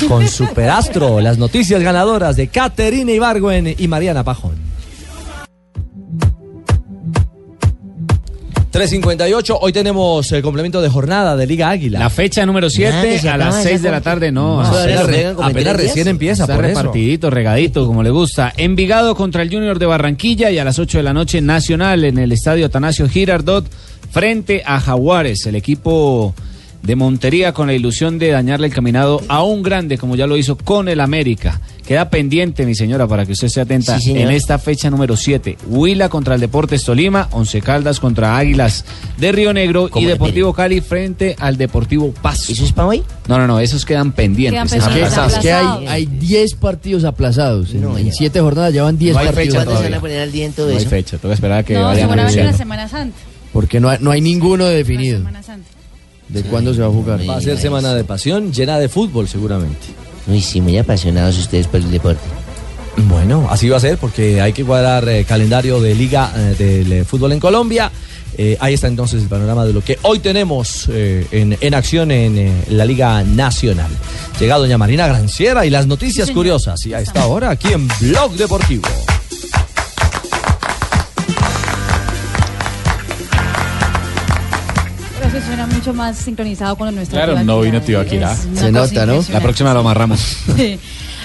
Speaker 5: Con Superastro, las noticias ganadoras de Caterina Ibargüen y Mariana Pajón. 3.58, hoy tenemos el complemento de jornada de Liga Águila.
Speaker 15: La fecha número 7 a las 6 de la tarde, no.
Speaker 5: apenas, re- apenas recién empieza,
Speaker 15: Está
Speaker 5: por eso.
Speaker 15: repartidito, regadito, como le gusta. Envigado contra el Junior de Barranquilla y a las 8 de la noche Nacional en el estadio Atanasio Girardot frente a Jaguares, el equipo de Montería con la ilusión de dañarle el caminado a un grande como ya lo hizo con el América. Queda pendiente, mi señora, para que usted esté atenta
Speaker 24: Sí, señor.
Speaker 15: en esta fecha número 7. Huila contra el Deportes Tolima, Once Caldas contra Águilas de Río Negro y
Speaker 24: ¿Cómo?
Speaker 15: Deportivo Cali frente al Deportivo Paso. ¿Eso
Speaker 24: es para hoy?
Speaker 15: No, no, no, esos quedan pendientes.
Speaker 11: Es que,
Speaker 15: Aplazados.
Speaker 11: es que hay hay 10 partidos aplazados. En- en 7 jornadas llevan 10
Speaker 15: No hay
Speaker 11: partidos.
Speaker 15: fecha ¿Cuándo se todavía. van a
Speaker 24: poner al día en todo
Speaker 15: No hay
Speaker 11: eso?
Speaker 15: fecha, tengo que esperar a que
Speaker 11: No,
Speaker 15: vayan
Speaker 11: seguramente
Speaker 15: anunciando.
Speaker 7: Semana Santa.
Speaker 11: Porque no hay, no hay ninguno definido. ¿De cuándo se va a jugar?
Speaker 5: Va a ser semana de pasión, llena de fútbol seguramente.
Speaker 24: Uy, sí, muy apasionados ustedes por el deporte.
Speaker 5: Bueno, así va a ser porque hay que cuadrar eh, calendario de liga eh, del eh, fútbol en Colombia. Eh, ahí está entonces el panorama de lo que hoy tenemos eh, en, en acción en eh, la Liga Nacional. Llega doña Marina Granciera y las noticias curiosas. Y a esta hora aquí en Blog Deportivo.
Speaker 7: Pero eso suena mucho más sincronizado con lo nuestro.
Speaker 8: Claro,
Speaker 7: Tío
Speaker 8: no
Speaker 7: Akira,
Speaker 8: vino tío
Speaker 7: es
Speaker 8: Akira.
Speaker 15: Pues,
Speaker 7: una cosa
Speaker 15: La
Speaker 7: impresionante.
Speaker 15: próxima lo amarramos.
Speaker 7: Sí.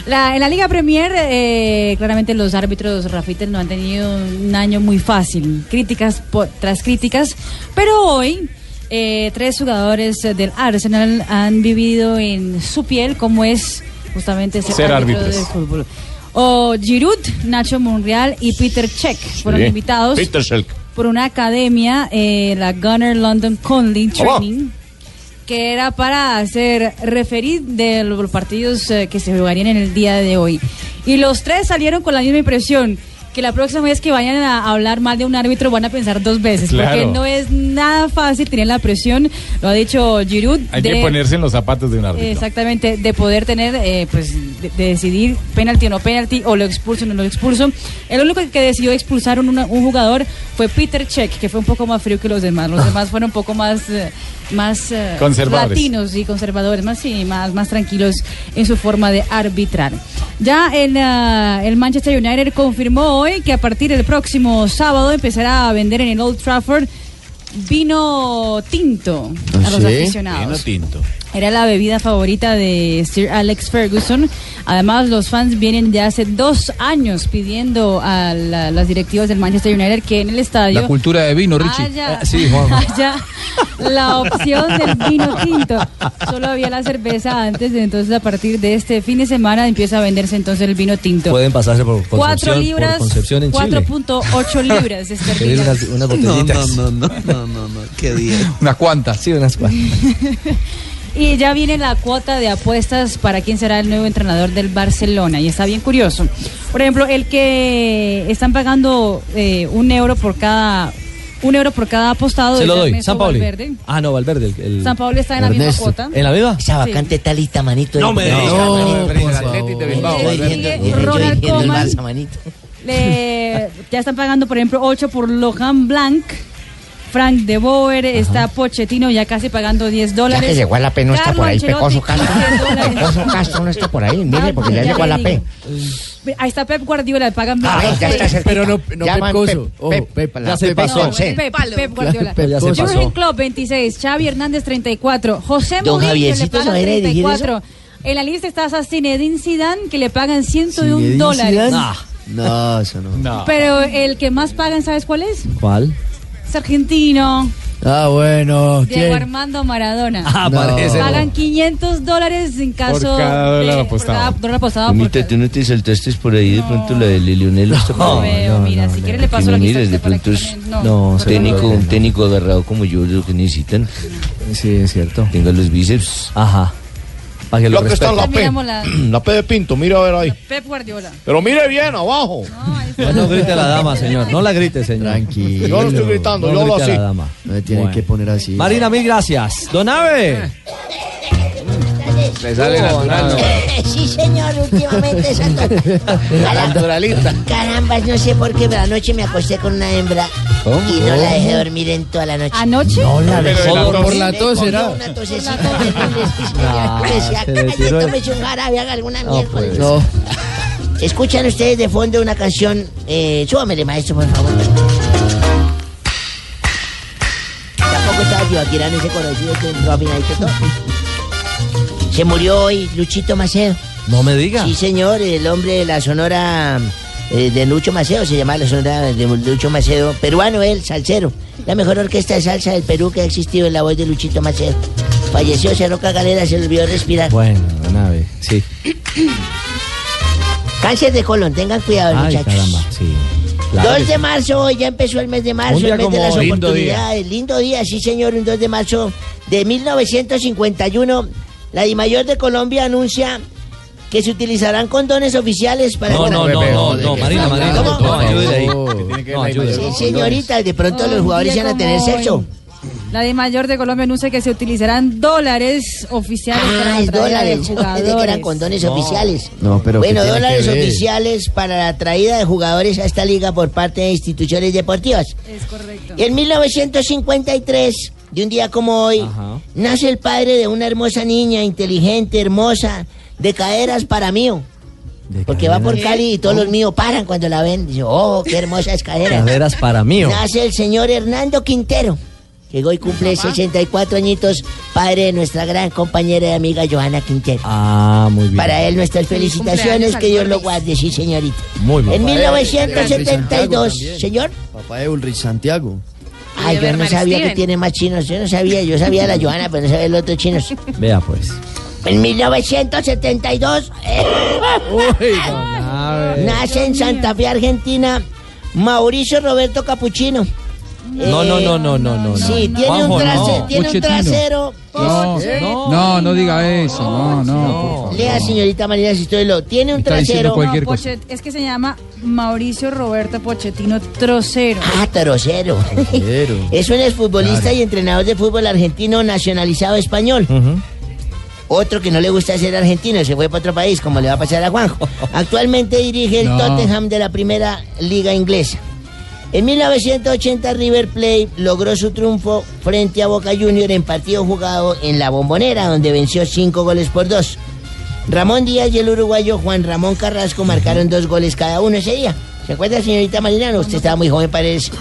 Speaker 7: La- en la Liga Premier, eh, claramente los árbitros Rafites no han tenido un año muy fácil, críticas por- tras críticas, pero hoy eh, tres jugadores eh, del Arsenal han vivido en su piel como es justamente ser,
Speaker 8: Ser
Speaker 7: árbitro
Speaker 8: árbitros.
Speaker 7: del fútbol. O Giroud, Nacho Monreal y Peter Cech fueron
Speaker 30: Sí.
Speaker 7: invitados
Speaker 30: Peter Selk.
Speaker 7: por una academia, eh, la Gunner London Conley
Speaker 8: Oh,
Speaker 30: Hola.
Speaker 7: Training, que era para hacer referir de los partidos eh, que se jugarían en el día de hoy. Y los tres salieron con la misma impresión. Que la próxima vez que vayan a hablar mal de un árbitro van a pensar dos veces,
Speaker 8: Claro.
Speaker 7: porque no es nada fácil tener la presión, lo ha dicho Giroud.
Speaker 8: Hay
Speaker 7: de-
Speaker 8: que ponerse en los zapatos de un árbitro.
Speaker 7: Exactamente, de poder tener, eh, pues, de, de decidir penalti o no penalti, o lo expulso o no lo expulso. El único que decidió expulsar un, una- un jugador fue Peter Check, que fue un poco más frío que los demás. Los demás fueron un poco más, eh, más eh,
Speaker 31: Conservadores.
Speaker 7: latinos y conservadores, más, sí, más, más tranquilos en su forma de arbitrar. Ya el, ah, el Manchester United confirmó hoy que a partir del próximo sábado empezará a vender en el Old Trafford vino tinto
Speaker 8: ¿Ah,
Speaker 7: a los aficionados.
Speaker 15: tinto.
Speaker 7: Era la bebida favorita de Sir Alex Ferguson. Además, los fans vienen de hace dos años pidiendo a la- las directivas del Manchester United que en el estadio
Speaker 13: La cultura de vino, Richie.
Speaker 5: Ah,
Speaker 7: haya, [laughs] haya la opción del vino tinto. Solo había la cerveza antes, entonces a partir de este fin de semana empieza a venderse entonces el vino tinto.
Speaker 5: Pueden pasarse por Concepción,
Speaker 7: Cuatro
Speaker 5: por
Speaker 7: libras,
Speaker 5: Concepción en Chile.
Speaker 7: 4.8 libras este
Speaker 5: Pedir
Speaker 7: esterlinas.
Speaker 5: unas, unas botellitas.
Speaker 7: [laughs]
Speaker 12: No, no, no, no, no, no, no, qué día.
Speaker 15: Unas cuantas.
Speaker 5: Sí, unas cuantas.
Speaker 7: Y ya viene la cuota de apuestas para quién será el nuevo entrenador del Barcelona. Y está bien curioso. Por ejemplo, el que están pagando eh, un euro por cada un euro por cada apostado.
Speaker 5: Se
Speaker 7: es
Speaker 5: lo doy.
Speaker 7: Ernesto
Speaker 5: San Paoli.
Speaker 7: Valverde.
Speaker 5: Ah, no, Valverde. el- el-
Speaker 7: San Paolo está en la misma
Speaker 5: Ernesto.
Speaker 7: cuota.
Speaker 5: ¿En la misma?
Speaker 18: Esa vacante tal y tamanito.
Speaker 5: No me digas,
Speaker 18: No,
Speaker 5: no,
Speaker 18: por
Speaker 5: Atlético de Bilbao,
Speaker 18: favor. Yo dirigiendo-
Speaker 7: Sigue
Speaker 18: yo
Speaker 7: Ronald
Speaker 18: dirigiendo el
Speaker 7: Koeman.
Speaker 18: Barça, manito.
Speaker 7: Le- ya están pagando, por ejemplo, 8 por Lohan Blanc. Frank de Boer, está Pochettino ya casi pagando 10
Speaker 14: Ya
Speaker 7: dólares.
Speaker 14: que llegó a la P, no está
Speaker 7: Carlo
Speaker 14: por ahí.
Speaker 7: Ancelotti,
Speaker 14: Pecoso Castro.
Speaker 7: 15 dólares.
Speaker 14: Pecoso Castro no está por ahí. Mire, porque
Speaker 7: Ya
Speaker 14: ya llegó a la
Speaker 7: le
Speaker 14: P.
Speaker 7: Ahí está Pep Guardiola, le pagan más.
Speaker 14: Ay, Ah, ya está cerquita.
Speaker 11: Pero no, no
Speaker 14: Llaman
Speaker 11: Pepcoso.
Speaker 14: Pep-
Speaker 11: Ojo,
Speaker 14: Pep-
Speaker 11: Pep,
Speaker 14: la
Speaker 11: la
Speaker 14: Pep-
Speaker 11: Pep-
Speaker 14: no,
Speaker 11: con C.
Speaker 7: Pep, Pep Guardiola.
Speaker 11: Pep ya se pasó.
Speaker 7: Jürgen Klopp, 26. Xavi Hernández, 34. José
Speaker 18: Don
Speaker 7: Mourinho, que le
Speaker 18: Javiercito,
Speaker 7: pagan
Speaker 18: ¿se va a ir a dirigir
Speaker 7: 34. En la lista está a Zinedine Zidane, que le pagan 101
Speaker 11: Zinedine
Speaker 7: dólares.
Speaker 11: Zidane. No, eso no.
Speaker 7: Pero el que más pagan, ¿sabes cuál es?
Speaker 5: ¿Cuál?
Speaker 7: Es argentino,
Speaker 11: Ah, bueno.
Speaker 7: Diego
Speaker 11: ¿Quién?
Speaker 7: Armando Maradona.
Speaker 11: Ah, No. parece.
Speaker 7: Pagan 500 dólares en caso
Speaker 11: cada
Speaker 7: de-
Speaker 11: dólar
Speaker 7: por
Speaker 11: apostado.
Speaker 7: cada dólar apostado. por-
Speaker 22: Mamita, tú no te saltaste por ahí de pronto la de Leonel está por
Speaker 7: No
Speaker 22: ahí?
Speaker 7: veo, mira, si quieres le
Speaker 22: Que
Speaker 7: paso
Speaker 22: no
Speaker 7: la que
Speaker 22: mires,
Speaker 7: está
Speaker 22: de
Speaker 7: para
Speaker 22: pronto es
Speaker 7: no,
Speaker 22: un técnico, un técnico agarrado como yo lo que necesitan.
Speaker 5: Sí, es cierto.
Speaker 22: Tenga los bíceps.
Speaker 5: Ajá. Para que
Speaker 22: lo
Speaker 2: que está
Speaker 22: respeten.
Speaker 2: la P.
Speaker 7: Miramos la-
Speaker 2: La P de Pinto, mira a ver ahí.
Speaker 7: Pep Guardiola.
Speaker 2: Pero mire bien, abajo.
Speaker 5: No, no grite a la dama, señor. No la grite, señor. Tranquilo.
Speaker 11: Yo no estoy gritando, yo hablo
Speaker 5: grite a
Speaker 11: así.
Speaker 5: la dama.
Speaker 11: No me tienen que poner así.
Speaker 5: Marina, mil gracias. Don Ave.
Speaker 18: Le
Speaker 5: sale natural,
Speaker 18: Eh, Sí, señor, últimamente es
Speaker 11: [laughs]
Speaker 2: naturalista.
Speaker 18: Carambas, no sé por qué, pero anoche me acosté con una hembra y no la dejé dormir en toda la noche.
Speaker 7: ¿Anoche?
Speaker 18: No la
Speaker 11: Pero
Speaker 18: dejé
Speaker 11: de la
Speaker 18: dormir.
Speaker 11: tos. Por la
Speaker 18: Me
Speaker 11: tos,
Speaker 18: cogió
Speaker 11: ¿será?
Speaker 18: Una tosecita terrible, es que se me
Speaker 11: Nah,
Speaker 18: decía,
Speaker 11: se le
Speaker 18: "Ay,
Speaker 11: tiró el-
Speaker 18: tómese un jarabe, haga alguna
Speaker 11: No,
Speaker 18: mierda.
Speaker 11: pues. No.
Speaker 18: [laughs] Escuchan ustedes de fondo una canción. Eh, súbamele, maestro, por favor. Tampoco estaba yo aquí, ese conocido que entró a final de todo. Se murió hoy Luchito Maceo.
Speaker 5: No me diga.
Speaker 18: Sí, señor, el hombre de la sonora eh, de Lucho Maceo, se llamaba la sonora de Lucho Maceo, peruano él, salsero, la mejor orquesta de salsa del Perú que ha existido en la voz de Luchito Maceo. Falleció, se roca galera, se le olvidó respirar.
Speaker 5: Bueno, Don Ave. Sí.
Speaker 18: Cáncer de colon, tengan cuidado,
Speaker 5: Ay,
Speaker 18: muchachos.
Speaker 5: caramba. Sí. Claro que
Speaker 18: 2
Speaker 5: sí.
Speaker 18: de marzo, hoy ya empezó el mes de
Speaker 5: Un
Speaker 18: marzo,
Speaker 5: día
Speaker 18: el mes de
Speaker 5: como
Speaker 18: las
Speaker 5: hoy. Lindo día.
Speaker 18: oportunidades. Lindo día, sí señor, un 2 de marzo de 1951. La DIMAYOR de Colombia anuncia que se utilizarán condones oficiales para...
Speaker 5: No, no, no, no, no, Marina, Marina,
Speaker 18: ¿Cómo?
Speaker 5: no, ayude ahí. No,
Speaker 18: Sí,
Speaker 5: ayude.
Speaker 18: señorita, de pronto los jugadores
Speaker 7: Día
Speaker 18: van a tener
Speaker 7: como
Speaker 18: sexo.
Speaker 7: La de mayor de Colombia anuncia que se utilizarán dólares oficiales para
Speaker 18: Ah,
Speaker 7: la
Speaker 18: es
Speaker 7: traída de
Speaker 18: dólares. Pensé que eran
Speaker 7: jugadores.
Speaker 18: condones
Speaker 7: No.
Speaker 18: oficiales.
Speaker 11: No, pero ¿qué tiene
Speaker 18: bueno,
Speaker 11: que
Speaker 18: dólares
Speaker 11: ver?
Speaker 18: oficiales para la traída de jugadores a esta liga por parte de instituciones deportivas.
Speaker 7: Es correcto.
Speaker 18: En 1953, de un día como hoy, nace el padre de una hermosa niña, inteligente, hermosa, de caderas para mí. Porque va por
Speaker 5: caderas.
Speaker 18: Cali y todos
Speaker 11: Oh.
Speaker 18: los míos paran cuando la ven. Dice, oh, qué hermosas caderas.
Speaker 5: Caderas para mí. oh.
Speaker 18: Nace el señor Hernando Quintero, que hoy cumple 64 añitos, padre de nuestra gran compañera y amiga Joana Quintero.
Speaker 5: Ah, muy bien.
Speaker 18: Para él nuestras felicitaciones, que Dios lo guarde, sí señorita.
Speaker 5: Muy
Speaker 18: En
Speaker 11: Papá de Ulrich
Speaker 18: 1972,
Speaker 11: Santiago también.
Speaker 18: señor.
Speaker 11: Papá de Ulrich Santiago.
Speaker 18: Ay, yo no sabía que tiene más chinos, yo no sabía, yo sabía la Joana, pero no sabía los otros chinos.
Speaker 5: Vea pues.
Speaker 18: En 1972 eh, [laughs] nace en Santa Fe, Argentina, Mauricio Roberto Capuchino.
Speaker 5: No, no, no, no, no, no.
Speaker 18: Sí,
Speaker 5: no.
Speaker 18: tiene,
Speaker 5: Juanjo,
Speaker 18: un, trase-
Speaker 5: no.
Speaker 18: tiene un trasero.
Speaker 13: No, no, no, diga eso. No, no.
Speaker 18: Lea, señorita María, si estoy lo. Tiene un
Speaker 13: Está diciendo
Speaker 18: trasero.
Speaker 13: cualquier
Speaker 7: No, Pochet- es que se llama Mauricio Roberto Pochettino Trocero.
Speaker 18: Ah, trocero. Es un exfutbolista y entrenador de fútbol argentino nacionalizado español. Otro que no le gusta ser argentino, se fue para otro país, como le va a pasar a Juanjo. Actualmente dirige el
Speaker 10: No.
Speaker 18: Tottenham de la primera liga inglesa. En 1980 River Plate logró su triunfo frente a Boca Juniors en partido jugado en la Bombonera, donde venció cinco goles por dos. Ramón Díaz y el uruguayo Juan Ramón Carrasco marcaron dos goles cada uno ese día. ¿Se acuerda, señorita Marinano? Usted estaba muy joven para eso.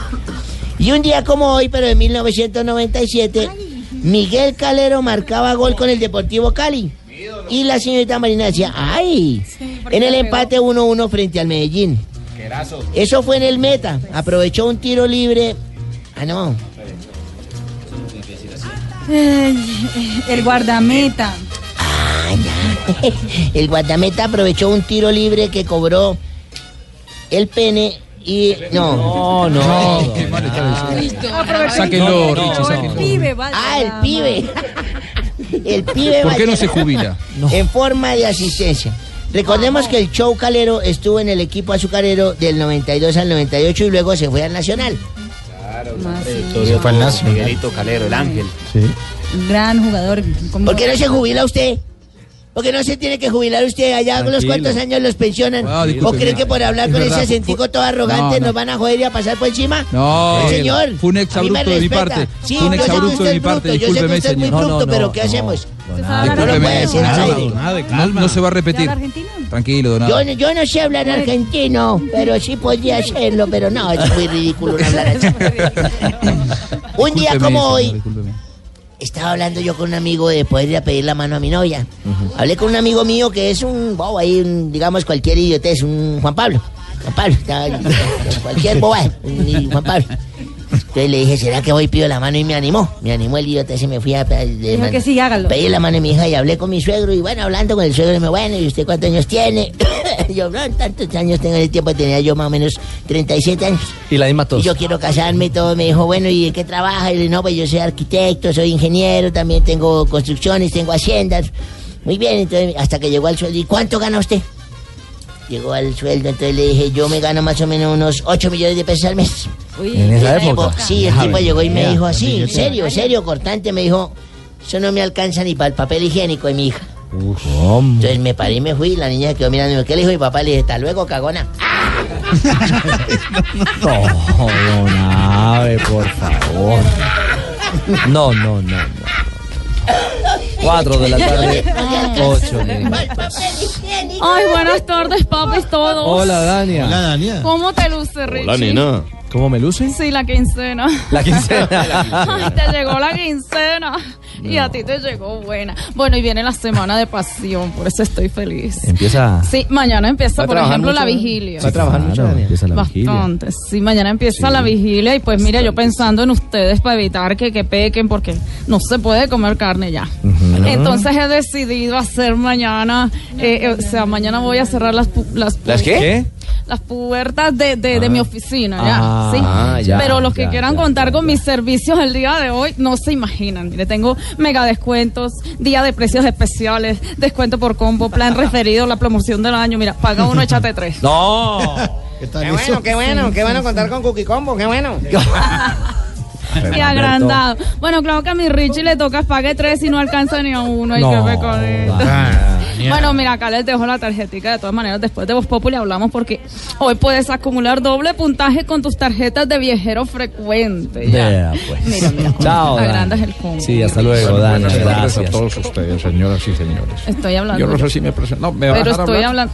Speaker 18: Y un día como hoy, pero de 1997, Miguel Calero marcaba gol con el Deportivo Cali. Y la señorita Marina decía, ¡ay! En el empate 1-1 frente al Medellín. Eso fue en el meta. Aprovechó un tiro libre. Ah, no.
Speaker 7: Ay, Eh, el guardameta.
Speaker 18: El guardameta aprovechó un tiro libre que cobró el pene y. No.
Speaker 5: No, no.
Speaker 7: Aprovechó-
Speaker 13: Sáquenlo,
Speaker 7: No,
Speaker 13: Richie,
Speaker 7: el
Speaker 13: sáquenlo.
Speaker 7: pibe, vale,
Speaker 18: Ah, el
Speaker 7: nada
Speaker 18: pibe.
Speaker 7: más.
Speaker 18: el pibe
Speaker 13: ¿Por qué no
Speaker 18: Vallejo
Speaker 13: se jubila?
Speaker 18: [laughs] En forma de asistencia. Recordemos que el show Calero estuvo en el equipo azucarero del 92 al 98 y luego se fue al Nacional.
Speaker 13: Eh,
Speaker 7: Todavía fue al Nacional.
Speaker 15: Miguelito Calero, el ángel.
Speaker 14: Gran jugador.
Speaker 18: ¿Por qué no se jubila usted? Porque no se tiene que jubilar usted allá con los
Speaker 14: Tranquilo.
Speaker 18: cuantos años los pensionan.
Speaker 13: Ah,
Speaker 18: ¿O
Speaker 13: disculpe,
Speaker 18: creen que por hablar
Speaker 13: es
Speaker 18: con
Speaker 13: verdad,
Speaker 18: ese acentico todo arrogante
Speaker 13: no, no.
Speaker 18: nos van a joder y a pasar por encima?
Speaker 13: No,
Speaker 18: Sí,
Speaker 13: eh,
Speaker 18: señor.
Speaker 13: fue un
Speaker 18: A mí me
Speaker 13: exabrupto de mi
Speaker 18: respeta.
Speaker 13: parte, fue
Speaker 18: Sí,
Speaker 13: un
Speaker 18: yo sé que
Speaker 13: exabrupto
Speaker 18: usted
Speaker 13: de
Speaker 18: es
Speaker 13: mi parte,
Speaker 18: bruto, yo sé que
Speaker 13: discúlpeme,
Speaker 18: usted es muy
Speaker 13: señor. No,
Speaker 18: bruto,
Speaker 13: no,
Speaker 18: pero
Speaker 13: no,
Speaker 18: ¿qué
Speaker 13: no.
Speaker 18: hacemos?
Speaker 13: Discúlpeme,
Speaker 18: puede decir
Speaker 13: nada,
Speaker 18: al aire.
Speaker 13: don Ade, calma. No se va a repetir. Tranquilo, don Ade.
Speaker 18: Yo, no- yo no sé hablar argentino, pero sí podría hacerlo, pero no, es muy ridículo no hablar así.
Speaker 14: [laughs]
Speaker 18: Un día
Speaker 13: Discúlpeme,
Speaker 18: como
Speaker 13: señor,
Speaker 18: hoy,
Speaker 13: discúlpeme.
Speaker 18: estaba hablando yo con un amigo de poder ir a pedir la mano a mi novia. Hablé con un amigo mío que es un bobo ahí, un, digamos cualquier idiotez, un Juan Pablo. Juan Pablo, está- cualquier boba, un Juan Pablo. Entonces le dije, ¿será que voy y pido la mano? Y me animó, me animó el idiotez y me fui a pedir
Speaker 14: Dijo que sí, hágalo.
Speaker 18: Pedí la mano de mi hija y hablé con mi suegro. Y bueno, hablando con el suegro, me bueno, ¿y usted cuántos años tiene? [coughs] yo, no, tantos años tengo en el tiempo, tenía yo más o menos 37 años.
Speaker 5: Y la misma tos.
Speaker 18: Y yo quiero casarme y todo. Me dijo, bueno, ¿y en qué trabaja? Y le dije, no, pues yo soy arquitecto, soy ingeniero, también tengo construcciones, tengo haciendas. Muy bien, entonces, hasta que llegó al sueldo. ¿Y cuánto gana usted? Llegó al sueldo, entonces le dije, yo me gano más o menos unos 8 millones de pesos al mes.
Speaker 14: ¿En
Speaker 18: Y
Speaker 14: esa
Speaker 18: el tipo-
Speaker 14: época?
Speaker 18: Sí, el
Speaker 14: Ya,
Speaker 18: tipo
Speaker 14: ve,
Speaker 18: llegó y me
Speaker 14: ya,
Speaker 18: dijo así,
Speaker 14: billete.
Speaker 18: serio, serio, cortante, me dijo, eso no me alcanza ni para el papel higiénico de mi hija. Entonces me paré y me fui, la niña se quedó mirando, ¿qué le dijo mi papá? Le dije, hasta luego,
Speaker 14: [laughs]
Speaker 18: cagona. [laughs]
Speaker 5: No, don Ave, por favor. No, no, no, no. Cuatro
Speaker 7: [laughs]
Speaker 5: de la tarde,
Speaker 7: Ah,
Speaker 5: ocho minutos.
Speaker 1: Ay, buenas tardes, papis todos.
Speaker 5: Hola, Dania. Hola, Dania.
Speaker 1: ¿Cómo te luce, Richie?
Speaker 5: ¿Cómo me luce?
Speaker 1: Sí, la
Speaker 5: [laughs]
Speaker 1: quincena.
Speaker 5: La
Speaker 1: Ay, [laughs]
Speaker 5: quincena.
Speaker 1: te llegó la quincena. Y a ti te llegó buena. Bueno, y viene la semana de pasión, por eso estoy feliz.
Speaker 5: Empieza.
Speaker 1: Sí, mañana
Speaker 5: Em- Va
Speaker 1: empieza,
Speaker 5: a
Speaker 1: por
Speaker 5: trabajar
Speaker 1: ejemplo,
Speaker 5: mucho,
Speaker 1: la
Speaker 5: ¿no?
Speaker 1: vigilia.
Speaker 5: Va a trabajar mucho, Dania. Empieza la vigilia.
Speaker 1: Bastante. Sí, mañana empieza la vigilia y pues mira, yo pensando en ustedes para evitar que, que pequen porque no se puede comer carne ya. Entonces he decidido hacer mañana, eh, eh, o sea, mañana voy a cerrar las pu- las,
Speaker 5: ¿Las qué? ¿Qué?
Speaker 1: Las puertas de, de, de mi oficina, ya,
Speaker 5: Ah,
Speaker 1: ¿sí?
Speaker 5: ah, ya,
Speaker 1: Pero los que
Speaker 5: ya,
Speaker 1: quieran
Speaker 5: ya,
Speaker 1: contar con mis servicios el día de hoy, no se imaginan. Mire, tengo mega descuentos, día de precios especiales, descuento por combo,
Speaker 5: [laughs]
Speaker 1: plan referido, la promoción del año. Mira, paga uno, échate tres.
Speaker 5: No.
Speaker 9: ¿Qué,
Speaker 1: Qué bueno, qué bueno, qué bueno contar
Speaker 9: con Cookie Combo, qué bueno.
Speaker 1: Y agrandado. Bueno, claro que a mi Richie le toca pague tres y no alcanza ni a uno. Hay que ver con él. Bueno, mira, acá les dejo la tarjetica. De todas maneras, después de Voz Populi hablamos porque hoy puedes acumular doble puntaje con tus tarjetas de viajero frecuente. ya.
Speaker 5: Vea, pues. Chao. Dani.
Speaker 1: Agrandas el combo.
Speaker 5: Sí, hasta luego, Dani.
Speaker 32: Buenas tardes a
Speaker 5: Gracias.
Speaker 32: todos ustedes, señoras y señores.
Speaker 1: Estoy hablando.
Speaker 32: Yo no sé si me presento. No, me va a
Speaker 1: pero
Speaker 32: dejar
Speaker 1: estoy
Speaker 32: hablar.
Speaker 1: hablando.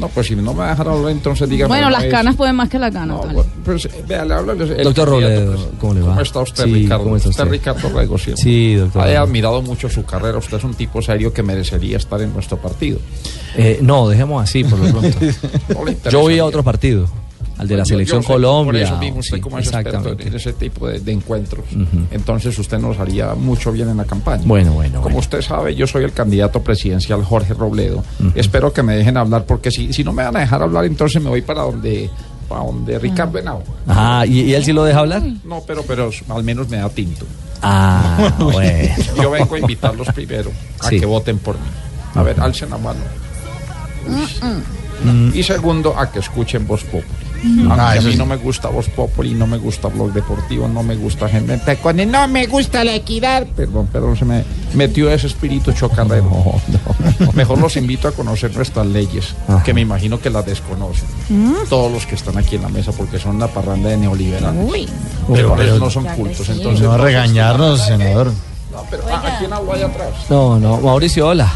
Speaker 32: No, pues si no me va a dejar hablar, entonces dígame.
Speaker 1: Bueno,
Speaker 32: una
Speaker 1: las
Speaker 32: vez.
Speaker 1: canas pueden más que las ganas. Tony.
Speaker 32: Pues, eh, vea, le hablo. el- el
Speaker 5: Doctor
Speaker 32: candidato,
Speaker 5: Robledo, ¿cómo le va?
Speaker 32: ¿Cómo está usted,
Speaker 5: Sí,
Speaker 32: Ricardo?
Speaker 5: ¿cómo está usted?
Speaker 32: Ricardo Rego, sí.
Speaker 5: Sí, doctor.
Speaker 32: He admirado mucho su carrera. Usted es un tipo serio que merecería estar en nuestro partido.
Speaker 5: Eh, no, dejemos así por lo pronto. Yo voy a otro partido, al de la
Speaker 32: Pues Yo-
Speaker 5: selección
Speaker 32: yo sé,
Speaker 5: Colombia.
Speaker 32: Por eso mismo, usted
Speaker 5: Sí,
Speaker 32: como es experto
Speaker 5: exactamente.
Speaker 32: en ese tipo de, de encuentros. Entonces usted nos haría mucho bien en la campaña.
Speaker 5: Bueno, bueno,
Speaker 32: Como usted sabe, yo soy el candidato presidencial Jorge Robledo. Espero que me dejen hablar, porque si, si no me van a dejar hablar, entonces me voy para donde, para donde Ricardo Henao.
Speaker 5: Ajá, Ah, ¿y, y él sí lo deja hablar?
Speaker 32: No, pero, pero al menos me da tinto.
Speaker 5: Ah, bueno.
Speaker 32: [laughs] Yo vengo a invitarlos primero a
Speaker 5: Sí.
Speaker 32: que voten por mí. A ver, alcen la mano.
Speaker 5: Mm.
Speaker 32: Y segundo, a que escuchen Voz Populi.
Speaker 8: Mm.
Speaker 32: pues A mí-
Speaker 8: Ah,
Speaker 32: a
Speaker 8: eso
Speaker 32: mí
Speaker 8: sí.
Speaker 32: no me gusta Voz Populi, no me gusta Blog Deportivo, no me gusta gente.
Speaker 8: Con el no me gusta la equidad.
Speaker 32: Perdón, perdón, se me metió ese espíritu chocarrero. [laughs] Mejor los invito a conocer nuestras leyes, que me imagino que las desconocen. Todos los que están aquí en la mesa, porque son una parranda de neoliberales.
Speaker 8: Uy.
Speaker 32: Pero
Speaker 8: Uy,
Speaker 32: ellos
Speaker 8: pero-
Speaker 32: no son cultos, entonces.
Speaker 8: no
Speaker 32: todos
Speaker 8: regañarnos,
Speaker 32: están-
Speaker 8: senador.
Speaker 32: No, pero ¿a- ¿a quién hablo allá atrás?
Speaker 5: No, no, Mauricio, hola.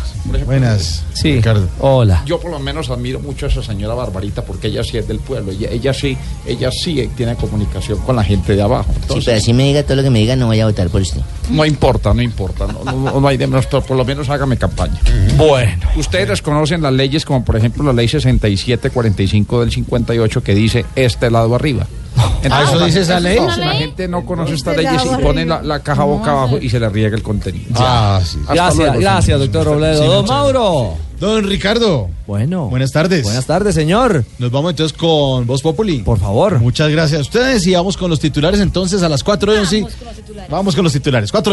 Speaker 32: Buenas.
Speaker 5: Sí, hola.
Speaker 32: Yo por lo menos admiro mucho a esa señora Barbarita porque ella sí es del pueblo, ella, ella sí, ella sí tiene comunicación con la gente de abajo.
Speaker 18: Sí,
Speaker 32: Entonces,
Speaker 18: pero así me diga todo lo que me diga, no voy a votar por usted.
Speaker 32: no importa, no importa, no, no- no hay de menos, pero por lo menos hágame campaña.
Speaker 5: Bueno.
Speaker 32: Ustedes desconocen las leyes como por ejemplo la ley 6745 del 58 que dice este lado arriba.
Speaker 8: Ah, ¿eso
Speaker 32: la-
Speaker 8: dice esa ley?
Speaker 32: no,
Speaker 8: ¿Esa
Speaker 32: la
Speaker 8: ley?
Speaker 32: gente no conoce estas
Speaker 8: Este
Speaker 32: leyes
Speaker 8: lado
Speaker 32: y pone la,
Speaker 8: arriba.
Speaker 32: la caja boca
Speaker 8: No,
Speaker 32: abajo y se le riega el contenido.
Speaker 8: Ah, sí.
Speaker 32: Hasta
Speaker 5: Gracias,
Speaker 32: luego,
Speaker 5: gracias,
Speaker 32: señores.
Speaker 5: doctor Robledo.
Speaker 32: Sí,
Speaker 5: Don
Speaker 32: muchas
Speaker 5: Mauro.
Speaker 8: Don Ricardo.
Speaker 5: Bueno.
Speaker 8: Buenas tardes.
Speaker 5: Buenas tardes, señor.
Speaker 8: Nos vamos entonces con Voz Populi. Por
Speaker 5: favor.
Speaker 8: Muchas gracias a ustedes y vamos con los titulares entonces a las 4 de Vamos con los titulares. 4 de